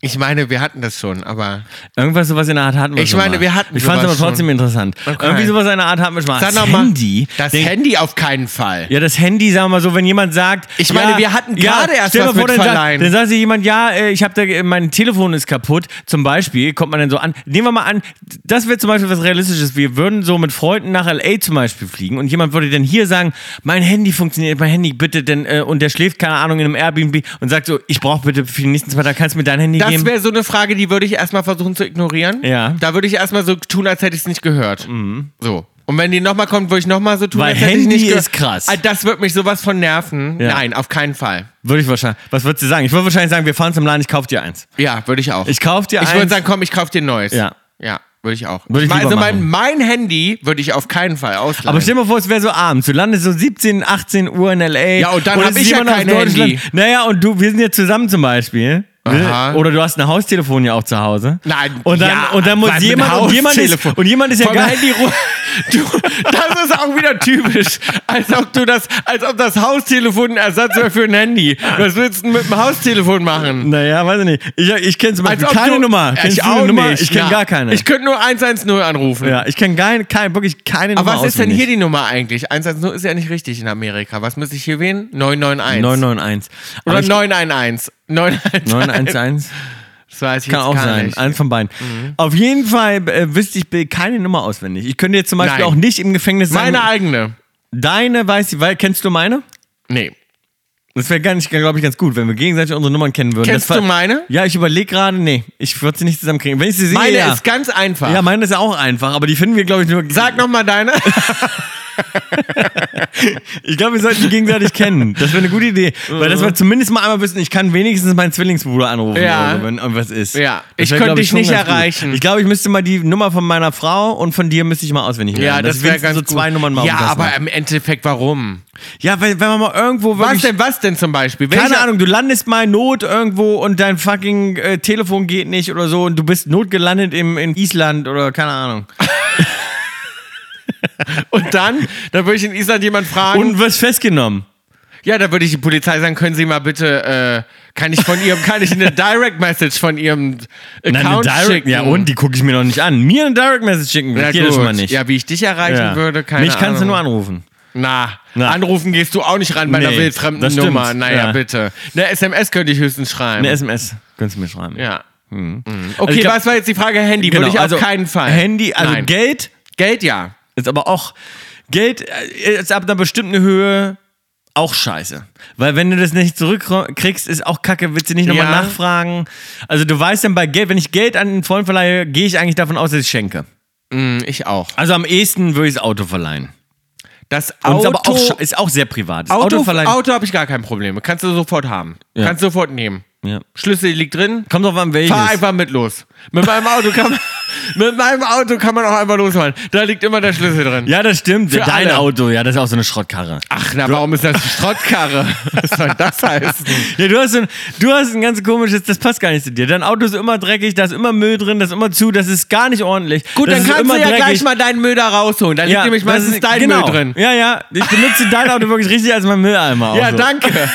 [SPEAKER 1] Ich meine, wir hatten das schon, aber
[SPEAKER 2] Irgendwas sowas in der Art hatten wir
[SPEAKER 1] Ich
[SPEAKER 2] schon
[SPEAKER 1] meine,
[SPEAKER 2] mal.
[SPEAKER 1] wir hatten
[SPEAKER 2] Ich fand es aber
[SPEAKER 1] sowas
[SPEAKER 2] trotzdem
[SPEAKER 1] schon.
[SPEAKER 2] interessant.
[SPEAKER 1] Okay.
[SPEAKER 2] Irgendwie sowas in der Art hatten wir schon mal.
[SPEAKER 1] Sag
[SPEAKER 2] Ah, das
[SPEAKER 1] noch mal,
[SPEAKER 2] Handy.
[SPEAKER 1] das
[SPEAKER 2] denk-
[SPEAKER 1] Handy auf keinen Fall.
[SPEAKER 2] Ja, das Handy, sagen wir mal so, wenn jemand sagt.
[SPEAKER 1] Ich meine,
[SPEAKER 2] ja,
[SPEAKER 1] wir hatten
[SPEAKER 2] ja,
[SPEAKER 1] gerade erst
[SPEAKER 2] stell dir
[SPEAKER 1] was
[SPEAKER 2] mal vor,
[SPEAKER 1] mit
[SPEAKER 2] dann
[SPEAKER 1] verleihen.
[SPEAKER 2] Sagt, dann sagt sich jemand, ja, äh, ich habe da, äh, mein Telefon ist kaputt. Zum Beispiel kommt man dann so an. Nehmen wir mal an, das wäre zum Beispiel was Realistisches. Wir würden so mit Freunden nach LA zum Beispiel fliegen und jemand würde dann hier sagen, mein Handy funktioniert, mein Handy bitte, denn äh, und der schläft keine Ahnung in einem Airbnb und sagt so, ich brauche bitte für die nächsten zwei Tage kannst du mir dein Handy
[SPEAKER 1] Das
[SPEAKER 2] geben.
[SPEAKER 1] wäre so eine Frage, die würde ich erstmal versuchen zu ignorieren.
[SPEAKER 2] Ja. Mhm.
[SPEAKER 1] Da würde ich erstmal so tun, als hätte ich es nicht gehört. So. Und wenn die nochmal kommt, würde ich nochmal so tun,
[SPEAKER 2] Weil
[SPEAKER 1] als hätte ich
[SPEAKER 2] Handy
[SPEAKER 1] nicht gehört.
[SPEAKER 2] ist krass.
[SPEAKER 1] Ah, Das wird mich sowas von nerven.
[SPEAKER 2] Ja.
[SPEAKER 1] Nein, auf keinen Fall.
[SPEAKER 2] Würde ich wahrscheinlich. Was würdest du sagen? Ich würde wahrscheinlich sagen, wir fahren zum Laden, ich kauf dir eins.
[SPEAKER 1] Ja, würde ich auch.
[SPEAKER 2] Ich kauf dir
[SPEAKER 1] Ich
[SPEAKER 2] eins.
[SPEAKER 1] würde sagen, komm, ich kauf dir ein neues.
[SPEAKER 2] Ja.
[SPEAKER 1] Ja, würde ich auch.
[SPEAKER 2] Würde ich
[SPEAKER 1] mein-
[SPEAKER 2] lieber
[SPEAKER 1] also mein,
[SPEAKER 2] machen.
[SPEAKER 1] mein Handy würde ich auf keinen Fall ausleihen.
[SPEAKER 2] Aber stell dir mal vor, es wäre so abends. Du landest so 17, 18 Uhr in L.A.
[SPEAKER 1] Ja, und dann
[SPEAKER 2] es
[SPEAKER 1] hab
[SPEAKER 2] ist
[SPEAKER 1] ich ja
[SPEAKER 2] jemand aus
[SPEAKER 1] kein
[SPEAKER 2] Deutschland.
[SPEAKER 1] Handy.
[SPEAKER 2] Naja, und du, wir sind ja zusammen zum Beispiel.
[SPEAKER 1] Aha.
[SPEAKER 2] Oder du hast ein Haustelefon ja auch zu Hause.
[SPEAKER 1] Nein,
[SPEAKER 2] und dann,
[SPEAKER 1] ja,
[SPEAKER 2] und dann muss
[SPEAKER 1] was mit
[SPEAKER 2] jemand, und jemand, ist,
[SPEAKER 1] Haustelefon?
[SPEAKER 2] und jemand ist ja
[SPEAKER 1] Von
[SPEAKER 2] gar
[SPEAKER 1] mir-
[SPEAKER 2] nicht die Ruhe.
[SPEAKER 1] das ist auch wieder typisch. Als ob du das, als ob das Haustelefon ein Ersatz wäre für ein Handy. Was willst du denn mit dem Haustelefon machen?
[SPEAKER 2] Naja, weiß ich nicht. Ich, ich kenne zum
[SPEAKER 1] Als
[SPEAKER 2] Beispiel
[SPEAKER 1] ob
[SPEAKER 2] keine
[SPEAKER 1] du-
[SPEAKER 2] Nummer.
[SPEAKER 1] Ja,
[SPEAKER 2] Kennst
[SPEAKER 1] ich
[SPEAKER 2] du eine
[SPEAKER 1] auch
[SPEAKER 2] Nummer?
[SPEAKER 1] nicht.
[SPEAKER 2] Ich kenne
[SPEAKER 1] ja.
[SPEAKER 2] gar keine.
[SPEAKER 1] Ich könnte nur 110 anrufen.
[SPEAKER 2] ja, ich kenne kein, kein, wirklich keine
[SPEAKER 1] Aber
[SPEAKER 2] Nummer.
[SPEAKER 1] was ist denn
[SPEAKER 2] auswendig.
[SPEAKER 1] hier die Nummer eigentlich? 110 ist ja nicht richtig in Amerika. Was müsste ich hier wählen? 991.
[SPEAKER 2] 991. Aber
[SPEAKER 1] Oder
[SPEAKER 2] ich-
[SPEAKER 1] 911. 911.
[SPEAKER 2] 911.
[SPEAKER 1] Das weiß ich
[SPEAKER 2] Kann
[SPEAKER 1] jetzt
[SPEAKER 2] auch
[SPEAKER 1] gar
[SPEAKER 2] sein,
[SPEAKER 1] Nicht. Mhm.
[SPEAKER 2] eins von beiden. Auf jeden Fall äh, wüsste ich Bill keine Nummer auswendig. Ich könnte jetzt zum Beispiel
[SPEAKER 1] Nein.
[SPEAKER 2] auch nicht im Gefängnis sein.
[SPEAKER 1] Meine eigene.
[SPEAKER 2] Deine weiß ich, weil kennst du meine?
[SPEAKER 1] Nee.
[SPEAKER 2] Das wäre gar nicht, glaube ich, ganz gut, wenn wir gegenseitig unsere Nummern kennen würden.
[SPEAKER 1] Kennst
[SPEAKER 2] das war-
[SPEAKER 1] du meine?
[SPEAKER 2] Ja, ich überlege gerade, nee, ich würde sie nicht zusammenkriegen. Wenn ich sie sehe,
[SPEAKER 1] Meine
[SPEAKER 2] ja.
[SPEAKER 1] ist ganz einfach.
[SPEAKER 2] ja, meine ist auch einfach, aber die finden wir, glaube ich, nur.
[SPEAKER 1] Sag nochmal deine.
[SPEAKER 2] Ich glaube, wir sollten die gegenseitig kennen. Das wäre eine gute Idee. Weil
[SPEAKER 1] Mhm.
[SPEAKER 2] das wir zumindest mal einmal wissen, ich kann wenigstens meinen Zwillingsbruder anrufen,
[SPEAKER 1] Ja.
[SPEAKER 2] oder wenn irgendwas ist.
[SPEAKER 1] Ja.
[SPEAKER 2] Das
[SPEAKER 1] Ich
[SPEAKER 2] wär,
[SPEAKER 1] könnte
[SPEAKER 2] glaub
[SPEAKER 1] dich
[SPEAKER 2] schon
[SPEAKER 1] nicht
[SPEAKER 2] ganz gut.
[SPEAKER 1] erreichen.
[SPEAKER 2] Ich glaube, ich müsste mal die Nummer von meiner Frau und von dir müsste ich mal auswendig lernen.
[SPEAKER 1] Ja, das,
[SPEAKER 2] Dass ich
[SPEAKER 1] wäre
[SPEAKER 2] wenigstens
[SPEAKER 1] ganz
[SPEAKER 2] so zwei
[SPEAKER 1] gut.
[SPEAKER 2] Nummern mal
[SPEAKER 1] Ja,
[SPEAKER 2] umfassen
[SPEAKER 1] aber
[SPEAKER 2] hab.
[SPEAKER 1] im Endeffekt warum?
[SPEAKER 2] Ja, weil, wenn man mal irgendwo
[SPEAKER 1] Was
[SPEAKER 2] wirklich
[SPEAKER 1] denn, was denn zum Beispiel?
[SPEAKER 2] Keine
[SPEAKER 1] Welcher-
[SPEAKER 2] Ahnung, du landest mal in Not irgendwo und dein fucking äh, Telefon geht nicht oder so und du bist notgelandet im, in Island oder keine Ahnung.
[SPEAKER 1] Und dann, da würde ich in Island jemand fragen.
[SPEAKER 2] Und wirst festgenommen.
[SPEAKER 1] ja, da würde ich die Polizei sagen, können Sie mal bitte, äh, kann ich von Ihrem, kann ich eine Direct Message von Ihrem Account schicken?
[SPEAKER 2] ja und die gucke ich mir noch nicht an. Mir eine Direct Message schicken,
[SPEAKER 1] Na
[SPEAKER 2] geht das
[SPEAKER 1] gut.
[SPEAKER 2] schon mal nicht.
[SPEAKER 1] Ja, wie ich dich erreichen
[SPEAKER 2] Ja.
[SPEAKER 1] würde, keine
[SPEAKER 2] Mich
[SPEAKER 1] Ahnung.
[SPEAKER 2] kannst du nur anrufen.
[SPEAKER 1] Na,
[SPEAKER 2] Na.
[SPEAKER 1] anrufen gehst du auch nicht ran bei einer
[SPEAKER 2] Nee,
[SPEAKER 1] wildfremden
[SPEAKER 2] das stimmt.
[SPEAKER 1] Nummer. Naja,
[SPEAKER 2] Ja.
[SPEAKER 1] bitte. Eine SMS könnte ich höchstens schreiben.
[SPEAKER 2] Eine SMS könntest du mir schreiben.
[SPEAKER 1] ja. Mhm.
[SPEAKER 2] Also
[SPEAKER 1] Okay,
[SPEAKER 2] ich glaub-
[SPEAKER 1] was war jetzt die Frage Handy?
[SPEAKER 2] Genau,
[SPEAKER 1] würde ich
[SPEAKER 2] also
[SPEAKER 1] auf keinen Fall.
[SPEAKER 2] Handy, also
[SPEAKER 1] Nein.
[SPEAKER 2] Geld
[SPEAKER 1] Geld ja.
[SPEAKER 2] ist aber auch Geld äh, ist ab einer bestimmten Höhe auch scheiße. Weil wenn du das nicht zurückkriegst, ist auch Kacke, willst du nicht nochmal
[SPEAKER 1] Ja.
[SPEAKER 2] nachfragen. Also du weißt dann bei Geld, wenn ich Geld an einen Freund verleihe, gehe ich eigentlich davon aus, dass ich schenke.
[SPEAKER 1] Hm, Ich auch.
[SPEAKER 2] Also am ehesten würde ich das Auto verleihen.
[SPEAKER 1] Das
[SPEAKER 2] Und ist
[SPEAKER 1] Auto,
[SPEAKER 2] aber auch, sche- ist auch sehr privat. Das
[SPEAKER 1] Auto,
[SPEAKER 2] verleihen-
[SPEAKER 1] Auto habe ich gar kein Problem. Kannst du sofort haben.
[SPEAKER 2] Ja.
[SPEAKER 1] Kannst du sofort nehmen.
[SPEAKER 2] Ja.
[SPEAKER 1] Schlüssel liegt drin.
[SPEAKER 2] Kommt drauf an, welches.
[SPEAKER 1] Fahr einfach mit los. Mit meinem Auto kann man, mit meinem Auto kann man auch einfach losfahren. Da liegt immer der Schlüssel drin.
[SPEAKER 2] Ja, das stimmt.
[SPEAKER 1] Für
[SPEAKER 2] Dein
[SPEAKER 1] alle.
[SPEAKER 2] Auto, ja, das ist auch so eine Schrottkarre.
[SPEAKER 1] Ach, na, warum ist das eine Schrottkarre? Was soll das heißen?
[SPEAKER 2] Ja, du hast, so ein, du hast ein ganz komisches, das passt gar nicht zu dir. Dein Auto ist immer dreckig, da ist immer Müll drin, das ist immer zu, das ist gar nicht ordentlich.
[SPEAKER 1] Gut,
[SPEAKER 2] das
[SPEAKER 1] dann
[SPEAKER 2] ist
[SPEAKER 1] kannst
[SPEAKER 2] immer
[SPEAKER 1] du ja
[SPEAKER 2] dreckig.
[SPEAKER 1] gleich mal deinen Müll da rausholen. Da liegt nämlich
[SPEAKER 2] das
[SPEAKER 1] meistens
[SPEAKER 2] ist-
[SPEAKER 1] dein
[SPEAKER 2] genau.
[SPEAKER 1] Müll drin.
[SPEAKER 2] Ja, ja, ich benutze dein Auto wirklich richtig als mein Mülleimer. auch
[SPEAKER 1] Ja,
[SPEAKER 2] so.
[SPEAKER 1] danke.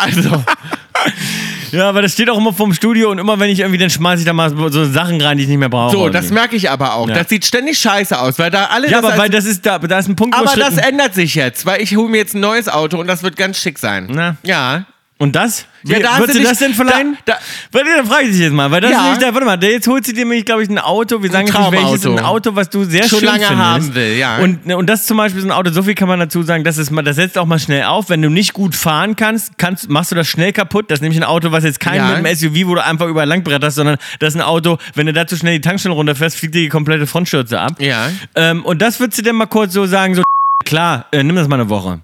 [SPEAKER 1] Also,
[SPEAKER 2] Ja, aber das steht auch immer vorm Studio und immer wenn ich irgendwie, dann schmeiße ich da mal so Sachen rein, die ich nicht mehr brauche.
[SPEAKER 1] so,
[SPEAKER 2] und
[SPEAKER 1] das
[SPEAKER 2] so.
[SPEAKER 1] merke ich aber auch.
[SPEAKER 2] Oh Ja.
[SPEAKER 1] Das sieht ständig scheiße aus, weil da alle
[SPEAKER 2] Ja,
[SPEAKER 1] das
[SPEAKER 2] aber
[SPEAKER 1] als-
[SPEAKER 2] weil das ist da, da ist ein Punkt
[SPEAKER 1] aber das
[SPEAKER 2] überschritten.
[SPEAKER 1] ändert sich jetzt, weil ich hole mir jetzt ein neues Auto und das wird ganz schick sein.
[SPEAKER 2] Na.
[SPEAKER 1] Ja.
[SPEAKER 2] Und das? Wie,
[SPEAKER 1] Ja, da hast
[SPEAKER 2] würdest
[SPEAKER 1] du dich-
[SPEAKER 2] du das denn verleihen?
[SPEAKER 1] da-
[SPEAKER 2] Warte, dann frage ich dich jetzt mal, weil das
[SPEAKER 1] Ja.
[SPEAKER 2] ist nicht, da, warte mal, der- jetzt holst du dir nämlich, glaube ich, ein Auto, wir sagen jetzt nicht welches,
[SPEAKER 1] Traumauto.
[SPEAKER 2] ein Auto, was du sehr
[SPEAKER 1] Schon
[SPEAKER 2] schön
[SPEAKER 1] lange
[SPEAKER 2] findest.
[SPEAKER 1] haben will, ja.
[SPEAKER 2] Und, ne, und das zum Beispiel so ein Auto, so viel kann man dazu sagen, das, ist, mal- das setzt auch mal schnell auf, wenn du nicht gut fahren kannst, kannst machst du das schnell kaputt, das ist nämlich ein Auto, was jetzt kein
[SPEAKER 1] Ja.
[SPEAKER 2] mit einem SUV, wo du einfach überall langbretterst, sondern das ist ein Auto, wenn du dazu schnell die Tankstelle runterfährst, fliegt dir die komplette Frontschürze ab.
[SPEAKER 1] Ja.
[SPEAKER 2] Ähm, und das würdest du dir mal kurz so sagen, so, klar, äh, nimm das mal eine Woche.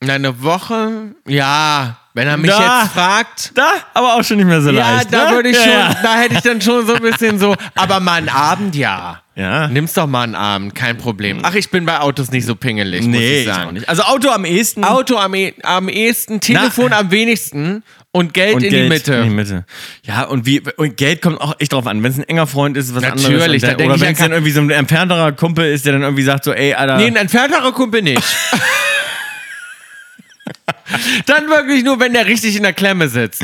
[SPEAKER 1] Na, eine Woche? Ja. Wenn er mich
[SPEAKER 2] Da.
[SPEAKER 1] jetzt fragt.
[SPEAKER 2] Da, aber auch schon nicht mehr so
[SPEAKER 1] Ja,
[SPEAKER 2] leicht.
[SPEAKER 1] da
[SPEAKER 2] ne?
[SPEAKER 1] würde ich
[SPEAKER 2] Ja,
[SPEAKER 1] schon,
[SPEAKER 2] ja.
[SPEAKER 1] da hätte ich dann schon so ein bisschen so, aber mal einen Abend ja.
[SPEAKER 2] Ja.
[SPEAKER 1] Nimm's doch mal einen Abend, kein Problem. Ach, ich bin bei Autos nicht so pingelig, muss
[SPEAKER 2] Nee,
[SPEAKER 1] ich
[SPEAKER 2] ich
[SPEAKER 1] sagen.
[SPEAKER 2] auch nicht. Also Auto am ehesten.
[SPEAKER 1] Auto am, e am ehesten, Telefon am wenigsten und Geld in die Mitte.
[SPEAKER 2] In die Mitte. Ja, und wie und Geld kommt auch echt drauf an. Wenn es ein enger Freund ist, was anderes.
[SPEAKER 1] Natürlich,
[SPEAKER 2] Und
[SPEAKER 1] da
[SPEAKER 2] der-
[SPEAKER 1] denk
[SPEAKER 2] Oder
[SPEAKER 1] ich ja
[SPEAKER 2] wenn es dann
[SPEAKER 1] kein-
[SPEAKER 2] irgendwie so ein entfernterer Kumpel ist, der dann irgendwie sagt so, ey, Alter.
[SPEAKER 1] Nee, ein entfernterer Kumpel nicht. Dann wirklich nur, wenn der richtig in der Klemme sitzt.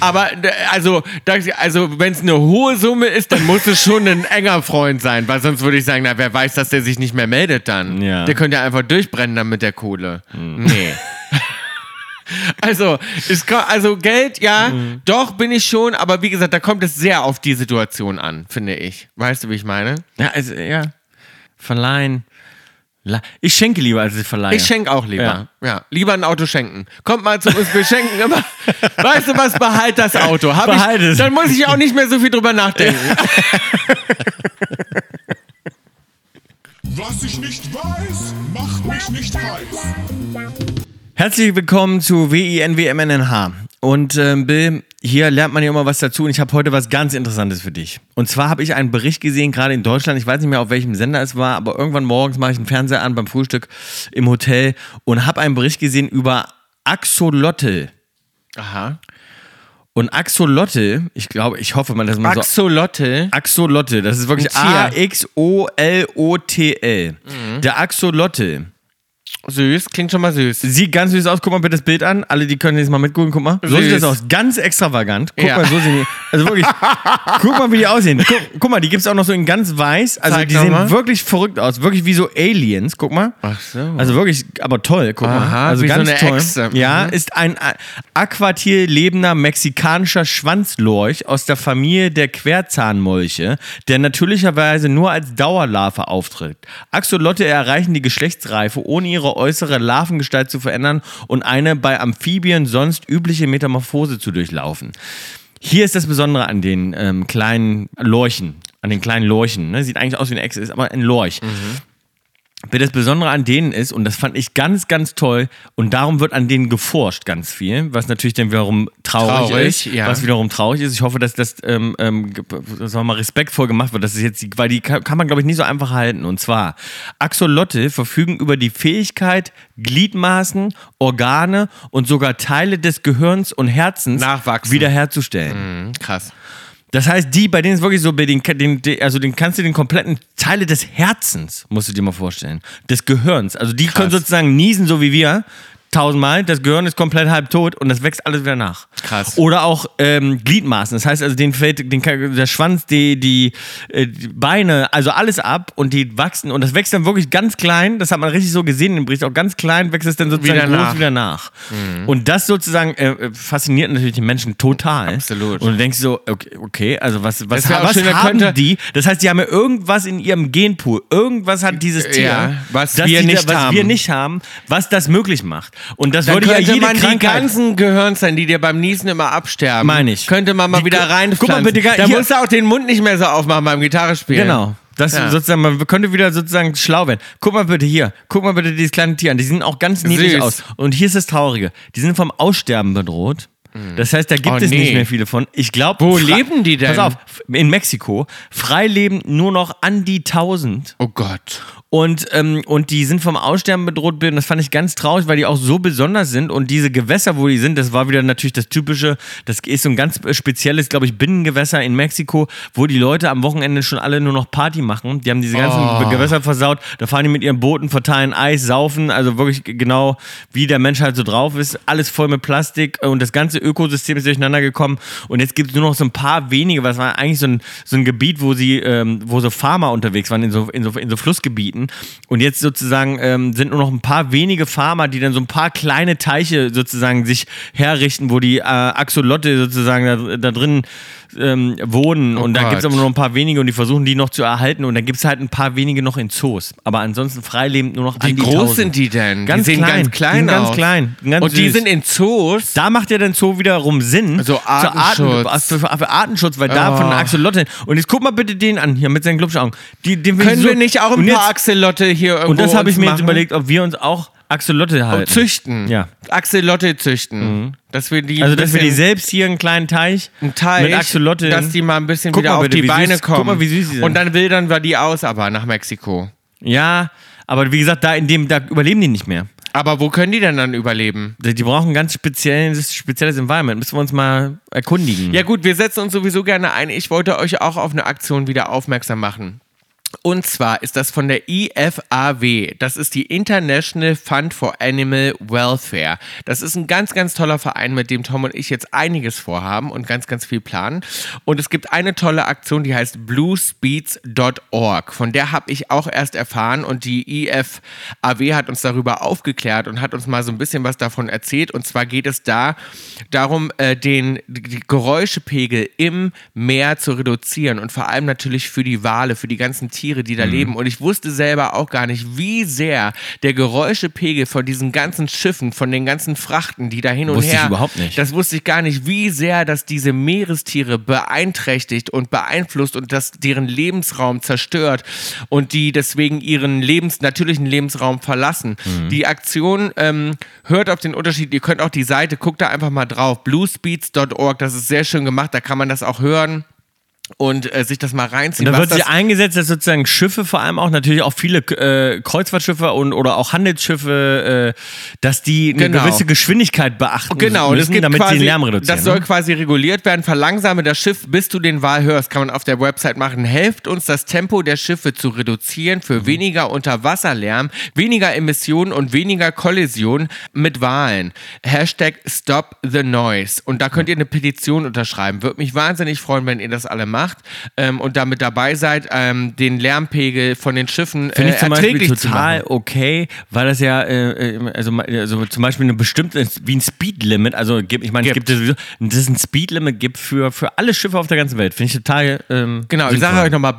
[SPEAKER 1] Aber äh, also, das- also wenn es eine hohe Summe ist, dann muss es schon ein enger Freund sein, weil sonst würde ich sagen, na, wer weiß, dass der sich nicht mehr meldet dann.
[SPEAKER 2] Ja.
[SPEAKER 1] Der könnte ja einfach durchbrennen dann mit der Kohle. Nee. Also, es ko- also Geld, ja, doch bin ich schon, aber wie gesagt, da kommt es sehr auf die Situation an, finde ich. Weißt du, wie ich meine?
[SPEAKER 2] Ja, also, ja. Verleihen. La- Ich schenke lieber, als ich verleihe.
[SPEAKER 1] Ich schenke auch lieber.
[SPEAKER 2] Ah, Ja.
[SPEAKER 1] Ja. lieber ein Auto schenken. Kommt mal zu uns, wir schenken immer. Weißt du was, behalt das Auto. Hab
[SPEAKER 2] Behalt
[SPEAKER 1] ich,
[SPEAKER 2] es.
[SPEAKER 1] Dann muss ich auch nicht mehr so viel drüber nachdenken.
[SPEAKER 3] Was ich nicht weiß, macht mich nicht heiß.
[SPEAKER 2] Herzlich willkommen zu WINWMNNH. Und ähm, Bill, hier lernt man ja immer was dazu und ich habe heute was ganz Interessantes für dich. Und zwar habe ich einen Bericht gesehen, gerade in Deutschland, ich weiß nicht mehr auf welchem Sender es war, aber irgendwann morgens mache ich den Fernseher an beim Frühstück im Hotel und habe einen Bericht gesehen über Axolotl.
[SPEAKER 1] Aha.
[SPEAKER 2] Und Axolotl, ich glaube, ich hoffe mal, dass man so...
[SPEAKER 1] Axolotl.
[SPEAKER 2] Axolotl, das ist wirklich
[SPEAKER 1] Ein Tier. Mhm.
[SPEAKER 2] A-X-O-L-O-T-L. Der Axolotl.
[SPEAKER 1] Süß, klingt schon mal süß.
[SPEAKER 2] Sieht ganz süß aus. Guck mal bitte das Bild an. Alle, die können jetzt mal mitgucken. Guck mal. So
[SPEAKER 1] Süß.
[SPEAKER 2] sieht das aus. Ganz extravagant. Guck
[SPEAKER 1] Ja.
[SPEAKER 2] mal, so sehen die. Also wirklich. guck mal, wie die aussehen. Guck, guck mal, die gibt es auch noch so in ganz weiß. Also
[SPEAKER 1] Zeig
[SPEAKER 2] die
[SPEAKER 1] doch
[SPEAKER 2] sehen
[SPEAKER 1] mal.
[SPEAKER 2] wirklich verrückt aus. Wirklich wie so Aliens. Guck mal.
[SPEAKER 1] Ach so.
[SPEAKER 2] Also wirklich, aber toll. Guck mal.
[SPEAKER 1] ne? Aha,
[SPEAKER 2] Also
[SPEAKER 1] wie so
[SPEAKER 2] ganz
[SPEAKER 1] eine
[SPEAKER 2] toll.
[SPEAKER 1] Echse.
[SPEAKER 2] Ja,
[SPEAKER 1] Mhm.
[SPEAKER 2] ist ein A- Aquatil lebender mexikanischer Schwanzlorch aus der Familie der Querzahnmolche, der natürlicherweise nur als Dauerlarve auftritt. Axolotte erreichen die Geschlechtsreife, ohne ihre äußere Larvengestalt zu verändern und eine bei Amphibien sonst übliche Metamorphose zu durchlaufen. Hier ist das Besondere an den ähm, kleinen Lorchen, an den kleinen Lorchen. Ne? Sieht eigentlich aus wie eine Echse, ist aber ein Lorch. Wer das Besondere an denen ist, und das fand ich ganz, ganz toll, und darum wird an denen geforscht ganz viel, was natürlich dann wiederum traurig,
[SPEAKER 1] Traurig,
[SPEAKER 2] ist,
[SPEAKER 1] ja.
[SPEAKER 2] was wiederum traurig ist. Ich hoffe, dass das, ähm, ähm, ge- sagen wir mal, respektvoll gemacht wird. Das ist jetzt, die- weil die kann, kann man, glaube ich, nicht so einfach halten. Und zwar, Axolotte verfügen über die Fähigkeit, Gliedmaßen, Organe und sogar Teile des Gehirns und Herzens
[SPEAKER 1] Nachwachsen.
[SPEAKER 2] wiederherzustellen.
[SPEAKER 1] Hm, Krass.
[SPEAKER 2] Das heißt, die, bei denen ist wirklich so, bei den, den, den- also den kannst du den kompletten Teile des Herzens, musst du dir mal vorstellen, des Gehirns. Also die können sozusagen niesen, so wie wir, tausendmal. Das Gehirn ist komplett halb tot und das wächst alles wieder nach.
[SPEAKER 1] Krass.
[SPEAKER 2] Oder auch ähm, Gliedmaßen. Das heißt also, den fällt den, kann- der Schwanz, die, die, äh, die Beine, also alles ab und die wachsen und das wächst dann wirklich ganz klein. Das hat man richtig so gesehen im Bericht. Auch ganz klein wächst es dann sozusagen
[SPEAKER 1] Wieder
[SPEAKER 2] groß
[SPEAKER 1] nach.
[SPEAKER 2] wieder nach.
[SPEAKER 1] Mhm.
[SPEAKER 2] Und das sozusagen äh, äh, fasziniert natürlich den Menschen total.
[SPEAKER 1] Absolut.
[SPEAKER 2] Und du denkst so, okay, okay also was, was,
[SPEAKER 1] Das wär auch
[SPEAKER 2] was
[SPEAKER 1] schön, da
[SPEAKER 2] haben
[SPEAKER 1] könnte-
[SPEAKER 2] die? Das heißt, die haben ja irgendwas in ihrem Genpool. Irgendwas hat dieses Tier,
[SPEAKER 1] Äh, Ja, was
[SPEAKER 2] das
[SPEAKER 1] wir
[SPEAKER 2] die da-
[SPEAKER 1] nicht
[SPEAKER 2] was
[SPEAKER 1] haben.
[SPEAKER 2] wir nicht haben, was das möglich macht. Und das
[SPEAKER 1] Dann
[SPEAKER 2] würde ja
[SPEAKER 1] könnte
[SPEAKER 2] jede
[SPEAKER 1] man die
[SPEAKER 2] Krankheit...
[SPEAKER 1] ganzen Gehirnzellen, die dir beim Niesen immer absterben,
[SPEAKER 2] Meine ich.
[SPEAKER 1] könnte man mal
[SPEAKER 2] Die-
[SPEAKER 1] wieder
[SPEAKER 2] guck
[SPEAKER 1] rein.
[SPEAKER 2] mal bitte,
[SPEAKER 1] da
[SPEAKER 2] hier-
[SPEAKER 1] musst du auch den Mund nicht mehr so aufmachen beim Gitarrespielen.
[SPEAKER 2] Genau. Das
[SPEAKER 1] Ja.
[SPEAKER 2] sozusagen, man könnte wieder sozusagen schlau werden. Guck mal bitte hier, guck mal bitte dieses kleine Tier an. Die sehen auch ganz niedlich
[SPEAKER 1] Süß.
[SPEAKER 2] aus. Und hier ist das Traurige. Die sind vom Aussterben bedroht. Das heißt, da gibt
[SPEAKER 1] Oh,
[SPEAKER 2] es nicht
[SPEAKER 1] nee.
[SPEAKER 2] mehr viele von. Ich glaube,
[SPEAKER 1] Wo leben die denn?
[SPEAKER 2] Pass auf, in Mexiko. Frei leben nur noch an die 1000.
[SPEAKER 1] Oh Gott.
[SPEAKER 2] Und, ähm, und die sind vom Aussterben bedroht. Und das fand ich ganz traurig, weil die auch so besonders sind. Und diese Gewässer, wo die sind, das war wieder natürlich das typische, das ist so ein ganz spezielles, glaube ich, Binnengewässer in Mexiko, wo die Leute am Wochenende schon alle nur noch Party machen. Die haben diese ganzen Gewässer versaut. Da fahren die mit ihren Booten, verteilen Eis, saufen. Also wirklich genau, wie der Mensch halt so drauf ist. Alles voll mit Plastik. äh, Und das ganze Ökosystem ist durcheinander gekommen. Und jetzt gibt es nur noch so ein paar wenige, was war eigentlich so ein, so ein Gebiet, wo sie, ähm, wo so Farmer unterwegs waren, in so, in so, in so Flussgebieten. Und jetzt sozusagen ähm, sind nur noch ein paar wenige Farmer, die dann so ein paar kleine Teiche sozusagen sich herrichten, wo die äh, Axolotte sozusagen da, da drin ähm, wohnen. und da
[SPEAKER 1] Gott.
[SPEAKER 2] gibt es aber nur noch ein paar wenige und die versuchen die noch zu erhalten. Und dann gibt es halt ein paar wenige noch in Zoos. Aber ansonsten freilebend nur noch
[SPEAKER 1] Wie
[SPEAKER 2] an die
[SPEAKER 1] groß
[SPEAKER 2] 1000.
[SPEAKER 1] sind die denn?
[SPEAKER 2] Ganz
[SPEAKER 1] die sehen
[SPEAKER 2] klein.
[SPEAKER 1] ganz klein
[SPEAKER 2] Die sind ganz
[SPEAKER 1] aus.
[SPEAKER 2] klein. Ganz
[SPEAKER 1] Und die
[SPEAKER 2] süß.
[SPEAKER 1] sind in Zoos.
[SPEAKER 2] Da macht ja dann Zoo wiederum Sinn.
[SPEAKER 1] So
[SPEAKER 2] Zur
[SPEAKER 1] Also
[SPEAKER 2] Arten-
[SPEAKER 1] Artenschutz.
[SPEAKER 2] für, für, für Artenschutz, weil da
[SPEAKER 1] Oh.
[SPEAKER 2] von den Axolotl. Und jetzt guck mal bitte den an, hier mit seinen Glubschaugen. Die, den find ich
[SPEAKER 1] Können
[SPEAKER 2] so-
[SPEAKER 1] wir nicht auch ein
[SPEAKER 2] und
[SPEAKER 1] paar
[SPEAKER 2] jetzt-
[SPEAKER 1] Axelotte hier irgendwo
[SPEAKER 2] Und das habe ich
[SPEAKER 1] uns
[SPEAKER 2] mir jetzt
[SPEAKER 1] machen?
[SPEAKER 2] überlegt, ob wir uns auch Axolotte halten.
[SPEAKER 1] züchten.
[SPEAKER 2] Ja.
[SPEAKER 1] Axolotte züchten. Dass wir die
[SPEAKER 2] Also,
[SPEAKER 1] ein
[SPEAKER 2] dass wir die
[SPEAKER 1] bisschen-
[SPEAKER 2] selbst hier einen kleinen Teich,
[SPEAKER 1] einen Teich,
[SPEAKER 2] mit Axolotte.
[SPEAKER 1] dass die mal ein bisschen
[SPEAKER 2] Guck
[SPEAKER 1] wieder
[SPEAKER 2] mal
[SPEAKER 1] auf
[SPEAKER 2] bitte,
[SPEAKER 1] die
[SPEAKER 2] wie süß-
[SPEAKER 1] Beine kommen.
[SPEAKER 2] Guck mal, wie süß sie sind.
[SPEAKER 1] Und dann wildern wir die aus, aber nach Mexiko.
[SPEAKER 2] ja, aber wie gesagt, da in dem, da überleben die nicht mehr.
[SPEAKER 1] Aber wo können die denn dann überleben?
[SPEAKER 2] Die die brauchen ein ganz spezielles, spezielles Environment. Müssen wir uns mal erkundigen.
[SPEAKER 1] Ja gut, wir setzen uns sowieso gerne ein. Ich wollte euch auch auf eine Aktion wieder aufmerksam machen. Und zwar ist das von der IFAW. Das ist die International Fund for Animal Welfare. Das ist ein ganz, ganz toller Verein, mit dem Tom und ich jetzt einiges vorhaben und ganz, ganz viel planen. Und es gibt eine tolle Aktion, die heißt bluespeeds.org. Von der habe ich auch erst erfahren und die IFAW hat uns darüber aufgeklärt und hat uns mal so ein bisschen was davon erzählt. Und zwar geht es da darum, äh, den die Geräuschepegel im Meer zu reduzieren und vor allem natürlich für die Wale, für die ganzen Tiere, die da
[SPEAKER 2] Mhm.
[SPEAKER 1] leben. Und ich wusste selber auch gar nicht, wie sehr der Geräuschepegel von diesen ganzen Schiffen, von den ganzen Frachten, die da hin und
[SPEAKER 2] Wusste ich
[SPEAKER 1] her,
[SPEAKER 2] überhaupt nicht.
[SPEAKER 1] das wusste ich gar nicht, wie sehr das diese Meerestiere beeinträchtigt und beeinflusst und das deren Lebensraum zerstört und die deswegen ihren Lebens, natürlichen Lebensraum verlassen.
[SPEAKER 2] Mhm.
[SPEAKER 1] Die Aktion ähm, hört auf den Unterschied. Ihr könnt auch die Seite, guckt da einfach mal drauf. bluespeeds.org, das ist sehr schön gemacht, da kann man das auch hören. Und äh, sich das mal reinziehen.
[SPEAKER 2] Und da
[SPEAKER 1] was
[SPEAKER 2] wird
[SPEAKER 1] das
[SPEAKER 2] sich eingesetzt, dass sozusagen Schiffe, vor allem auch natürlich auch viele äh, Kreuzfahrtschiffe und oder auch Handelsschiffe, äh, dass die eine
[SPEAKER 1] Genau.
[SPEAKER 2] gewisse Geschwindigkeit beachten
[SPEAKER 1] Genau, und
[SPEAKER 2] müssen,
[SPEAKER 1] es gibt
[SPEAKER 2] damit
[SPEAKER 1] quasi,
[SPEAKER 2] sie den Lärm reduzieren.
[SPEAKER 1] Das soll
[SPEAKER 2] ne?
[SPEAKER 1] quasi reguliert werden. Verlangsame das Schiff, bis du den Wal hörst. Kann man auf der Website machen. Helft uns, das Tempo der Schiffe zu reduzieren für
[SPEAKER 2] Mhm.
[SPEAKER 1] weniger Unterwasserlärm, weniger Emissionen und weniger Kollisionen mit Walen. Hashtag Stop the Noise. Und da könnt ihr eine Petition unterschreiben. Würde mich wahnsinnig freuen, wenn ihr das alle macht ähm, und damit dabei seid, ähm, den Lärmpegel von den Schiffen äh,
[SPEAKER 2] Finde ich zum Beispiel
[SPEAKER 1] erträglich zu machen.
[SPEAKER 2] total okay, weil das ja, äh, äh, also, ma- also zum Beispiel eine bestimmte, wie ein Speedlimit, also gibt- ich meine, es
[SPEAKER 1] Gibt.
[SPEAKER 2] gibt ja sowieso, dass es ein Speedlimit gibt für, für alle Schiffe auf der ganzen Welt. Finde ich total. Ähm,
[SPEAKER 1] Genau, ich sage
[SPEAKER 2] sinnvoll.
[SPEAKER 1] euch nochmal,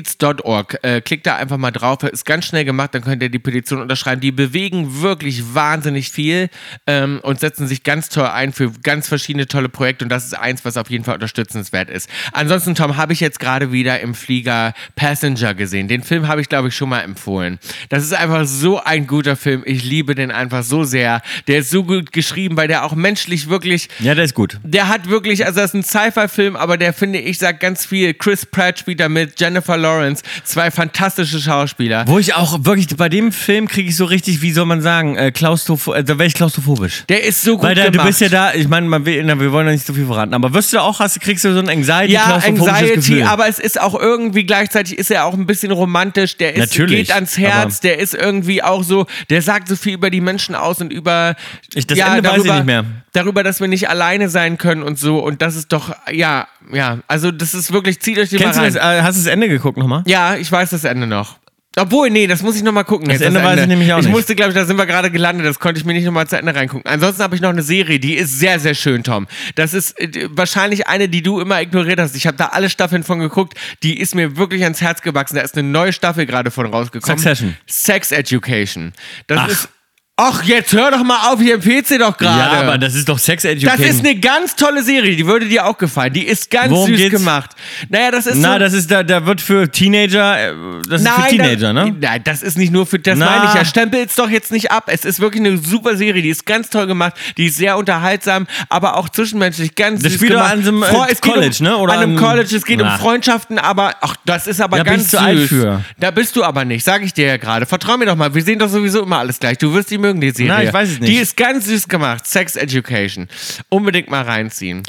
[SPEAKER 1] bluespeeds.org. Äh, klickt da einfach mal drauf, ist ganz schnell gemacht, dann könnt ihr die Petition unterschreiben. Die bewegen wirklich wahnsinnig viel ähm, und setzen sich ganz toll ein für ganz verschiedene tolle Projekte und das ist eins, was auf jeden Fall unterstützenswert ist. Ansonsten, Tom, habe ich jetzt gerade wieder im Flieger Passenger gesehen. Den Film habe ich, glaube ich, schon mal empfohlen. Das ist einfach so ein guter Film. Ich liebe den einfach so sehr. Der ist so gut geschrieben, weil der auch menschlich wirklich
[SPEAKER 2] Ja, der ist gut.
[SPEAKER 1] der hat wirklich, also das ist ein Sci-Fi-Film, aber der finde ich sagt ganz viel. Chris Pratt spielt da mit, Jennifer Lawrence, zwei fantastische Schauspieler.
[SPEAKER 2] Wo ich auch wirklich, bei dem Film kriege ich so richtig, wie soll man sagen, äh, klaustropho äh, da wäre ich klaustrophobisch.
[SPEAKER 1] Der ist so gut
[SPEAKER 2] Weil da,
[SPEAKER 1] gemacht.
[SPEAKER 2] du bist ja da, ich meine, man will, na, wir wollen ja nicht so viel verraten, aber wirst du da auch, hast, kriegst du so ein anxiety
[SPEAKER 1] ja,
[SPEAKER 2] klaustrophobisches
[SPEAKER 1] Anxiety,
[SPEAKER 2] Gefühl.
[SPEAKER 1] aber es ist auch irgendwie gleichzeitig ist er auch ein bisschen romantisch, der ist,
[SPEAKER 2] Natürlich,
[SPEAKER 1] geht ans
[SPEAKER 2] aber-
[SPEAKER 1] Herz, der ist irgendwie auch so, der sagt so viel über die Menschen aus und über
[SPEAKER 2] Ich- das Ende weiß ich nicht mehr.
[SPEAKER 1] darüber, dass wir nicht alleine sein können und so und das ist doch, ja, ja, also das ist wirklich, zieht euch die
[SPEAKER 2] Kennst
[SPEAKER 1] mal
[SPEAKER 2] du
[SPEAKER 1] rein.
[SPEAKER 2] das, äh, hast du das Ende geguckt nochmal?
[SPEAKER 1] Ja, ich weiß das Ende noch. Obwohl, nee, das muss ich nochmal gucken.
[SPEAKER 2] Das
[SPEAKER 1] jetzt,
[SPEAKER 2] Ende weiß ich nämlich auch
[SPEAKER 1] Ich
[SPEAKER 2] nicht.
[SPEAKER 1] musste, glaube ich, da sind wir gerade gelandet. Das konnte ich mir nicht nochmal zu Ende reingucken. Ansonsten habe ich noch eine Serie, die ist sehr, sehr schön, Tom. Das ist äh, wahrscheinlich eine, die du immer ignoriert hast. Ich habe da alle Staffeln von geguckt. Die ist mir wirklich ans Herz gewachsen. Da ist eine neue Staffel gerade von rausgekommen.
[SPEAKER 2] Succession.
[SPEAKER 1] Sex Education. Das ist. Ach, jetzt hör doch mal auf, ich empfehle sie doch gerade.
[SPEAKER 2] Ja, aber das ist doch Sex Education.
[SPEAKER 1] Das ist eine ganz tolle Serie, die würde dir auch gefallen. Die ist ganz
[SPEAKER 2] Worum
[SPEAKER 1] süß
[SPEAKER 2] geht's?
[SPEAKER 1] gemacht. Naja, das ist
[SPEAKER 2] Na,
[SPEAKER 1] so,
[SPEAKER 2] das ist, da, da wird für Teenager, äh, das ist für Teenager,
[SPEAKER 1] das,
[SPEAKER 2] ne?
[SPEAKER 1] Nein, das ist nicht nur für, das
[SPEAKER 2] Na.
[SPEAKER 1] meine ich ja. Stempelt's doch jetzt nicht ab. Es ist wirklich eine super Serie, die ist ganz toll gemacht, die ist sehr unterhaltsam, aber auch zwischenmenschlich ganz
[SPEAKER 2] Das
[SPEAKER 1] süß
[SPEAKER 2] spielt doch
[SPEAKER 1] gemacht.
[SPEAKER 2] an so einem, äh,
[SPEAKER 1] Vor- es geht
[SPEAKER 2] College,
[SPEAKER 1] um,
[SPEAKER 2] ne? Oder
[SPEAKER 1] an einem
[SPEAKER 2] an-
[SPEAKER 1] College, es geht um
[SPEAKER 2] Na.
[SPEAKER 1] Freundschaften, aber, ach, das ist aber
[SPEAKER 2] Da bin
[SPEAKER 1] ganz
[SPEAKER 2] ich zu
[SPEAKER 1] süß.
[SPEAKER 2] alt für.
[SPEAKER 1] Da bist du aber nicht, sag ich dir ja gerade. Vertrau mir doch mal, wir sehen doch sowieso immer alles gleich. Du wirst die mögen, die Serie.
[SPEAKER 2] Na, ich weiß es nicht.
[SPEAKER 1] Die ist ganz süß gemacht, Sex Education. Unbedingt mal reinziehen.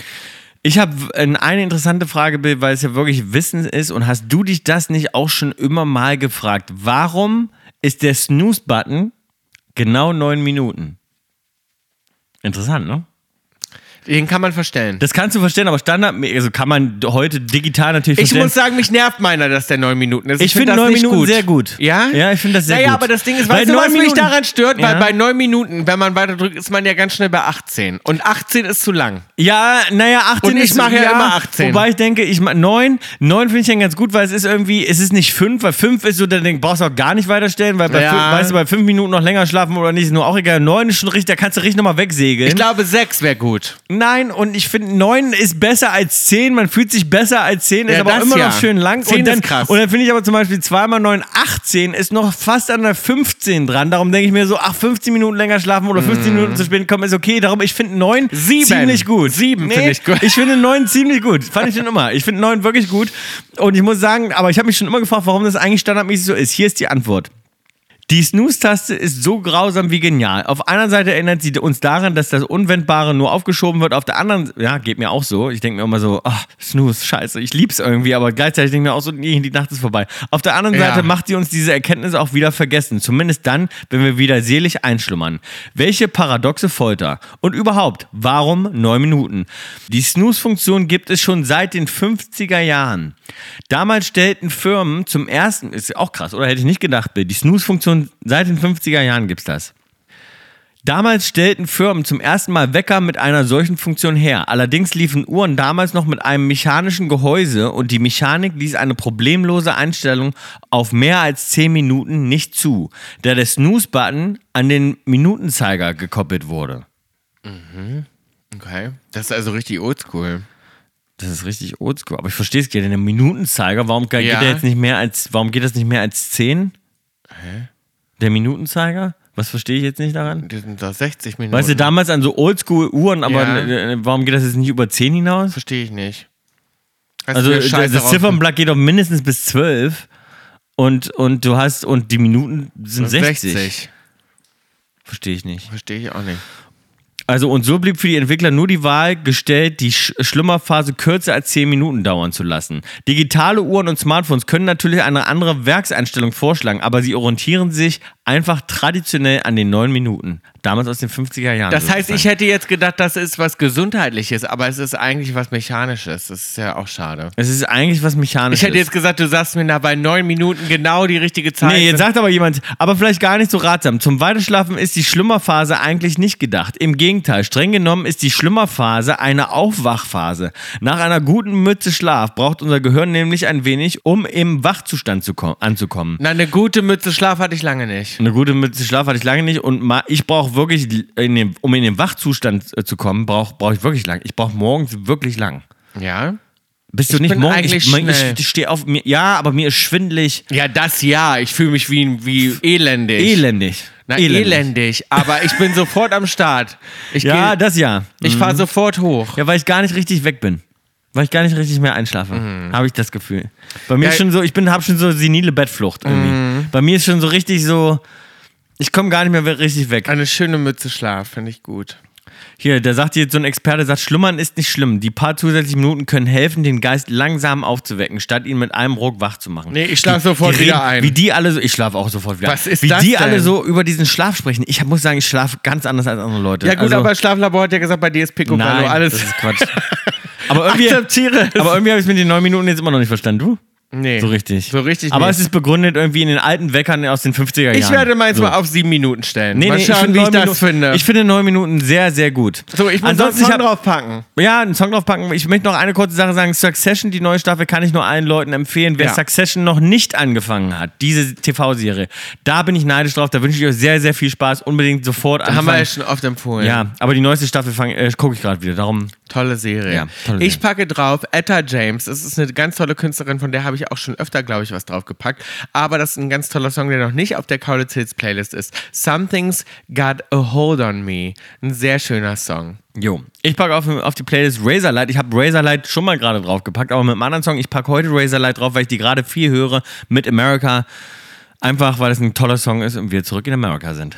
[SPEAKER 2] Ich habe eine interessante Frage, Bill, weil es ja wirklich Wissen ist. Und hast du dich das nicht auch schon immer mal gefragt? Warum ist der Snooze-Button genau neun Minuten? Interessant, ne?
[SPEAKER 1] Den kann man verstellen.
[SPEAKER 2] Das kannst du verstehen, aber Standard, also kann man heute digital natürlich
[SPEAKER 1] Ich
[SPEAKER 2] verstehen.
[SPEAKER 1] muss sagen, mich nervt meiner, dass der neun Minuten ist.
[SPEAKER 2] Ich find
[SPEAKER 1] das
[SPEAKER 2] neun
[SPEAKER 1] nicht
[SPEAKER 2] Minuten sehr gut.
[SPEAKER 1] Ja?
[SPEAKER 2] Ja, ich find das sehr
[SPEAKER 1] naja,
[SPEAKER 2] gut.
[SPEAKER 1] aber das Ding ist,
[SPEAKER 2] Weil
[SPEAKER 1] weißt du,
[SPEAKER 2] neun
[SPEAKER 1] was mich
[SPEAKER 2] Minuten-
[SPEAKER 1] daran stört? Weil
[SPEAKER 2] Ja.
[SPEAKER 1] bei neun Minuten, wenn man weiter drückt, ist man ja ganz schnell bei 18. Und 18 ist zu lang.
[SPEAKER 2] ja, naja, 18
[SPEAKER 1] Und ich
[SPEAKER 2] ist-
[SPEAKER 1] mach ja immer 18.
[SPEAKER 2] Wobei ich denke, ich mach 9, 9 finde ich dann ganz gut, weil es ist irgendwie, es ist nicht 5, weil 5 ist so, dann denk, brauchst du auch gar nicht weiterstellen, weil bei,
[SPEAKER 1] Ja.
[SPEAKER 2] fün- weißt du, bei 5 Minuten noch länger schlafen oder nicht, ist nur auch egal. 9 ist schon richtig, da kannst du richtig nochmal wegsegeln.
[SPEAKER 1] Ich glaube, sechs wäre gut.
[SPEAKER 2] Nein, und ich finde, neun ist besser als zehn. Man fühlt sich besser als zehn, ist
[SPEAKER 1] Ja,
[SPEAKER 2] aber
[SPEAKER 1] das
[SPEAKER 2] immer
[SPEAKER 1] ja.
[SPEAKER 2] noch schön lang.
[SPEAKER 1] Zehn
[SPEAKER 2] und dann,
[SPEAKER 1] ist krass.
[SPEAKER 2] Und dann finde ich aber zum Beispiel zweimal neun, 18 ist noch fast an der 15 dran. Darum denke ich mir so, ach, 15 Minuten länger schlafen oder 15 Minuten zu spät kommen ist okay. Darum, ich finde neun
[SPEAKER 1] Mhm. Sieben.
[SPEAKER 2] ziemlich gut.
[SPEAKER 1] Sieben
[SPEAKER 2] nee,
[SPEAKER 1] finde ich gut.
[SPEAKER 2] Ich finde neun ziemlich gut. Fand ich schon immer. Ich finde neun wirklich gut. Und ich muss sagen, aber ich habe mich schon immer gefragt, warum das eigentlich standardmäßig so ist. Hier ist die Antwort. Die Snooze-Taste ist so grausam wie genial. Auf einer Seite erinnert sie uns daran, dass das Unwendbare nur aufgeschoben wird, auf der anderen, ja, geht mir auch so. Ich denke mir immer so, ach, Snooze, scheiße, ich lieb's irgendwie, aber gleichzeitig denke ich mir auch so, nee, die Nacht ist vorbei. Auf der anderen
[SPEAKER 1] Ja.
[SPEAKER 2] Seite macht sie uns diese Erkenntnis auch wieder vergessen, zumindest dann, wenn wir wieder selig einschlummern. Welche paradoxe Folter. Und überhaupt, warum neun Minuten? Die Snooze-Funktion gibt es schon seit den 50er Jahren. Damals stellten Firmen zum ersten, ist auch krass, oder hätte ich nicht gedacht, Bill, die Snooze-Funktion seit den 50er Jahren gibt's das. Damals stellten Firmen zum ersten Mal Wecker mit einer solchen Funktion her. Allerdings liefen Uhren damals noch mit einem mechanischen Gehäuse und die Mechanik ließ eine problemlose Einstellung auf mehr als 10 Minuten nicht zu, da der Snooze-Button an den Minutenzeiger gekoppelt wurde.
[SPEAKER 1] Okay. Das ist also richtig oldschool.
[SPEAKER 2] Das ist richtig oldschool, aber ich verstehe es geht. Denn der Minutenzeiger, warum geht
[SPEAKER 1] Ja.
[SPEAKER 2] der jetzt nicht mehr als, warum geht das nicht mehr als 10? Hä? Der Minutenzeiger? Was verstehe ich jetzt nicht daran?
[SPEAKER 1] Die sind da 60 Minuten.
[SPEAKER 2] Weißt du, damals an so Oldschool-Uhren, aber
[SPEAKER 1] Ja.
[SPEAKER 2] äh, warum geht das jetzt nicht über 10 hinaus?
[SPEAKER 1] Verstehe ich nicht. Hast
[SPEAKER 2] Also
[SPEAKER 1] du mir
[SPEAKER 2] das,
[SPEAKER 1] Scheiße
[SPEAKER 2] das
[SPEAKER 1] rausgefunden?
[SPEAKER 2] Ziffernblatt geht auf mindestens bis 12 und, und du hast, und die Minuten sind 60.
[SPEAKER 1] 60.
[SPEAKER 2] Verstehe ich nicht.
[SPEAKER 1] Verstehe ich auch nicht.
[SPEAKER 2] Also und so blieb für die Entwickler nur die Wahl gestellt, die Sch Schlummerphase kürzer als 10 Minuten dauern zu lassen. Digitale Uhren und Smartphones können natürlich eine andere Werkseinstellung vorschlagen, aber sie orientieren sich einfach traditionell an den 9 Minuten. Damals aus den 50er Jahren.
[SPEAKER 1] Das heißt,
[SPEAKER 2] sozusagen.
[SPEAKER 1] ich hätte jetzt gedacht, das ist was Gesundheitliches, aber es ist eigentlich was Mechanisches. Das ist ja auch schade.
[SPEAKER 2] Es ist eigentlich was Mechanisches.
[SPEAKER 1] Ich hätte jetzt gesagt, du sagst mir da bei neun Minuten genau die richtige Zeit.
[SPEAKER 2] Nee, jetzt sagt aber jemand, aber vielleicht gar nicht so ratsam. Zum Weiterschlafen ist die Schlummerphase eigentlich nicht gedacht. Im Gegenteil, streng genommen ist die Schlummerphase eine Aufwachphase. Nach einer guten Mütze Schlaf braucht unser Gehirn nämlich ein wenig, um im Wachzustand zu kom- anzukommen.
[SPEAKER 1] Na, eine gute Mütze Schlaf hatte ich lange nicht.
[SPEAKER 2] Eine gute Mütze Schlaf hatte ich lange nicht und ma- ich brauche wirklich, in den, um in den Wachzustand äh, zu kommen, brauche brauch ich wirklich lang. Ich brauche morgens wirklich lang.
[SPEAKER 1] Ja?
[SPEAKER 2] Bist du
[SPEAKER 1] Ich
[SPEAKER 2] nicht
[SPEAKER 1] bin
[SPEAKER 2] morgens?
[SPEAKER 1] eigentlich
[SPEAKER 2] ich, mein,
[SPEAKER 1] schnell.
[SPEAKER 2] ich, ich stehe auf mir. Ja, aber mir ist schwindelig.
[SPEAKER 1] Ja, das ja. Ich fühle mich wie, wie elendig.
[SPEAKER 2] Elendig.
[SPEAKER 1] Na, elendig. Aber ich bin sofort am Start. Ich
[SPEAKER 2] Ja, Mhm.
[SPEAKER 1] geh-
[SPEAKER 2] das ja.
[SPEAKER 1] ich fahre sofort hoch.
[SPEAKER 2] Ja, weil ich gar nicht richtig weg bin. Weil ich gar nicht richtig mehr einschlafe, habe ich das Gefühl. Bei mir
[SPEAKER 1] Mhm. Ja, Mhm.
[SPEAKER 2] ist schon so, ich bin, habe schon so senile Bettflucht irgendwie. Bei mir ist schon so richtig so, ich komme gar nicht mehr we- richtig weg.
[SPEAKER 1] Eine schöne Mütze Schlaf, finde ich gut.
[SPEAKER 2] Hier, da sagt jetzt so ein Experte, sagt, Schlummern ist nicht schlimm. Die paar zusätzlichen Minuten können helfen, den Geist langsam aufzuwecken, statt ihn mit einem Ruck wach zu machen.
[SPEAKER 1] Nee, ich schlaf sofort wieder ein.
[SPEAKER 2] Wie die alle so, ich schlafe auch sofort wieder
[SPEAKER 1] Was
[SPEAKER 2] ein.
[SPEAKER 1] ist
[SPEAKER 2] Wie
[SPEAKER 1] das
[SPEAKER 2] die
[SPEAKER 1] denn?
[SPEAKER 2] alle so über diesen Schlaf sprechen. Ich hab- muss sagen, ich schlafe ganz anders als andere Leute.
[SPEAKER 1] Ja, gut,
[SPEAKER 2] Also-
[SPEAKER 1] aber Schlaflabor hat ja gesagt, bei dir ist Picobello.
[SPEAKER 2] Nein,
[SPEAKER 1] alles.
[SPEAKER 2] das ist Quatsch. Aber irgendwie,
[SPEAKER 1] Akzeptiere es.
[SPEAKER 2] aber irgendwie habe ich mit den neun Minuten jetzt immer noch nicht verstanden. Du?
[SPEAKER 1] nee.
[SPEAKER 2] So richtig.
[SPEAKER 1] So richtig.
[SPEAKER 2] Aber
[SPEAKER 1] nicht.
[SPEAKER 2] es ist begründet irgendwie in den alten Weckern aus den 50er Jahren.
[SPEAKER 1] Ich werde meins
[SPEAKER 2] so.
[SPEAKER 1] mal auf sieben Minuten stellen.
[SPEAKER 2] Nee,
[SPEAKER 1] mal
[SPEAKER 2] nee, ich
[SPEAKER 1] schauen,
[SPEAKER 2] finde
[SPEAKER 1] wie ich
[SPEAKER 2] neun
[SPEAKER 1] das
[SPEAKER 2] Minuten,
[SPEAKER 1] finde.
[SPEAKER 2] Ich finde neun Minuten sehr, sehr gut.
[SPEAKER 1] so, ich muss
[SPEAKER 2] Ansonsten,
[SPEAKER 1] noch
[SPEAKER 2] ich
[SPEAKER 1] einen
[SPEAKER 2] hab-
[SPEAKER 1] Song draufpacken.
[SPEAKER 2] Ja, einen Song draufpacken. Ich möchte noch eine kurze Sache sagen. Succession, die neue Staffel, kann ich nur allen Leuten empfehlen. Wer
[SPEAKER 1] Ja.
[SPEAKER 2] Succession noch nicht angefangen hat, diese TV-Serie, da bin ich neidisch drauf. Da wünsche ich euch sehr, sehr viel Spaß. Unbedingt sofort
[SPEAKER 1] Da haben wir ja
[SPEAKER 2] anfangen.
[SPEAKER 1] schon oft empfohlen.
[SPEAKER 2] ja, aber die neueste Staffel fang- äh, gucke ich gerade wieder. Darum
[SPEAKER 1] Tolle Serie.
[SPEAKER 2] Ja, tolle
[SPEAKER 1] ich
[SPEAKER 2] Serie.
[SPEAKER 1] packe drauf Etta James. Das ist eine ganz tolle Künstlerin, von der habe ich auch schon öfter, glaube ich, was draufgepackt. Aber das ist ein ganz toller Song, der noch nicht auf der Kaulitz Hills Playlist ist. Something's Got a Hold on Me. Ein sehr schöner Song.
[SPEAKER 2] Jo, ich packe auf, auf die Playlist Razorlight. Ich habe Razorlight schon mal gerade draufgepackt, aber mit einem anderen Song. Ich packe heute Razorlight drauf, weil ich die gerade viel höre mit America. Einfach, weil es ein toller Song ist und wir zurück in America sind.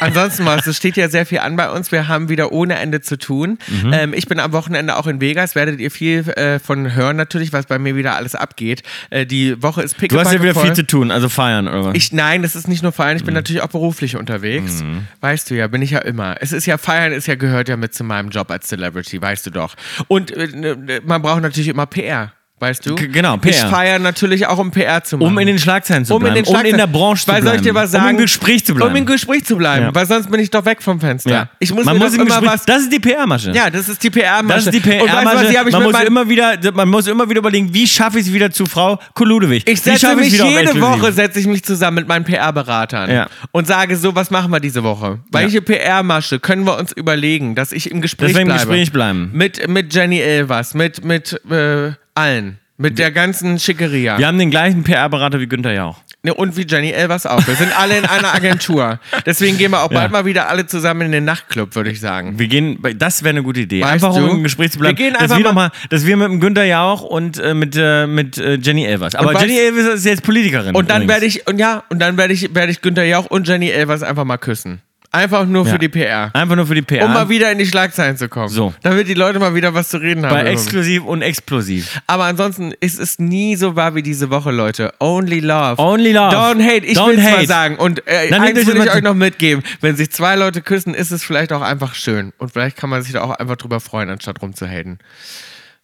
[SPEAKER 1] Ansonsten, Maus, es steht ja sehr viel an bei uns. Wir haben wieder ohne Ende zu tun.
[SPEAKER 2] Mhm.
[SPEAKER 1] Ähm, ich bin am Wochenende auch in Vegas. Werdet ihr viel äh, von hören, natürlich, was bei mir wieder alles abgeht. Äh, die Woche ist
[SPEAKER 2] Du hast ja wieder
[SPEAKER 1] pickepackevoll.
[SPEAKER 2] viel zu tun, also feiern, oder was?
[SPEAKER 1] Ich, nein, das ist nicht nur feiern,
[SPEAKER 2] Mhm.
[SPEAKER 1] ich bin natürlich auch beruflich unterwegs. Weißt du ja, bin ich ja immer. Es ist ja feiern, ist ja gehört ja mit zu meinem Job als Celebrity, weißt du doch. Und äh, ne, man braucht ne, natürlich immer PR. weißt du?
[SPEAKER 2] G- genau,
[SPEAKER 1] Ich
[SPEAKER 2] PR.
[SPEAKER 1] feiere natürlich auch, um PR zu machen.
[SPEAKER 2] Um in den Schlagzeilen zu
[SPEAKER 1] um in,
[SPEAKER 2] bleiben,
[SPEAKER 1] den
[SPEAKER 2] um in
[SPEAKER 1] Schlagzeilen-
[SPEAKER 2] der Branche zu
[SPEAKER 1] weil
[SPEAKER 2] bleiben,
[SPEAKER 1] Soll ich dir was sagen?
[SPEAKER 2] um im Gespräch zu bleiben.
[SPEAKER 1] Um im Gespräch zu bleiben,
[SPEAKER 2] Ja.
[SPEAKER 1] weil sonst bin ich doch weg vom Fenster.
[SPEAKER 2] ja.
[SPEAKER 1] Ich muss
[SPEAKER 2] man
[SPEAKER 1] mir
[SPEAKER 2] muss
[SPEAKER 1] doch
[SPEAKER 2] im
[SPEAKER 1] immer
[SPEAKER 2] Gespräch,
[SPEAKER 1] was...
[SPEAKER 2] Das ist die PR-Masche.
[SPEAKER 1] ja, das ist die PR-Masche.
[SPEAKER 2] Das ist die
[SPEAKER 1] Und weißt du was, die
[SPEAKER 2] PR-Masche.
[SPEAKER 1] habe ich
[SPEAKER 2] Man,
[SPEAKER 1] mit
[SPEAKER 2] muss
[SPEAKER 1] meinen-
[SPEAKER 2] immer wieder- man muss immer wieder überlegen, wie schaffe ich es wieder zu Frau Koludewig?
[SPEAKER 1] Ich
[SPEAKER 2] wie
[SPEAKER 1] setze
[SPEAKER 2] schaffe
[SPEAKER 1] mich
[SPEAKER 2] ich's wieder auf
[SPEAKER 1] jede
[SPEAKER 2] Exklusiv?
[SPEAKER 1] Woche setze ich mich zusammen mit meinen PR-Beratern
[SPEAKER 2] Ja.
[SPEAKER 1] und sage so, was machen wir diese Woche? Welche PR-Masche können wir uns überlegen, dass ich im Gespräch
[SPEAKER 2] Dass wir im
[SPEAKER 1] bleibe?
[SPEAKER 2] Gespräch bleiben.
[SPEAKER 1] Mit, mit Jenny Elvers, mit, mit äh, allen. Mit der ganzen Schickeria.
[SPEAKER 2] Wir haben den gleichen PR-Berater wie Günther Jauch.
[SPEAKER 1] Ne, Und wie Jenny Elvers auch. Wir sind alle in einer Agentur. Deswegen gehen wir auch bald mal wieder alle zusammen in den Nachtclub, würde ich sagen.
[SPEAKER 2] Wir gehen, das wäre eine gute Idee.
[SPEAKER 1] Weißt
[SPEAKER 2] einfach um
[SPEAKER 1] du?
[SPEAKER 2] im Gespräch zu bleiben.
[SPEAKER 1] Wir gehen
[SPEAKER 2] dass
[SPEAKER 1] einfach
[SPEAKER 2] wir noch
[SPEAKER 1] mal-
[SPEAKER 2] mal, dass wir mit dem Günther Jauch und äh, mit, äh, mit äh, Jenny Elvers. Aber
[SPEAKER 1] Und
[SPEAKER 2] Jenny
[SPEAKER 1] weißt-
[SPEAKER 2] Elvers ist jetzt Politikerin.
[SPEAKER 1] Und dann
[SPEAKER 2] übrigens.
[SPEAKER 1] werde ich, und ja, und dann werde ich, werde ich Günther Jauch und Jenny Elvers einfach mal küssen. Einfach nur
[SPEAKER 2] Ja.
[SPEAKER 1] für die PR.
[SPEAKER 2] Einfach nur für die PR.
[SPEAKER 1] Um mal wieder in die Schlagzeilen zu kommen.
[SPEAKER 2] So.
[SPEAKER 1] Damit die Leute mal wieder was zu reden haben.
[SPEAKER 2] bei exklusiv und explosiv.
[SPEAKER 1] Aber ansonsten ist es nie so wahr wie diese Woche, Leute. Only love.
[SPEAKER 2] Only love.
[SPEAKER 1] Don't hate. Ich
[SPEAKER 2] Don't
[SPEAKER 1] will mal
[SPEAKER 2] hate.
[SPEAKER 1] sagen. Und äh,
[SPEAKER 2] Nein,
[SPEAKER 1] eins
[SPEAKER 2] nicht
[SPEAKER 1] will
[SPEAKER 2] durch-
[SPEAKER 1] ich euch noch mitgeben. Wenn sich zwei Leute küssen, ist es vielleicht auch einfach schön. Und vielleicht kann man sich da auch einfach drüber freuen, anstatt rumzuhaten.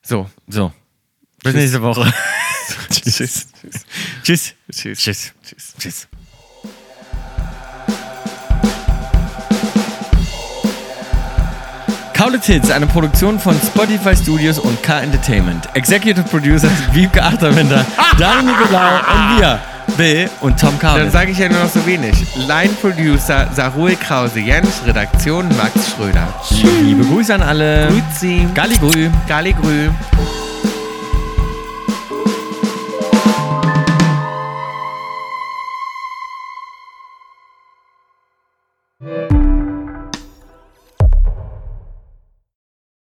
[SPEAKER 1] So.
[SPEAKER 2] So. Bis nächste Woche. Tschüss. Tschüss.
[SPEAKER 1] Tschüss.
[SPEAKER 2] Tschüss. Tschüss. Tschüss. Kaulitz Hits, eine Produktion von Spotify Studios und K Entertainment. Executive Producers Wiebke Achterwinter, Daniel Nicolau und wir, Bill und Tom
[SPEAKER 1] Dann
[SPEAKER 2] Kaulitz.
[SPEAKER 1] sage ich ja nur noch so wenig. Line Producer Sarul Krause Jens, Redaktion Max Schröder.
[SPEAKER 2] Liebe Grüße an alle.
[SPEAKER 1] Grüezi.
[SPEAKER 2] Galligrü.
[SPEAKER 1] Galligrü.